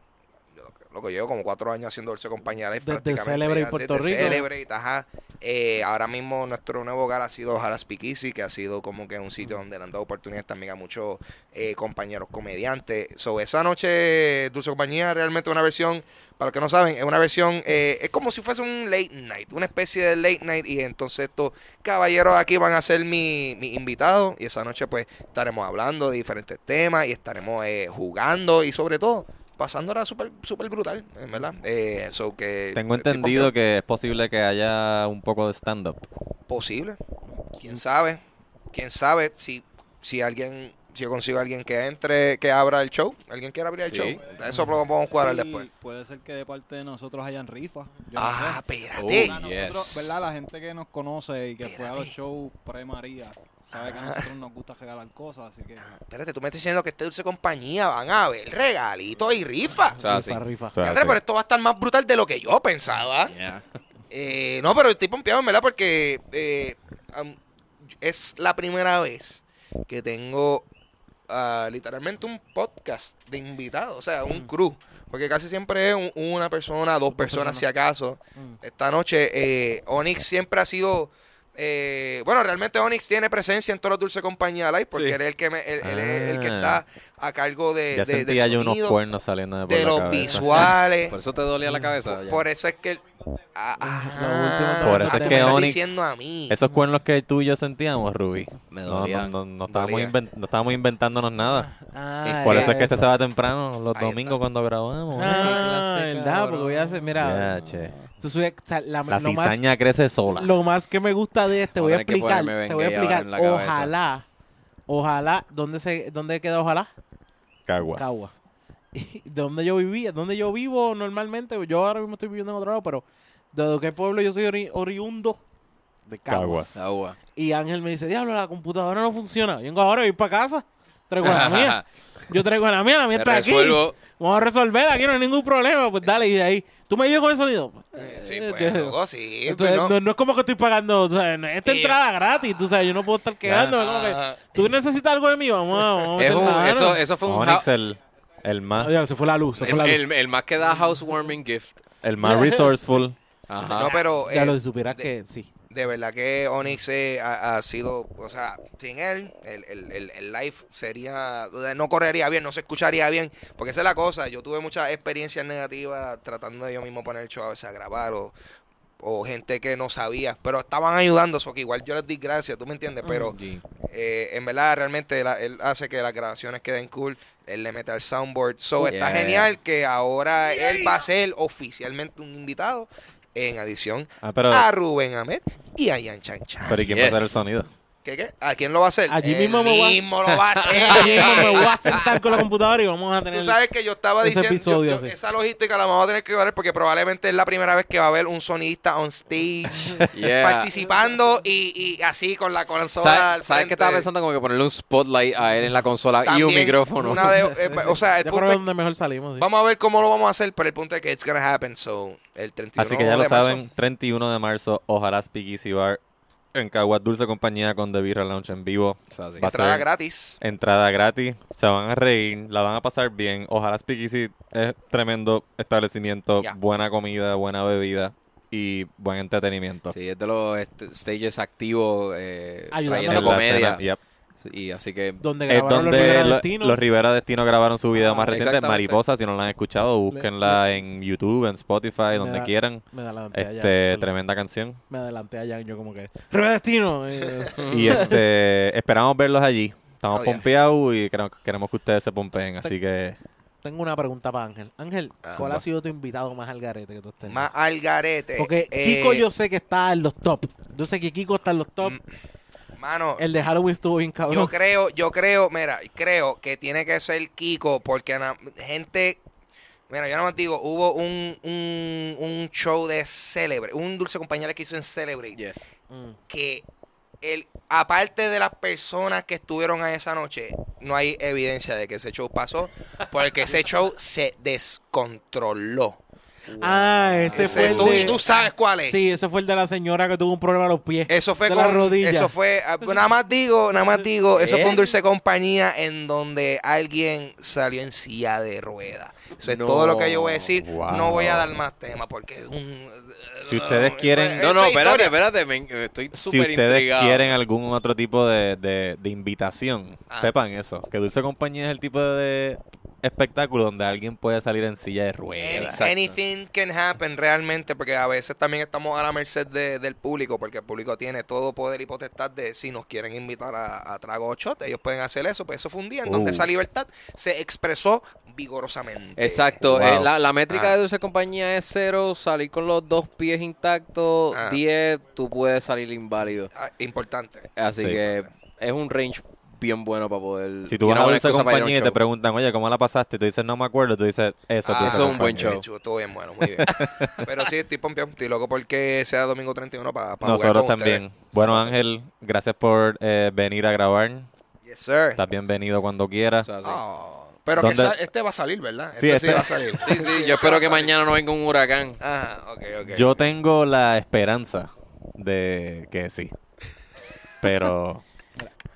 [SPEAKER 2] lo que llevo como cuatro años haciendo Dulce Compañía Life
[SPEAKER 3] Desde
[SPEAKER 2] prácticamente.
[SPEAKER 3] Celebrate
[SPEAKER 2] ya,
[SPEAKER 3] Puerto
[SPEAKER 2] desde
[SPEAKER 3] Rico.
[SPEAKER 2] Celebrate, ajá. Eh, ahora mismo nuestro nuevo hogar ha sido Ojalá Speakeasy, que ha sido como que un sitio donde le han dado oportunidades también a muchos eh, compañeros comediantes. So, esa noche, Dulce Compañía, realmente una versión, para los que no saben, es una versión, eh, es como si fuese un late night, una especie de late night. Y entonces estos caballeros aquí van a ser mi, mi invitados. Y esa noche, pues, estaremos hablando de diferentes temas y estaremos eh, jugando y sobre todo. Pasándola súper super brutal, en verdad. Eh, so que
[SPEAKER 1] Tengo
[SPEAKER 2] estoy
[SPEAKER 1] entendido que es posible que haya un poco de stand-up.
[SPEAKER 2] Posible. ¿Quién sabe? ¿Quién sabe si, si alguien, si yo consigo a alguien que entre, que abra el show? ¿Alguien quiere abrir el
[SPEAKER 4] Sí.
[SPEAKER 2] show? Eso lo podemos cuadrar
[SPEAKER 5] Sí,
[SPEAKER 2] después.
[SPEAKER 5] Puede ser que de parte de nosotros hayan rifas. Yo no
[SPEAKER 2] Ah,
[SPEAKER 5] sé.
[SPEAKER 2] espérate.
[SPEAKER 5] Para
[SPEAKER 4] Oh,
[SPEAKER 5] nosotros,
[SPEAKER 4] yes.
[SPEAKER 5] ¿verdad? La gente que nos conoce y que fue a los
[SPEAKER 2] Espérate.
[SPEAKER 5] shows pre-María sabe que a nosotros nos gusta regalar cosas, así que...
[SPEAKER 2] Ah, Espérate, tú me estás diciendo que este dulce compañía van a ver regalitos y rifas.
[SPEAKER 4] O sea,
[SPEAKER 3] rifa, rifa.
[SPEAKER 1] O sea,
[SPEAKER 2] Andrés,
[SPEAKER 1] sí.
[SPEAKER 2] pero esto va a estar más brutal de lo que yo pensaba.
[SPEAKER 4] sí. Yeah.
[SPEAKER 2] Eh, no, pero estoy pompeado, en ¿verdad? Porque eh, am- es la primera vez que tengo ah, literalmente un podcast de invitados, o sea, un crew. Porque casi siempre es un- una persona, dos personas si acaso.
[SPEAKER 3] Mm.
[SPEAKER 2] Esta noche, eh, Onyx siempre ha sido... eh, bueno, realmente Onyx tiene presencia en todos los Dulce Compañía Live porque él es el que, me- él- él es el que
[SPEAKER 1] Ah.
[SPEAKER 2] está a cargo de,
[SPEAKER 1] Ya
[SPEAKER 2] de- de
[SPEAKER 1] sentía yo unos
[SPEAKER 2] sonido,
[SPEAKER 1] cuernos saliendo de, por
[SPEAKER 2] de
[SPEAKER 1] la
[SPEAKER 2] los
[SPEAKER 1] cabeza.
[SPEAKER 2] visuales.
[SPEAKER 4] Por eso te dolía la cabeza. ya.
[SPEAKER 2] Por eso es que. el- Ah, ah,
[SPEAKER 3] último
[SPEAKER 1] Por eso
[SPEAKER 2] ah,
[SPEAKER 1] es
[SPEAKER 2] tú
[SPEAKER 1] que
[SPEAKER 2] me estás
[SPEAKER 1] Onyx-
[SPEAKER 2] diciendo a mí.
[SPEAKER 1] Esos cuernos que tú y yo sentíamos, Ruby.
[SPEAKER 4] Me
[SPEAKER 1] No,
[SPEAKER 4] dolían.
[SPEAKER 1] No, no- no estábamos
[SPEAKER 2] Dolían.
[SPEAKER 1] inven- no estábamos inventándonos nada.
[SPEAKER 3] Ah,
[SPEAKER 1] Por
[SPEAKER 2] Sí.
[SPEAKER 1] eso es que este se va temprano, los
[SPEAKER 2] Ahí
[SPEAKER 1] domingos
[SPEAKER 2] está.
[SPEAKER 1] cuando grabamos.
[SPEAKER 3] Ah, verdad, porque voy a hacer, mira,
[SPEAKER 1] Ya, che.
[SPEAKER 3] tú subes, o sea, la,
[SPEAKER 1] La
[SPEAKER 3] lo, más,
[SPEAKER 1] cizaña crece sola.
[SPEAKER 3] lo más que me gusta de este, voy
[SPEAKER 4] Voy a
[SPEAKER 3] a
[SPEAKER 4] tener que
[SPEAKER 3] explicar,
[SPEAKER 4] ponerme
[SPEAKER 3] te voy a
[SPEAKER 4] Bengay ahora
[SPEAKER 3] explicar,
[SPEAKER 4] en la cabeza.
[SPEAKER 3] ojalá, ojalá, ¿dónde se, dónde queda ojalá?
[SPEAKER 1] Caguas.
[SPEAKER 3] Cagua. de donde yo vivía, donde yo vivo normalmente, yo ahora mismo estoy viviendo en otro lado, pero de qué pueblo yo soy ori- oriundo de Caguas.
[SPEAKER 1] Caguas.
[SPEAKER 4] Agua.
[SPEAKER 3] Y Ángel me dice, diablo, la computadora no funciona. Vengo ahora, voy para casa, traigo la mía. Yo traigo la mía, la mía está aquí.
[SPEAKER 4] Resuelvo.
[SPEAKER 3] Vamos a resolver, aquí no hay ningún problema. Pues dale, y de ahí. ¿Tú me ayudas con el sonido?
[SPEAKER 2] Eh,
[SPEAKER 3] Eh,
[SPEAKER 2] Sí,
[SPEAKER 3] que-
[SPEAKER 2] pues, loco, sí.
[SPEAKER 3] Entonces,
[SPEAKER 2] pues,
[SPEAKER 3] no.
[SPEAKER 2] no.
[SPEAKER 3] no es como que estoy pagando, o sea, no- esta
[SPEAKER 2] Y-
[SPEAKER 3] entrada gratis, tú sabes, yo no puedo estar quedándome. como que,
[SPEAKER 2] Ajá.
[SPEAKER 3] Tú necesitas algo de mí, vamos a. Vamos a
[SPEAKER 4] Es
[SPEAKER 3] echar
[SPEAKER 4] un-
[SPEAKER 3] la mano.
[SPEAKER 4] eso, eso fue un.
[SPEAKER 1] Onyx,
[SPEAKER 4] hou-
[SPEAKER 1] el, el más,
[SPEAKER 3] Ay, Ah, se fue la luz, se fue
[SPEAKER 4] El,
[SPEAKER 3] la luz.
[SPEAKER 4] el- el más que da housewarming gift.
[SPEAKER 1] el más resourceful.
[SPEAKER 4] Ajá.
[SPEAKER 2] pero
[SPEAKER 3] ya
[SPEAKER 2] eh,
[SPEAKER 3] lo supieras
[SPEAKER 2] de-
[SPEAKER 3] que sí.
[SPEAKER 2] de verdad que Onyx eh, ha, ha sido, o sea, sin él, el, el, el, el live sería, o sea, no correría bien, no se escucharía bien, porque esa es la cosa. Yo tuve muchas experiencias negativas tratando de yo mismo poner el show a veces a grabar o, o gente que no sabía, pero estaban ayudando, eso que igual yo les di gracias, tú me entiendes, pero eh, en verdad realmente la- él hace que las grabaciones queden cool. Él le mete al soundboard. So, está
[SPEAKER 4] Yeah.
[SPEAKER 2] genial que ahora él va a ser oficialmente un invitado en adición
[SPEAKER 1] Ah, pero,
[SPEAKER 2] a Rubén Ahmed y a Ian Chancha.
[SPEAKER 1] pero ¿y quién va a
[SPEAKER 4] Yes.
[SPEAKER 1] hacer el sonido?
[SPEAKER 2] ¿Qué, qué? ¿A quién lo va a hacer?
[SPEAKER 3] Allí
[SPEAKER 2] Él
[SPEAKER 3] mismo me voy a-
[SPEAKER 2] mismo lo va a
[SPEAKER 3] Ahora mismo me voy
[SPEAKER 2] hacer.
[SPEAKER 3] a sentar con la computadora y vamos a tener.
[SPEAKER 2] Tú sabes que yo estaba
[SPEAKER 3] Ese
[SPEAKER 2] diciendo yo-
[SPEAKER 3] episodio
[SPEAKER 2] yo-
[SPEAKER 3] así.
[SPEAKER 2] esa logística la vamos a tener que ver porque probablemente es la primera vez que va a haber un sonidista on stage
[SPEAKER 4] Yeah.
[SPEAKER 2] participando y, y así con la
[SPEAKER 4] ¿Sabes,
[SPEAKER 2] consola. al
[SPEAKER 4] sabes
[SPEAKER 2] frente.
[SPEAKER 4] qué estaba pensando? Como que ponerle un spotlight a él en la consola y un
[SPEAKER 2] También,
[SPEAKER 4] micrófono.
[SPEAKER 2] una de- eh, o sea, el
[SPEAKER 3] ya
[SPEAKER 2] punto
[SPEAKER 3] por
[SPEAKER 2] es-
[SPEAKER 3] donde mejor salimos. sí.
[SPEAKER 2] vamos a ver cómo lo vamos a hacer, pero el punto es que it's gonna happen. So, el 31
[SPEAKER 1] Así que ya lo
[SPEAKER 2] de marzo.
[SPEAKER 1] saben, 31 de marzo, ojalá Speakeasy Bar en Caguas Dulce Compañía con The Beer Lounge en vivo.
[SPEAKER 4] O sea, sí.
[SPEAKER 1] Va a
[SPEAKER 2] Entrada
[SPEAKER 1] ser-
[SPEAKER 2] gratis.
[SPEAKER 1] Entrada gratis, se van a reír, la van a pasar bien. Ojalá Speakeasy es tremendo establecimiento,
[SPEAKER 2] Ya.
[SPEAKER 1] buena comida, buena bebida y buen entretenimiento.
[SPEAKER 4] Sí, es de los este, stages activos eh,
[SPEAKER 3] Ayudando
[SPEAKER 1] En
[SPEAKER 3] a la
[SPEAKER 4] trayendo
[SPEAKER 1] la
[SPEAKER 4] comedia.
[SPEAKER 1] escena, yep.
[SPEAKER 4] Y así que
[SPEAKER 3] Eh, Donde
[SPEAKER 1] Es
[SPEAKER 3] grabaron los
[SPEAKER 1] donde
[SPEAKER 3] Rivera
[SPEAKER 1] lo-
[SPEAKER 3] Destino.
[SPEAKER 1] los Rivera Destino grabaron su video
[SPEAKER 3] Ah,
[SPEAKER 1] más reciente,
[SPEAKER 4] exactamente.
[SPEAKER 1] Mariposa. Si no la han escuchado, búsquenla en YouTube, en Spotify, donde
[SPEAKER 3] da-
[SPEAKER 1] quieran.
[SPEAKER 3] me adelanté a Jan,
[SPEAKER 1] Este,
[SPEAKER 3] perdón.
[SPEAKER 1] tremenda canción.
[SPEAKER 3] Me adelanté a Jan, yo como que. Rivera Destino. eh,
[SPEAKER 1] Y este, esperamos verlos allí. Estamos
[SPEAKER 2] Oh, yeah.
[SPEAKER 1] pompeados y queremos, queremos que ustedes se pompeen. Así que
[SPEAKER 3] Tengo una pregunta para Ángel. Ángel,
[SPEAKER 2] Ah,
[SPEAKER 3] ¿cuál
[SPEAKER 1] va.
[SPEAKER 3] ha sido tu invitado más al garete que tú has tenido?
[SPEAKER 2] Más al garete.
[SPEAKER 3] Porque
[SPEAKER 2] Eh,
[SPEAKER 3] Kiko yo sé que está en los top. Yo sé que Kiko está en los top.
[SPEAKER 2] Eh, Mano,
[SPEAKER 3] El de Halloween estuvo bien cabrón.
[SPEAKER 2] Mm, Yo creo, yo creo, mira, creo que tiene que ser Kiko porque na- gente, mira, yo no más digo, hubo un, un, un show de célebre, un dulce compañero que hizo en célebre,
[SPEAKER 4] Yes.
[SPEAKER 3] Mm.
[SPEAKER 2] que el, aparte de las personas que estuvieron a esa noche, no hay evidencia de que ese show pasó, porque ese show se descontroló.
[SPEAKER 3] Ah, ese,
[SPEAKER 2] Ese-
[SPEAKER 3] fue el
[SPEAKER 2] tú,
[SPEAKER 3] de...
[SPEAKER 2] y tú sabes Eh, cuál es.
[SPEAKER 3] Sí, ese fue el de la señora que tuvo un problema a los pies.
[SPEAKER 2] Eso fue
[SPEAKER 3] de la
[SPEAKER 2] con,
[SPEAKER 3] rodilla.
[SPEAKER 2] Eso fue. ah, Nada más digo, nada más digo, eso fue un
[SPEAKER 4] ¿Eh?
[SPEAKER 2] dulce compañía en donde alguien salió en silla de rueda. Eso es
[SPEAKER 4] No.
[SPEAKER 2] todo lo que yo voy a decir.
[SPEAKER 1] Wow.
[SPEAKER 2] No voy a dar más tema porque es un.
[SPEAKER 1] Si ustedes quieren-
[SPEAKER 2] Esa
[SPEAKER 4] No, no, espérate,
[SPEAKER 2] historia-
[SPEAKER 4] espérate. me- me estoy
[SPEAKER 1] si
[SPEAKER 4] súper
[SPEAKER 1] ustedes
[SPEAKER 4] intrigado.
[SPEAKER 1] quieren algún otro tipo de, de- de invitación,
[SPEAKER 2] Ah.
[SPEAKER 1] sepan eso. Que Dulce Compañía es el tipo de espectáculo donde alguien puede salir en silla de
[SPEAKER 2] Any-
[SPEAKER 1] ruedas.
[SPEAKER 4] Exacto.
[SPEAKER 2] Anything can happen realmente, porque a veces también estamos a la merced de- del público, porque el público tiene todo poder y potestad de si nos quieren invitar a, a trago o shot, ellos pueden hacer eso. Pues eso fue un día en donde
[SPEAKER 1] Uh.
[SPEAKER 2] esa libertad se expresó vigorosamente.
[SPEAKER 4] Exacto.
[SPEAKER 1] Wow.
[SPEAKER 4] eh, la, la métrica
[SPEAKER 2] Ah.
[SPEAKER 4] de Dulce Compañía es cero, salir con los dos pies intactos,
[SPEAKER 2] Ah.
[SPEAKER 4] 10, tú puedes salir inválido.
[SPEAKER 2] Ah, importante.
[SPEAKER 4] Así
[SPEAKER 1] Sí.
[SPEAKER 4] que es un range bien bueno para poder...
[SPEAKER 1] Si tú
[SPEAKER 4] y
[SPEAKER 1] vas
[SPEAKER 4] una
[SPEAKER 1] a
[SPEAKER 4] buena
[SPEAKER 1] Dulce
[SPEAKER 4] excusa para ir a un
[SPEAKER 1] Compañía y te
[SPEAKER 4] show.
[SPEAKER 1] preguntan, oye, ¿cómo la pasaste? Y tú dices, no me acuerdo. Tú dices, eso
[SPEAKER 2] Ah,
[SPEAKER 1] es Dulce
[SPEAKER 4] eso es un buen
[SPEAKER 1] Compañía".
[SPEAKER 4] show.
[SPEAKER 2] Estuvo- Estuvo bien bueno, muy bien. Pero sí, estoy pompeado, estoy loco porque sea domingo 31 para pa jugar
[SPEAKER 1] Nosotros
[SPEAKER 2] con ustedes.
[SPEAKER 1] también. Bueno, Ángel, gracias por eh, venir a grabar.
[SPEAKER 2] Yes, sir.
[SPEAKER 1] Estás bienvenido cuando quieras.
[SPEAKER 4] O sea, sí.
[SPEAKER 2] Oh, pero que
[SPEAKER 1] ¿Dónde-
[SPEAKER 2] sa- este va a salir, ¿verdad?
[SPEAKER 1] Sí,
[SPEAKER 2] este,
[SPEAKER 1] este-
[SPEAKER 2] sí va a salir.
[SPEAKER 4] Sí, sí, yo espero que mañana no venga un huracán.
[SPEAKER 2] Ah, ok, ok.
[SPEAKER 1] Yo tengo la esperanza de que sí. Pero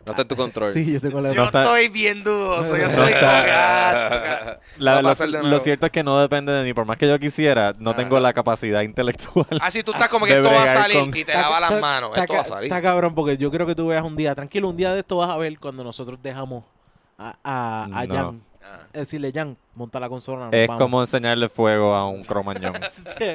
[SPEAKER 4] No está en tu control.
[SPEAKER 3] Sí, yo tengo la...
[SPEAKER 2] Yo
[SPEAKER 1] No está-
[SPEAKER 2] estoy bien dudoso. Yo
[SPEAKER 1] No
[SPEAKER 2] estoy
[SPEAKER 1] está-
[SPEAKER 2] como que, ah, Va
[SPEAKER 1] la,
[SPEAKER 2] a
[SPEAKER 1] lo,
[SPEAKER 2] pasar de
[SPEAKER 1] lo
[SPEAKER 2] nuevo.
[SPEAKER 1] cierto es que no depende de mí. Por más que yo quisiera, no
[SPEAKER 2] Ah.
[SPEAKER 1] tengo la capacidad intelectual.
[SPEAKER 2] Así Ah, tú estás como que
[SPEAKER 1] De
[SPEAKER 2] esto va a
[SPEAKER 1] bregar
[SPEAKER 2] salir
[SPEAKER 1] con-
[SPEAKER 2] y te lava las
[SPEAKER 3] Está-
[SPEAKER 2] manos.
[SPEAKER 3] está
[SPEAKER 2] Esto va a
[SPEAKER 3] ca-
[SPEAKER 2] salir.
[SPEAKER 3] Está cabrón porque yo creo que tú veas un día, tranquilo, un día de esto vas a ver cuando nosotros dejamos a, a, a
[SPEAKER 1] No.
[SPEAKER 3] Jan.
[SPEAKER 2] Ah.
[SPEAKER 3] Es decirle, Jan, monta la consola. nos
[SPEAKER 1] Es
[SPEAKER 3] vamos.
[SPEAKER 1] como enseñarle fuego a un cromañón. Así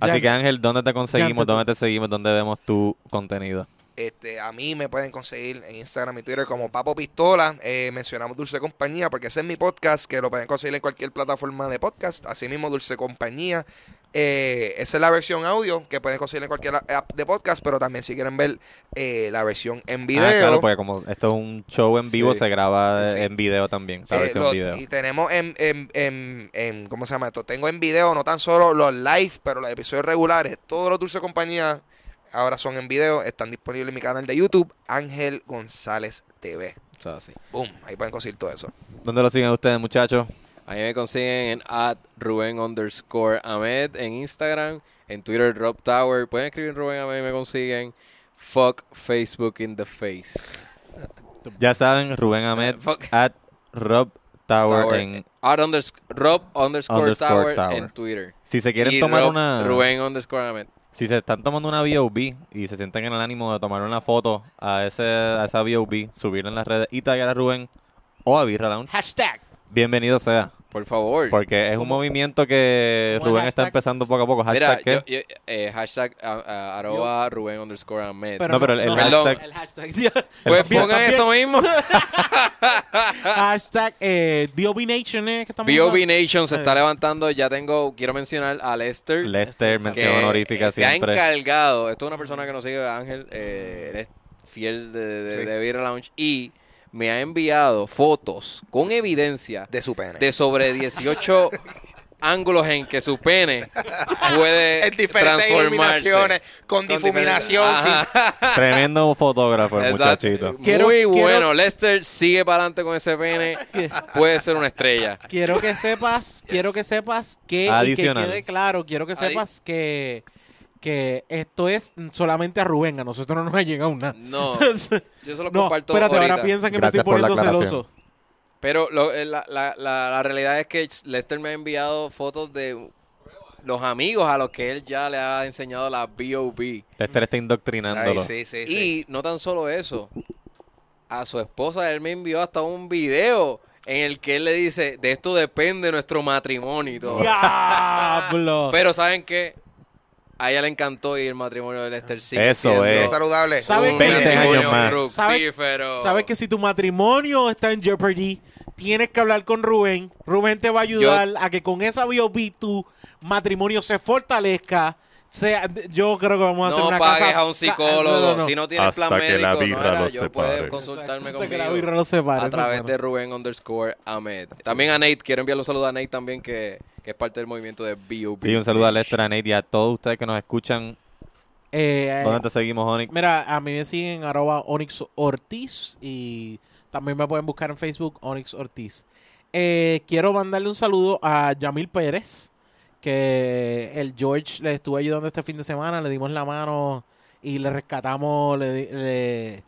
[SPEAKER 3] Jan,
[SPEAKER 1] que Ángel, ¿dónde te conseguimos?
[SPEAKER 3] Jan, te-
[SPEAKER 1] ¿Dónde te seguimos? ¿Dónde vemos tu contenido? Ah,
[SPEAKER 2] Este, a mí me pueden conseguir en Instagram y Twitter como Papo Pistola. Eh, mencionamos Dulce Compañía porque ese es mi podcast que lo pueden conseguir en cualquier plataforma de podcast. Asimismo, Dulce Compañía. Eh, esa es la versión audio que pueden conseguir en cualquier app de podcast, pero también si quieren ver eh, la versión en video.
[SPEAKER 1] Ah, claro, porque como esto es un show en vivo,
[SPEAKER 4] Sí.
[SPEAKER 1] se graba
[SPEAKER 2] Sí.
[SPEAKER 1] en video también.
[SPEAKER 2] Eh,
[SPEAKER 1] La versión
[SPEAKER 2] lo-
[SPEAKER 1] video.
[SPEAKER 2] Y tenemos en, en, en, en- ¿cómo se llama esto? Tengo en video no tan solo los live, pero los episodios regulares, todos los Dulce Compañía ahora son en video, están disponibles en mi canal de YouTube, Ángel González TV.
[SPEAKER 4] O sea, sí.
[SPEAKER 2] Boom, ahí pueden conseguir todo eso.
[SPEAKER 1] ¿Dónde lo siguen ustedes, muchachos?
[SPEAKER 4] A mí me consiguen en at Rubén underscore Ahmed en Instagram, en Twitter Rob Tower. Pueden escribir Rubén Ahmed y me consiguen. Fuck Facebook in the face.
[SPEAKER 1] Ya saben, Rubén Ahmed,
[SPEAKER 4] Eh, fuck.
[SPEAKER 1] at Rob Tower,
[SPEAKER 4] Tower.
[SPEAKER 1] en...
[SPEAKER 4] At undersc- Rob underscore,
[SPEAKER 1] Underscore
[SPEAKER 4] tower,
[SPEAKER 1] Tower.
[SPEAKER 4] en Twitter.
[SPEAKER 1] Si se quieren
[SPEAKER 4] Y
[SPEAKER 1] tomar
[SPEAKER 4] Rob-
[SPEAKER 1] una...
[SPEAKER 4] Rubén underscore Ahmed.
[SPEAKER 1] Si se están tomando una B.O.B. y se sienten en el ánimo de tomar una foto a, ese, a esa B.O.B., subirla en las redes y taggear a Rubén o a Birra Lounge,
[SPEAKER 3] Hashtag.
[SPEAKER 1] bienvenido sea.
[SPEAKER 4] Por favor.
[SPEAKER 1] Porque es un movimiento que
[SPEAKER 3] ¿Cómo es
[SPEAKER 1] Rubén está
[SPEAKER 3] hashtag?
[SPEAKER 1] empezando poco a poco.
[SPEAKER 4] Mira,
[SPEAKER 1] ¿Hashtag qué?
[SPEAKER 4] yo- yo- eh, hashtag ah, ah, arroba Rubén underscore Ahmed.
[SPEAKER 1] Eh, No, pero el- el hashtag-
[SPEAKER 3] el hashtag, Dios.
[SPEAKER 4] pues
[SPEAKER 1] También-
[SPEAKER 4] pongan eso mismo.
[SPEAKER 3] hashtag eh, B.O.B. Nation, eh, que estamos
[SPEAKER 4] B.O.B.
[SPEAKER 3] hablando.
[SPEAKER 4] Nation se
[SPEAKER 3] Eh.
[SPEAKER 4] está levantando. Ya tengo, quiero mencionar a Lester.
[SPEAKER 1] Lester,
[SPEAKER 3] que-
[SPEAKER 4] que eh,
[SPEAKER 1] mención honorífica
[SPEAKER 4] se ha
[SPEAKER 1] siempre.
[SPEAKER 4] encargado, esto es una persona que nos sigue, Ángel, eh, él es fiel de, de,
[SPEAKER 2] Sí.
[SPEAKER 4] de Beer Lounge y me ha enviado fotos con evidencia
[SPEAKER 2] De su pene.
[SPEAKER 4] de sobre 18 ángulos en que su pene puede
[SPEAKER 2] en diferentes iluminaciones,
[SPEAKER 4] transformarse.
[SPEAKER 2] con difuminación.
[SPEAKER 4] Ajá.
[SPEAKER 2] sin-
[SPEAKER 1] Tremendo fotógrafo el
[SPEAKER 4] Exacto.
[SPEAKER 1] muchachito.
[SPEAKER 4] Muy
[SPEAKER 3] Quiero- quiero-
[SPEAKER 4] bueno, Lester sigue para adelante con ese pene, puede ser una estrella.
[SPEAKER 3] Quiero que sepas, quiero que sepas que, y
[SPEAKER 1] Adicional.
[SPEAKER 3] que quede claro, quiero que
[SPEAKER 4] Adi-
[SPEAKER 3] sepas que, que esto es solamente a Rubén, a nosotros no nos ha llegado nada.
[SPEAKER 4] No, yo se lo
[SPEAKER 3] no,
[SPEAKER 4] comparto
[SPEAKER 3] espérate, ahora
[SPEAKER 4] ahorita.
[SPEAKER 3] piensan que
[SPEAKER 1] Gracias
[SPEAKER 3] me
[SPEAKER 1] por la
[SPEAKER 3] estoy poniendo
[SPEAKER 1] aclaración.
[SPEAKER 3] celoso.
[SPEAKER 4] Pero lo- eh, la, la- la- la realidad es que Lester me ha enviado fotos de los amigos a los que él ya le ha enseñado la B.O.B.
[SPEAKER 1] Lester está
[SPEAKER 2] Ay,
[SPEAKER 1] indoctrinándolo.
[SPEAKER 2] sí, sí, sí.
[SPEAKER 4] Y no tan solo eso, a su esposa él me envió hasta un video en el que él le dice, de esto depende nuestro matrimonio y todo.
[SPEAKER 3] ¡Diablo!
[SPEAKER 4] Pero ¿saben qué? A ella le encantó y el matrimonio de Lester sí.
[SPEAKER 1] Eso es.
[SPEAKER 2] es saludable.
[SPEAKER 3] Pues, ¿Saben
[SPEAKER 4] Un
[SPEAKER 3] qué?
[SPEAKER 1] 20 años
[SPEAKER 4] matrimonio
[SPEAKER 1] más.
[SPEAKER 4] fructífero.
[SPEAKER 3] Sabes que si tu matrimonio está en jeopardy, tienes que hablar con Rubén. Rubén te va a ayudar a que con esa BOP tu matrimonio se fortalezca. Sea, yo creo que vamos a hacer
[SPEAKER 4] no
[SPEAKER 3] una
[SPEAKER 4] pagues
[SPEAKER 3] casa-
[SPEAKER 4] a un psicólogo.
[SPEAKER 3] No, no, no.
[SPEAKER 4] Si no tienes
[SPEAKER 1] Hasta
[SPEAKER 4] plan
[SPEAKER 1] que la
[SPEAKER 4] médico,
[SPEAKER 1] birra
[SPEAKER 4] no era,
[SPEAKER 1] los
[SPEAKER 4] yo
[SPEAKER 1] separe.
[SPEAKER 4] puedes consultarme
[SPEAKER 3] Hasta
[SPEAKER 4] conmigo.
[SPEAKER 3] que la birra no se pare,
[SPEAKER 4] a
[SPEAKER 3] eso
[SPEAKER 4] través
[SPEAKER 3] es
[SPEAKER 4] de
[SPEAKER 3] bueno.
[SPEAKER 4] Rubén underscore Ahmed. También a Nate, quiero enviarle un saludo a Nate también, que, que es parte del movimiento de B.O.B.
[SPEAKER 1] Sí, un saludo a Lester, a Nate y a todos ustedes que nos escuchan.
[SPEAKER 3] Eh,
[SPEAKER 1] ¿Dónde te seguimos, Onyx?
[SPEAKER 3] Mira, a mí me siguen arroba Onyx Ortiz y también me pueden buscar en Facebook Onyx Ortiz. Eh, quiero mandarle un saludo a Yamil Pérez, que el George le estuvo ayudando este fin de semana, le dimos la mano y le rescatamos, le, di- le-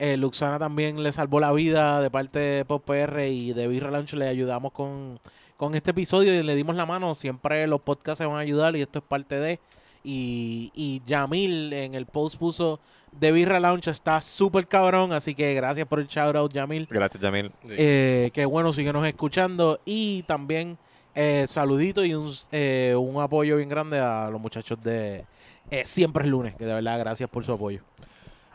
[SPEAKER 3] eh, Luxana también le salvó la vida de parte de Pop PR y de Birra Lounge le ayudamos con, con este episodio y le dimos la mano. Siempre los podcasts se van a ayudar y esto es parte de. Y, y Yamil en el post puso de Birra Lounge está súper cabrón, así que gracias por el shout out, Yamil.
[SPEAKER 1] Gracias, Jamil.
[SPEAKER 3] Eh, que bueno, síguenos escuchando. Y también eh, saludito y un, eh, un apoyo bien grande a los muchachos de eh, Siempre es lunes, que de verdad gracias por su apoyo.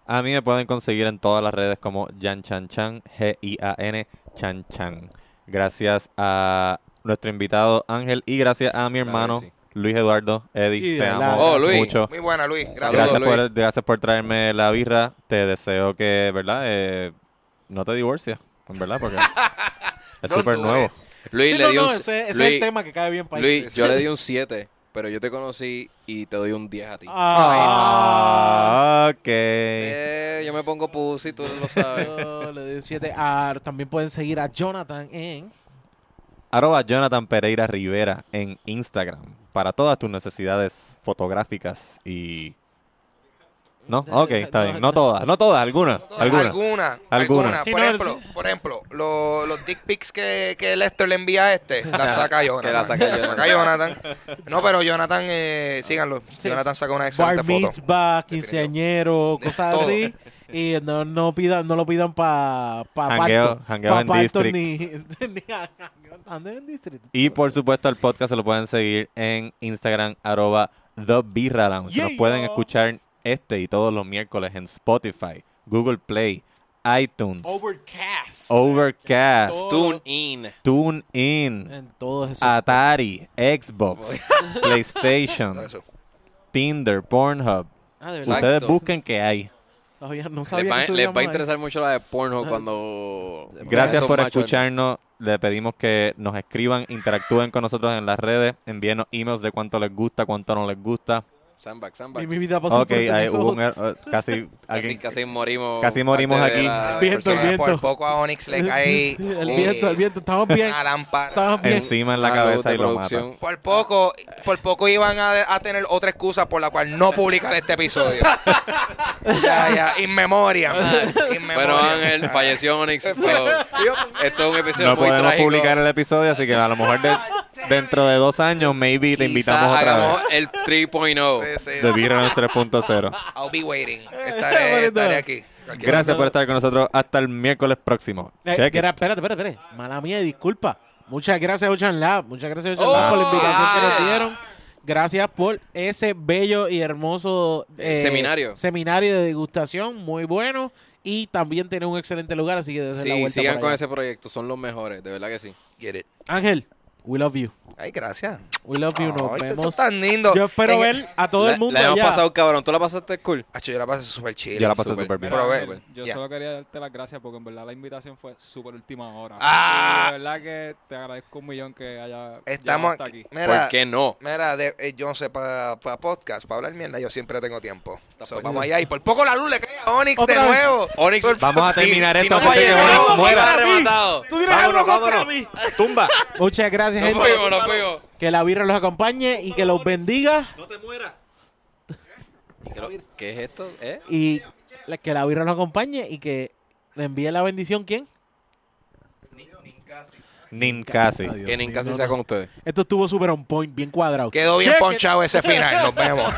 [SPEAKER 1] A mí me pueden conseguir en todas las redes como Jan Chan Chan, G-I-A-N, Chan Chan. Gracias a nuestro invitado Ángel y gracias a mi
[SPEAKER 4] Claro que
[SPEAKER 1] hermano
[SPEAKER 4] sí.
[SPEAKER 1] Luis Eduardo. Eddie,
[SPEAKER 3] Sí, de
[SPEAKER 1] te
[SPEAKER 3] verdad.
[SPEAKER 1] amo
[SPEAKER 4] Oh, Luis.
[SPEAKER 1] mucho.
[SPEAKER 2] Muy buena, Luis. Gracias.
[SPEAKER 4] Saludos,
[SPEAKER 1] gracias,
[SPEAKER 4] Luis.
[SPEAKER 1] por, gracias por traerme la birra. Te deseo que, ¿verdad? Eh, no te divorcies, en verdad, porque es
[SPEAKER 2] No
[SPEAKER 1] súper
[SPEAKER 2] dudes.
[SPEAKER 1] nuevo.
[SPEAKER 4] Luis,
[SPEAKER 3] Sí,
[SPEAKER 4] le
[SPEAKER 3] no,
[SPEAKER 4] di
[SPEAKER 3] no,
[SPEAKER 4] un,
[SPEAKER 3] ese, ese es el
[SPEAKER 4] Luis,
[SPEAKER 3] tema que cae bien este. para
[SPEAKER 4] Luis, yo le di un 7, pero yo te conocí y te doy un 10 a ti.
[SPEAKER 3] Ah,
[SPEAKER 1] Ah, ok.
[SPEAKER 4] Eh, yo me pongo pussy, tú lo sabes.
[SPEAKER 3] yo le di un 7. Ah, también pueden seguir a Jonathan en.
[SPEAKER 1] Arroba Jonathan Pereira Rivera en Instagram para todas tus necesidades fotográficas y... No, ok, está bien. No todas, no todas, algunas.
[SPEAKER 2] Alguna.
[SPEAKER 1] algunas.
[SPEAKER 2] Alguna.
[SPEAKER 1] Alguna.
[SPEAKER 3] Sí,
[SPEAKER 2] por,
[SPEAKER 3] no,
[SPEAKER 2] ejemplo, por ejemplo, lo- los dick pics que, que Lester le envía a este, la saca Jonathan.
[SPEAKER 4] que la saca Jonathan.
[SPEAKER 2] Jonathan. No, pero Jonathan, eh, síganlo.
[SPEAKER 3] Sí.
[SPEAKER 2] Jonathan saca una excelente
[SPEAKER 3] Bar
[SPEAKER 2] foto.
[SPEAKER 3] mitzvah, quinceañero,
[SPEAKER 2] De
[SPEAKER 3] cosas
[SPEAKER 2] todo.
[SPEAKER 3] así. Y no, no pidan, no lo pidan para pa
[SPEAKER 1] Jangueo-
[SPEAKER 3] parto,
[SPEAKER 1] jangueo
[SPEAKER 3] pa
[SPEAKER 1] en
[SPEAKER 3] parto
[SPEAKER 1] district.
[SPEAKER 3] ni, ni a- jangueo en district.
[SPEAKER 1] Y pues- por supuesto, el podcast se lo pueden seguir en Instagram, arroba The Birra Lounge. Nos
[SPEAKER 3] Yeah.
[SPEAKER 1] pueden escuchar este y todos los miércoles en Spotify, Google Play, iTunes,
[SPEAKER 3] Overcast.
[SPEAKER 1] Oh. Overcast,
[SPEAKER 4] Tune in.
[SPEAKER 1] TuneIn,
[SPEAKER 3] En todos esos.
[SPEAKER 1] Ah, Atari, Xbox, PlayStation,
[SPEAKER 2] Todo eso.
[SPEAKER 1] Tinder, Pornhub.
[SPEAKER 3] Ah, de verdad.
[SPEAKER 4] Exacto.
[SPEAKER 1] Ustedes busquen que hay.
[SPEAKER 3] Todavía no
[SPEAKER 4] Les
[SPEAKER 3] sabía
[SPEAKER 4] va,
[SPEAKER 3] que
[SPEAKER 4] les va a
[SPEAKER 3] subíamos ahí.
[SPEAKER 4] interesar mucho la de porno cuando...
[SPEAKER 1] Gracias
[SPEAKER 4] estos
[SPEAKER 1] por
[SPEAKER 4] machos-
[SPEAKER 1] escucharnos. Le pedimos que nos escriban, interactúen con nosotros en las redes, envíenos emails de cuánto les gusta, cuánto no les gusta.
[SPEAKER 4] Sandbag, sandbag.
[SPEAKER 3] Mi, mi vida pasó
[SPEAKER 1] Ok,
[SPEAKER 3] por tus
[SPEAKER 1] ahí hubo
[SPEAKER 3] ojos.
[SPEAKER 1] un error, eh, casi
[SPEAKER 4] Casi,
[SPEAKER 1] alguien-
[SPEAKER 4] casi morimos.
[SPEAKER 1] casi morimos
[SPEAKER 4] antes de
[SPEAKER 1] aquí.
[SPEAKER 4] la
[SPEAKER 3] Viento,
[SPEAKER 4] persona.
[SPEAKER 3] viento.
[SPEAKER 2] Por poco a Onyx le cae
[SPEAKER 3] El
[SPEAKER 2] eh,
[SPEAKER 3] viento, el viento. Estamos bien.
[SPEAKER 2] una lámpara.
[SPEAKER 3] Estamos bien.
[SPEAKER 1] encima en la
[SPEAKER 4] Ah,
[SPEAKER 1] cabeza
[SPEAKER 4] de
[SPEAKER 1] y lo
[SPEAKER 4] producción.
[SPEAKER 1] mata.
[SPEAKER 2] Por poco, por poco iban a, a tener otra excusa por la cual no publicar este episodio. ya, ya, in memoria.
[SPEAKER 4] Bueno, Ángel, falleció Onyx. pero esto es un episodio
[SPEAKER 1] No
[SPEAKER 4] muy
[SPEAKER 1] podemos
[SPEAKER 4] trágico.
[SPEAKER 1] publicar el episodio, así que a lo mejor de- dentro de dos años, maybe te invitamos
[SPEAKER 4] Quizás
[SPEAKER 1] otra
[SPEAKER 4] hagamos
[SPEAKER 1] vez.
[SPEAKER 4] el oh. 3.0.
[SPEAKER 2] Sí, sí.
[SPEAKER 1] De Beerus 3.0.
[SPEAKER 2] I'll be waiting. Estaré, estaré aquí. Cualquier-
[SPEAKER 1] Gracias por estar con nosotros. Hasta el miércoles próximo.
[SPEAKER 3] Eh,
[SPEAKER 1] Check it.
[SPEAKER 3] gra- espérate, espérate, espérate. Mala mía, disculpa. Muchas gracias, Ocean Lab. Muchas gracias, Ocean
[SPEAKER 4] Oh,
[SPEAKER 3] Lab, por la invitación que nos
[SPEAKER 4] ah.
[SPEAKER 3] dieron. Gracias por ese bello y hermoso
[SPEAKER 4] Eh, seminario.
[SPEAKER 3] seminario de degustación. Muy bueno. Y también tiene un excelente lugar, así que desen la
[SPEAKER 4] Sí,
[SPEAKER 3] vuelta
[SPEAKER 4] sigan
[SPEAKER 3] por
[SPEAKER 4] con
[SPEAKER 3] allá.
[SPEAKER 4] ese proyecto. Son los mejores, de verdad que sí.
[SPEAKER 2] Get it.
[SPEAKER 3] Ángel, we love you.
[SPEAKER 2] Ay, gracias.
[SPEAKER 3] We love
[SPEAKER 4] Ah,
[SPEAKER 3] you. Nos
[SPEAKER 2] Ay, eso
[SPEAKER 3] vemos.
[SPEAKER 2] tan lindo.
[SPEAKER 3] Yo espero
[SPEAKER 2] En-
[SPEAKER 3] ver a todo
[SPEAKER 4] La-
[SPEAKER 3] el mundo
[SPEAKER 4] La hemos
[SPEAKER 3] allá.
[SPEAKER 4] pasado, cabrón. ¿Tú la pasaste cool?
[SPEAKER 2] Acho, yo la pasé súper chill.
[SPEAKER 1] Yo la pasé súper bien.
[SPEAKER 5] Mira,
[SPEAKER 2] Pero,
[SPEAKER 5] Ángel,
[SPEAKER 2] eh,
[SPEAKER 5] yo
[SPEAKER 2] ya.
[SPEAKER 5] solo quería darte las gracias porque en verdad la invitación fue súper última hora.
[SPEAKER 2] Ah.
[SPEAKER 5] Y de verdad que te agradezco un millón que haya llegado
[SPEAKER 2] Estamos
[SPEAKER 5] hasta
[SPEAKER 2] aquí.
[SPEAKER 5] aquí.
[SPEAKER 2] Mira,
[SPEAKER 4] ¿Por qué no?
[SPEAKER 2] mira de- eh, yo no sé, para podcast, para hablar mierda, yo siempre tengo tiempo. So,
[SPEAKER 4] pendiente.
[SPEAKER 2] vamos allá. Y por poco la luz le cae a Onyx de
[SPEAKER 3] Otra vez.
[SPEAKER 2] nuevo.
[SPEAKER 4] Onyx,
[SPEAKER 2] Por-
[SPEAKER 1] Vamos a
[SPEAKER 2] si-
[SPEAKER 1] terminar
[SPEAKER 2] si
[SPEAKER 1] esto
[SPEAKER 2] no
[SPEAKER 1] antes de que
[SPEAKER 2] falleció,
[SPEAKER 1] Onyx
[SPEAKER 2] vamos
[SPEAKER 1] muera.
[SPEAKER 2] a-
[SPEAKER 4] arrebatado.
[SPEAKER 3] Tú tienes
[SPEAKER 1] Vámonos,
[SPEAKER 3] algo contra
[SPEAKER 1] vámonos.
[SPEAKER 3] mí.
[SPEAKER 1] Tumba.
[SPEAKER 3] Muchas gracias,
[SPEAKER 4] Nos
[SPEAKER 3] gente.
[SPEAKER 4] fuimos, nos fuimos.
[SPEAKER 3] Que la birra los acompañe y que los bendiga.
[SPEAKER 6] No te mueras.
[SPEAKER 4] ¿Qué- ¿Qué es esto? ¿Eh?
[SPEAKER 3] Y la- que la birra los acompañe y que le envíe la bendición. ¿Quién?
[SPEAKER 1] Ninkasi.
[SPEAKER 3] Adiós.
[SPEAKER 4] Que ni casi
[SPEAKER 3] no,
[SPEAKER 4] sea
[SPEAKER 3] no.
[SPEAKER 4] con ustedes.
[SPEAKER 3] Esto estuvo super on point, bien cuadrado.
[SPEAKER 2] Quedó bien
[SPEAKER 3] Check it.
[SPEAKER 2] ponchado ese final. Nos vemos.